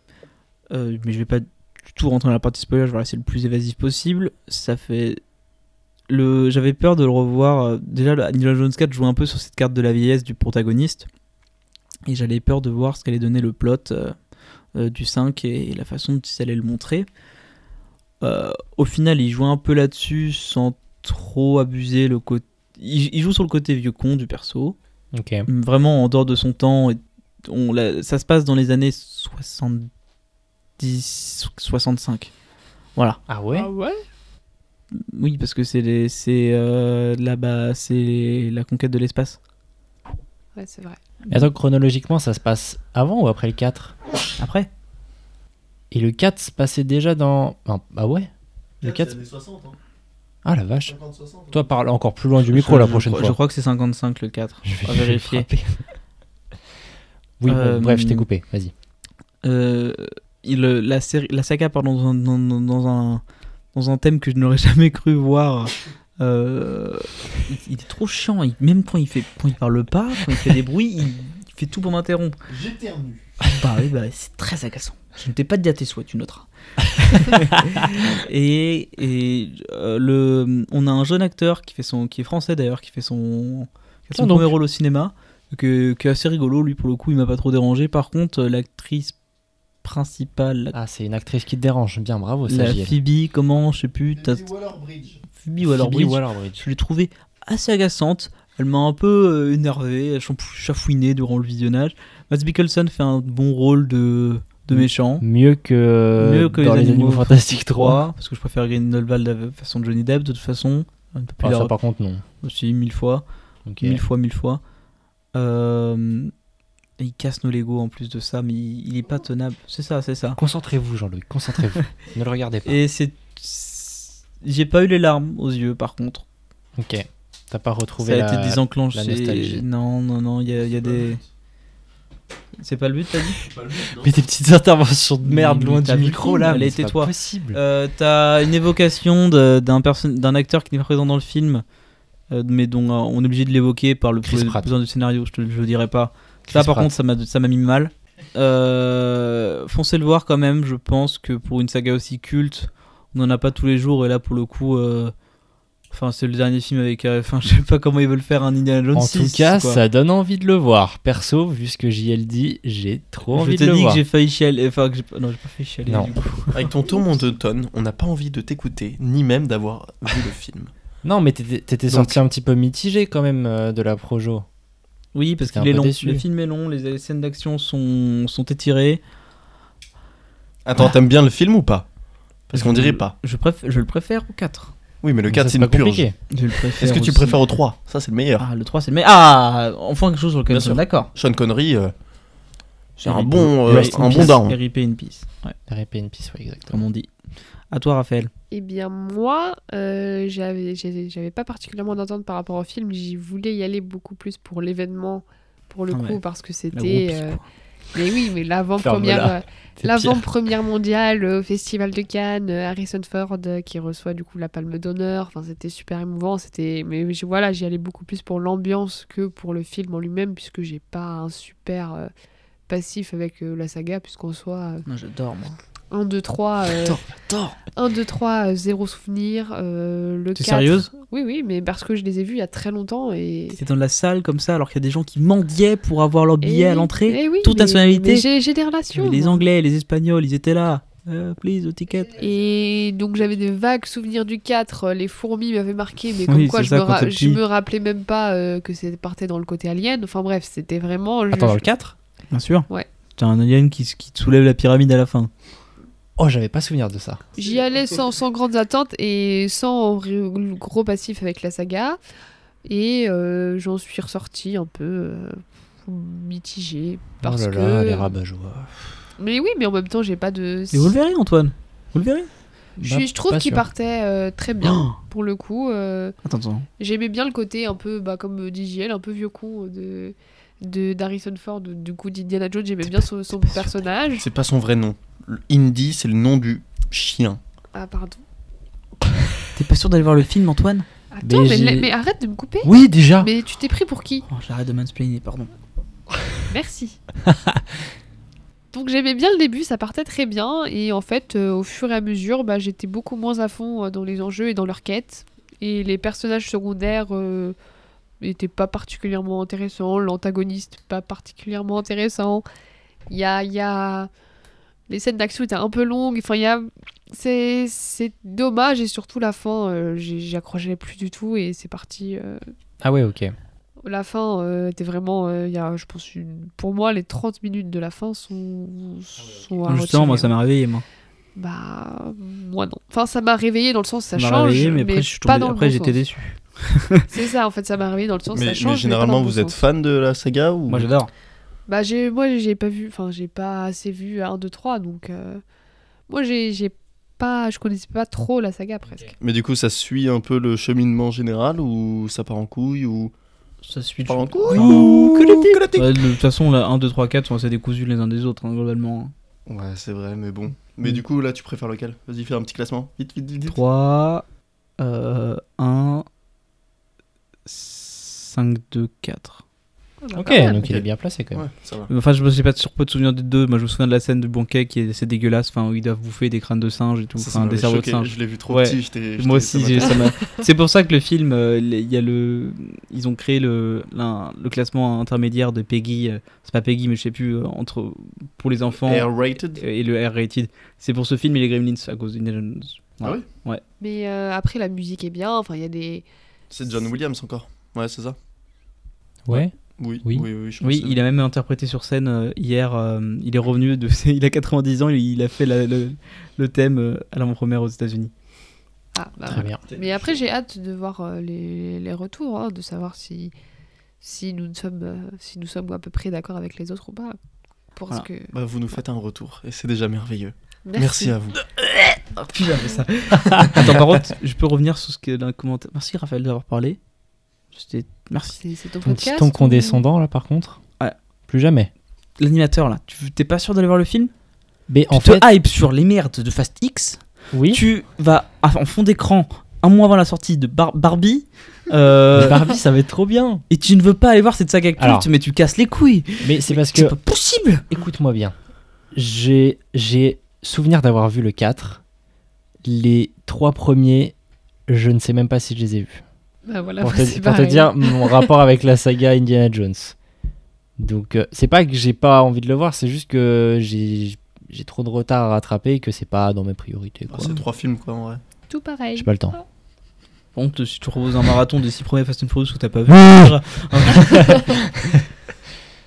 Speaker 5: Euh, mais je vais pas du tout rentrer dans la partie spoiler, je vais rester le plus évasif possible. Ça fait. Le... J'avais peur de le revoir. euh, Déjà, le Indiana Jones 4 jouait un peu sur cette carte de la vieillesse du protagoniste. Et j'avais peur de voir ce qu'allait donner le plot euh, euh, du 5 et, et, la façon dont ils allaient le montrer. Euh, au final, il joue un peu là-dessus sans trop abuser le côté. Il, il, joue sur le côté vieux con du perso.
Speaker 12: Okay.
Speaker 5: Vraiment en dehors de son temps. On, la, ça se passe dans les années 70. 65. Voilà.
Speaker 12: Ah ouais,
Speaker 6: ah ouais
Speaker 5: Oui, parce que c'est c'est euh, là-bas, c'est la conquête de l'espace.
Speaker 6: Ouais, c'est vrai.
Speaker 12: Et donc chronologiquement, ça se passe avant ou après le 4
Speaker 5: Après.
Speaker 12: Et le 4 se passait déjà dans ah, bah ouais.
Speaker 4: Le 4 années 60 hein.
Speaker 12: Ah la vache. 50, 60, Toi parle encore plus loin du micro la prochaine
Speaker 5: je
Speaker 12: fois.
Speaker 5: Je crois que c'est 55 le 4. Je vais, vérifier.
Speaker 12: oui, euh, bon, bref, je t'ai coupé, vas-y.
Speaker 5: Euh, il, la, série, la saga pardon, dans, dans, dans, un, dans un thème que je n'aurais jamais cru voir. Euh, il, il, est trop chiant, il, même quand il, fait, quand il parle pas, quand il fait des bruits, il, il fait tout pour m'interrompre.
Speaker 4: J'éternue.
Speaker 5: Bah oui, bah, c'est très agaçant. Je ne t'ai pas dit à tes souhaits, tu noteras. et, et euh, le, on a un jeune acteur qui, fait son, qui est français d'ailleurs, qui fait son, qui son premier rôle au cinéma, que, qui est assez rigolo, lui pour le coup, il m'a pas trop dérangé. Par contre, l'actrice principale.
Speaker 12: Ah, c'est une actrice qui te dérange. Bien,
Speaker 3: Oh,
Speaker 12: bravo. Ça,
Speaker 5: la Phoebe, comment, je sais plus.
Speaker 4: Phoebe Waller-Bridge.
Speaker 5: Phoebe Waller-Bridge. Waller je l'ai trouvée assez agaçante. Elle m'a un peu euh, énervé, chafouiné durant le visionnage. Matt Bickelson fait un bon rôle de, de méchant.
Speaker 12: Mieux que,
Speaker 5: Mieux que
Speaker 12: dans les,
Speaker 5: Animaux,
Speaker 12: Animaux Fantastiques 3.
Speaker 5: Parce que je préfère Grindelwald de la façon de Johnny Depp, de toute façon. Un peu
Speaker 12: plus ah, ça, par contre, non.
Speaker 5: Aussi, mille fois. Okay. Mille fois, mille fois. Euh. Et il casse nos Lego en plus de ça, mais il, il est pas tenable. C'est ça, c'est ça.
Speaker 12: Concentrez-vous, Jean-Louis, concentrez-vous. ne le regardez pas.
Speaker 5: Et c'est. J'ai pas eu les larmes aux yeux, par contre.
Speaker 12: Ok. T'as pas retrouvé
Speaker 5: ça a
Speaker 12: la...
Speaker 5: été désenclenché.
Speaker 12: La nostalgie.
Speaker 5: Non, non, non, il y a, y a des. C'est pas le but, t'as dit
Speaker 12: pas le but, Mais tes petites interventions de merde mais loin du micro là,
Speaker 5: allez, tais-toi.
Speaker 12: possible.
Speaker 5: Euh, t'as une évocation d'un d'un acteur qui n'est pas présent dans le film, euh, mais dont euh, on est obligé de l'évoquer par le besoin du scénario, je te le dirai pas. Là, par contre, ça m'a, ça m'a mis mal. Euh, foncez le voir quand même. Je pense que pour une saga aussi culte, on n'en a pas tous les jours. Et là, pour le coup, euh, enfin, c'est le dernier film avec. Euh, enfin, je sais pas comment ils veulent faire un Indiana Jones
Speaker 12: En
Speaker 5: 6,
Speaker 12: tout cas,
Speaker 5: quoi.
Speaker 12: ça donne envie de le voir. Perso, vu ce que JL dit, j'ai trop
Speaker 5: je
Speaker 12: envie
Speaker 5: de
Speaker 12: le
Speaker 5: voir.
Speaker 12: Je
Speaker 5: t'ai dit que j'ai failli chialer. Enfin, que j'ai... non, j'ai pas failli chialer.
Speaker 12: Non.
Speaker 5: Du coup.
Speaker 4: Avec ton ton monotone, on n'a pas envie de t'écouter, ni même d'avoir vu le film.
Speaker 12: Non, mais t'étais, sorti un petit peu mitigé quand même euh, de la Projo.
Speaker 5: Oui, parce qu'il est long. Déçu. Le film est long, les scènes d'action sont, sont étirées.
Speaker 4: Attends, t'aimes bien le film ou pas Parce qu'on dirait pas.
Speaker 5: Je, préf... je le préfère au 4.
Speaker 4: Oui, mais le 4, c'est une purge.
Speaker 5: Je le préfère.
Speaker 4: Est-ce que tu
Speaker 5: aussi.
Speaker 4: préfères au 3 Ça, c'est le meilleur.
Speaker 5: Ah, le 3, c'est le meilleur. Ah Enfin, quelque chose sur lequel
Speaker 4: Bien
Speaker 5: nous sommes
Speaker 4: sûr.
Speaker 5: d'accord.
Speaker 4: Sean Connery, euh, c'est un
Speaker 5: R.I.P.
Speaker 4: bon, euh,
Speaker 5: Rest in
Speaker 4: un bon
Speaker 5: peace.
Speaker 4: down.
Speaker 5: RIP in peace. Ouais,
Speaker 12: RIP in peace, ouais, exactement.
Speaker 5: comme on dit. À toi, Raphaël.
Speaker 6: Eh bien, moi, euh, j'avais j'avais j'avais pas particulièrement d'entente par rapport au film. J'y voulais y aller beaucoup plus pour l'événement, pour le
Speaker 5: Ah
Speaker 6: coup,
Speaker 5: ouais.
Speaker 6: parce que
Speaker 5: La groupie,
Speaker 6: c'était. euh,
Speaker 5: quoi.
Speaker 6: Mais oui, mais l'avant-première.
Speaker 12: Ferme-la.
Speaker 6: euh, L'avant-première mondiale euh, au Festival de Cannes, euh, Harrison Ford euh, qui reçoit du coup la Palme d'honneur. Enfin, c'était super émouvant. C'était, mais je- voilà, j'y allais beaucoup plus pour l'ambiance que pour le film en lui-même, puisque j'ai pas un super euh, passif avec euh, la saga, puisqu'en euh, soit
Speaker 5: Non, j'adore, moi.
Speaker 6: 1, 2, 3,
Speaker 5: J'adore, j'adore.
Speaker 6: 1, 2, 3, 0 euh, souvenir. euh, le
Speaker 5: T'es
Speaker 6: 4.
Speaker 5: sérieuse
Speaker 6: Oui, oui, mais parce que je les ai vus il y a très longtemps et.
Speaker 5: T'étais dans la salle comme ça, alors qu'il y a des gens qui mendiaient pour avoir leur billet à
Speaker 6: oui,
Speaker 5: l'entrée.
Speaker 6: eh oui,
Speaker 5: toute
Speaker 6: mais-
Speaker 5: nationalité.
Speaker 6: mais J'ai j'ai des
Speaker 5: Mais
Speaker 6: relations.
Speaker 5: les
Speaker 6: moi.
Speaker 5: Anglais, les Espagnols, ils étaient là. Euh, please, au ticket.
Speaker 6: Et donc j'avais des vagues souvenirs du 4, euh, les fourmis m'avaient marqué, mais
Speaker 5: Oui,
Speaker 6: comme quoi
Speaker 5: c'est
Speaker 6: je,
Speaker 5: ça,
Speaker 6: me
Speaker 5: quand
Speaker 6: ra-
Speaker 5: t'es
Speaker 6: je
Speaker 5: petit.
Speaker 6: me rappelais même pas euh, que c'était partait dans le côté alien. Enfin bref, c'était vraiment. je-
Speaker 12: Attends, dans le
Speaker 6: je-
Speaker 12: 4
Speaker 5: Bien sûr.
Speaker 6: Ouais.
Speaker 5: T'as un alien qui, s- qui te soulève la pyramide à la fin.
Speaker 12: Oh, j'avais pas souvenir de ça.
Speaker 6: J'y allais sans, sans grandes attentes et sans r- gros passif avec la saga. Et euh, j'en suis ressortie un peu euh, mitigée. Parce
Speaker 12: oh là là,
Speaker 6: que...
Speaker 12: les rabat-joie.
Speaker 6: mais oui, mais en même temps, j'ai pas de.
Speaker 5: Et vous le verrez, Antoine. Vous le verrez.
Speaker 6: je,
Speaker 12: Bah,
Speaker 6: je trouve
Speaker 12: pas
Speaker 6: qu'il
Speaker 12: sûr. Oh
Speaker 6: partait euh, très bien pour le coup. euh,
Speaker 5: Attends, attends.
Speaker 6: J'aimais bien le côté un peu, bah, comme euh, DJL, un peu vieux con euh, de de d'Harrison Ford, ou du coup d'Indiana Jones. J'aimais bien son, son personnage.
Speaker 4: C'est pas son vrai nom. Le Indy, c'est le nom du chien.
Speaker 6: Ah, pardon.
Speaker 5: T'es pas sûr d'aller voir le film, Antoine
Speaker 6: Attends, mais,
Speaker 12: j'ai-
Speaker 6: la- mais arrête de me couper.
Speaker 12: Oui, déjà
Speaker 6: Mais tu t'es pris pour qui
Speaker 5: oh, J'arrête de mansplainer, pardon.
Speaker 6: Merci. Donc j'aimais bien le début, ça partait très bien. Et en fait, euh, au fur et à mesure, bah, j'étais beaucoup moins à fond euh, dans les enjeux et dans leurs quêtes. Et les personnages secondaires euh, étaient pas particulièrement intéressants. L'antagoniste, pas particulièrement intéressant. Il y a, il y a... Les scènes d'action étaient un peu longues. Enfin, il y a... C'est, c'est dommage. Et surtout, la fin, euh, j'accrochais plus du tout. Et c'est parti. euh,
Speaker 3: Ah ouais, ok.
Speaker 6: La fin euh, était vraiment. euh, il y a, je pense, une- pour moi, les 30 minutes de la fin sont, sont à
Speaker 5: Ah, Justement, moi, ça
Speaker 6: retirer.
Speaker 5: m'a réveillé, moi.
Speaker 6: Bah, moi non. Enfin, ça m'a réveillé dans le sens ça
Speaker 5: Ça m'a
Speaker 6: change.
Speaker 5: réveillé, mais après, je suis
Speaker 6: pas
Speaker 5: tombé-
Speaker 6: dans le
Speaker 5: après,
Speaker 6: bon
Speaker 5: j'étais
Speaker 6: sens.
Speaker 5: déçu.
Speaker 6: C'est ça, en fait, ça m'a réveillé dans le sens
Speaker 4: mais,
Speaker 6: ça
Speaker 4: mais
Speaker 6: change. pas dans
Speaker 4: généralement,
Speaker 6: le bon
Speaker 4: vous êtes
Speaker 6: sens.
Speaker 4: fan de la saga ou...
Speaker 5: Moi, j'adore.
Speaker 6: Bah, j'ai, moi, j'ai pas vu. Enfin, j'ai pas assez vu 1, 2, 3. Donc, euh, moi, j'ai, j'ai pas. Je connaissais pas trop la saga presque.
Speaker 4: Mais du coup, ça suit un peu le cheminement général ou ça part en couille ou...
Speaker 5: Ça suit
Speaker 4: part en couille
Speaker 5: Ouh, Ouais, De toute façon, là, 1, 2, 3, 4 sont assez décousus les uns des autres, hein, globalement.
Speaker 4: Ouais, c'est vrai, mais bon. Mais du coup, là, tu préfères lequel Vas-y, fais un petit classement. Vite, vite, vite, vite.
Speaker 5: 3, euh, 1, 5, 2, 4. Ah
Speaker 3: Ok,
Speaker 6: Pas mal.
Speaker 3: donc il est bien placé quand même.
Speaker 4: Ouais, ça va.
Speaker 5: Enfin, je me suis pas sur peu de souvenirs des deux. Moi, je me souviens de la scène du banquet qui est assez dégueulasse, enfin, où ils doivent bouffer des crânes de singes et tout,
Speaker 4: Ça, ça
Speaker 5: enfin, des
Speaker 4: m'avait
Speaker 5: cerveaux de
Speaker 4: choqué.
Speaker 5: singes.
Speaker 4: Je l'ai vu trop
Speaker 5: Ouais.
Speaker 4: petit, j'étais... j'étais-
Speaker 5: Moi aussi,
Speaker 4: m'a-
Speaker 5: j'ai- ça m'a- c'est pour ça que le film, euh, il y a le, ils ont créé le, l'un- le classement intermédiaire de Peggy, euh, c'est pas Peggy, mais je sais plus, euh, entre pour les enfants
Speaker 4: R-rated
Speaker 5: et, et le R-rated. C'est pour ce film et les Gremlins à cause d'Indiana Jones.
Speaker 4: Ah oui
Speaker 6: Mais euh, après, la musique est bien. Enfin, il y a des.
Speaker 4: C'est John Williams encore. Ouais, c'est ça.
Speaker 3: Ouais.
Speaker 4: Oui,
Speaker 3: Oui.
Speaker 4: oui, oui, je pense
Speaker 5: Oui,
Speaker 4: que-
Speaker 5: il a même interprété sur scène euh, hier. euh, il est revenu de, il a 90 ans, il, il a fait la- le, le thème euh, à l'avant-première aux États-Unis.
Speaker 6: Ah, bah,
Speaker 3: Très bien.
Speaker 6: Mais après, j'ai hâte de voir euh, les, les retours, hein, de savoir si, si, nous ne sommes, euh, si nous sommes à peu près d'accord avec les autres ou pas. Pour ce
Speaker 5: Voilà.
Speaker 6: que...
Speaker 4: Bah, vous nous faites un retour et c'est déjà merveilleux.
Speaker 6: Merci.
Speaker 4: Merci à vous. Ah,
Speaker 5: Putain, mais ça. Attends, par contre, je peux revenir sur ce que d'un commentaire. Merci Raphaël d'avoir parlé. C'était, merci.
Speaker 6: C'est c'est ton
Speaker 3: Ton petit
Speaker 6: podcast.
Speaker 3: ton
Speaker 6: ou-
Speaker 3: condescendant là par contre
Speaker 5: Ouais.
Speaker 3: Plus jamais.
Speaker 5: l'animateur là, tu t'es pas sûr d'aller voir le film
Speaker 3: Mais en
Speaker 5: Tu te
Speaker 3: fait,
Speaker 5: hype sur les merdes de Fast X,
Speaker 3: oui.
Speaker 5: tu vas à- en fond d'écran un mois avant la sortie de Bar- Barbie, euh,
Speaker 3: Mais Barbie, ça va être trop bien.
Speaker 5: et tu ne veux pas aller voir cette saga culte,
Speaker 3: Alors.
Speaker 5: mais tu casses les couilles.
Speaker 3: Mais c'est parce que
Speaker 5: C'est pas possible.
Speaker 3: Écoute-moi bien. J'ai, j'ai souvenir d'avoir vu le 4. Les trois premiers, je ne sais même pas si je les ai vus.
Speaker 6: Bah voilà,
Speaker 3: Pour,
Speaker 6: bah,
Speaker 3: te,
Speaker 6: c'est
Speaker 3: pour te
Speaker 6: pareil.
Speaker 3: dire hmm, mon rapport avec la saga Indiana Jones. Donc, euh, c'est pas que j'ai pas envie de le voir, c'est juste que j'ai, j'ai trop de retard à rattraper et que c'est pas dans mes priorités.
Speaker 4: Ah,
Speaker 3: Quoi.
Speaker 4: c'est trois films, quoi, en vrai.
Speaker 6: Tout pareil. Ah,
Speaker 3: J'ai pas le temps.
Speaker 5: Bon, te- si tu proposes un marathon des 6 premiers Fast and Furious que t'as pas vu.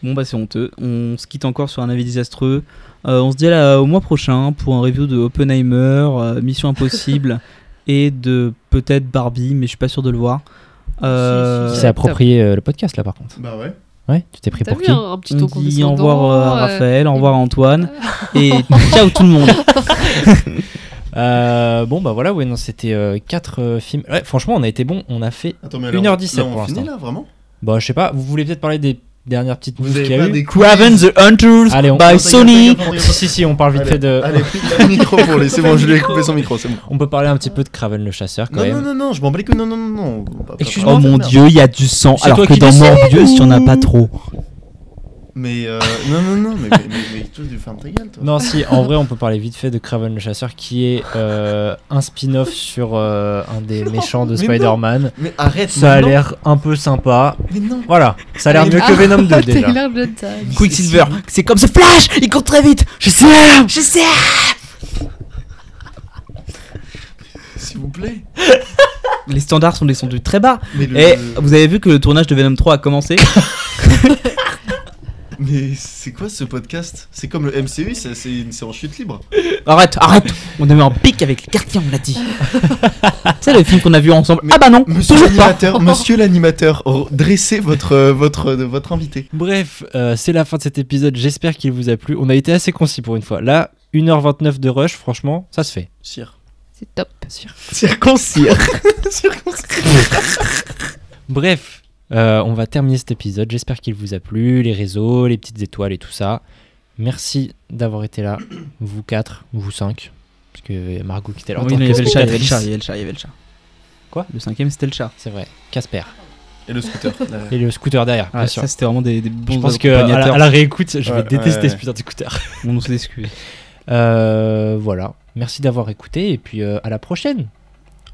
Speaker 5: bon bah c'est honteux. On se quitte encore sur un avis désastreux. Euh, on se dit à la- au mois prochain pour un review de Oppenheimer, euh, Mission Impossible et de peut-être Barbie, mais je suis pas sûr de le voir. Euh,
Speaker 6: Si, si,
Speaker 3: c'est approprié euh, le podcast là par contre.
Speaker 4: Bah ouais.
Speaker 3: Ouais, tu t'es pris
Speaker 6: T'as
Speaker 3: pour
Speaker 6: vu hein
Speaker 3: qui
Speaker 6: un, un petit ton
Speaker 5: on dit au
Speaker 6: condescendant
Speaker 5: revoir euh, à
Speaker 6: euh,
Speaker 5: Raphaël, au
Speaker 6: et-
Speaker 5: revoir à Antoine et ciao tout le monde.
Speaker 3: Euh, Bon bah voilà, ouais, non, c'était 4 films. Ouais, franchement, on a été bon, on a fait
Speaker 4: Attends, mais alors,
Speaker 3: 1h17
Speaker 4: là, on
Speaker 3: pour
Speaker 4: finit,
Speaker 3: l'instant.
Speaker 4: là, vraiment
Speaker 3: Bah, je sais pas, vous voulez peut-être parler des dernières petites news
Speaker 4: Vous
Speaker 3: qu'il y
Speaker 4: avez
Speaker 3: a
Speaker 4: pas
Speaker 3: eu
Speaker 4: des
Speaker 5: Craven the Hunters
Speaker 3: Allez, on-
Speaker 5: by
Speaker 4: Attends,
Speaker 5: Sony.
Speaker 4: attends, attends, attends,
Speaker 3: Si, si, si, on parle vite
Speaker 4: Allez,
Speaker 3: fait de.
Speaker 4: Allez, coupe le micro pour lui, c'est bon, je lui ai coupé son micro, c'est bon.
Speaker 3: On peut parler un petit peu de Craven le chasseur quand
Speaker 4: Non,
Speaker 3: même.
Speaker 4: non, non, non, je m'en bats les couilles, non, non, non, non. pas- pas-
Speaker 3: Excuse-moi.
Speaker 5: Oh
Speaker 4: pas-
Speaker 5: mon
Speaker 4: merde.
Speaker 5: dieu, il y a du sang.
Speaker 3: C'est
Speaker 5: Alors
Speaker 3: toi
Speaker 5: que
Speaker 3: qui
Speaker 5: dans
Speaker 3: décides.
Speaker 5: Morbius, il y en a pas trop.
Speaker 4: Mais euh, non, non, non, mais, mais, mais, mais toi, tu fermes ta gueule, toi.
Speaker 3: Non, si, en vrai, on peut parler vite fait de Craven le chasseur qui est euh, un spin-off sur euh, un des méchants de
Speaker 4: mais non.
Speaker 3: Spider-Man.
Speaker 4: Mais arrête,
Speaker 3: Ça a
Speaker 4: non.
Speaker 3: l'air un peu sympa.
Speaker 4: Mais non.
Speaker 3: Voilà, ça a l'air mieux que Venom 2 déjà.
Speaker 6: Taylor Johnson.
Speaker 5: Quicksilver, c'est comme ce flash, il compte très vite. Je sais, je sais.
Speaker 4: S'il vous plaît.
Speaker 5: Les standards sont descendus très bas.
Speaker 3: Eh,
Speaker 4: Mais le.
Speaker 5: Et
Speaker 3: euh,
Speaker 5: vous avez vu que le tournage de Venom 3 a commencé
Speaker 4: Mais c'est quoi ce podcast C'est comme le MCU, c'est c'est une séance chute libre.
Speaker 5: Arrête, arrête. On a mis en pic avec les quartiers, on l'a dit. c'est le film qu'on a vu ensemble.
Speaker 4: Mais-
Speaker 5: ah bah non,
Speaker 4: Monsieur
Speaker 5: toujours pas.
Speaker 4: l'animateur, monsieur l'animateur, oh, dressez votre, euh, votre, euh, votre invité.
Speaker 3: Bref, euh, c'est la fin de cet épisode. J'espère qu'il vous a plu. On a été assez concis pour une fois. Là, 1h29 de rush, franchement, ça se fait.
Speaker 4: Cire.
Speaker 6: C'est top.
Speaker 4: Circoncire. Circoncire.
Speaker 3: Bref, euh, on va terminer cet épisode. J'espère qu'il vous a plu, les réseaux, les petites étoiles et tout ça. Merci d'avoir été là, vous quatre, vous cinq, parce que Margot qui était là. en
Speaker 5: Oui,
Speaker 3: tant
Speaker 5: non, il y
Speaker 3: que
Speaker 5: avait le chat, il y avait le
Speaker 3: spectatrice.
Speaker 5: chat, il y avait le chat, il y avait le chat.
Speaker 3: Quoi
Speaker 5: Le cinquième, c'était le chat.
Speaker 3: C'est vrai, Casper.
Speaker 4: Et le scooter.
Speaker 3: Et le scooter derrière, bien
Speaker 5: Ouais,
Speaker 3: sûr.
Speaker 5: Ah, ça, c'était vraiment des, des bons
Speaker 3: Je pense que à la,
Speaker 5: accompagnateurs.
Speaker 3: à la réécoute, je vais
Speaker 5: Ouais,
Speaker 3: détester
Speaker 5: ouais.
Speaker 3: ce putain de scooter.
Speaker 5: On s'excuse.
Speaker 3: Euh, voilà. Merci d'avoir écouté et puis euh, à la prochaine.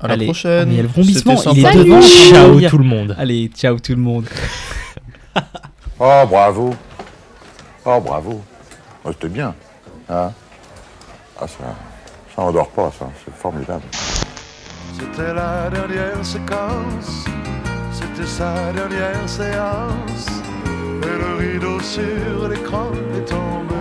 Speaker 4: À la
Speaker 3: Allez,
Speaker 4: prochaine.
Speaker 3: on y a le vrombissement,
Speaker 4: C'était
Speaker 3: il est
Speaker 4: sympa.
Speaker 3: devant.
Speaker 5: Salut.
Speaker 3: Ciao tout le monde.
Speaker 5: Allez, ciao tout le monde.
Speaker 13: Oh, bravo. Oh, bravo. Oh, C'était bien. Hein ah, ça, ça, on dort pas, ça. C'est formidable.
Speaker 2: C'était la dernière séquence, c'était sa dernière séance, et le rideau sur l'écran est tombé.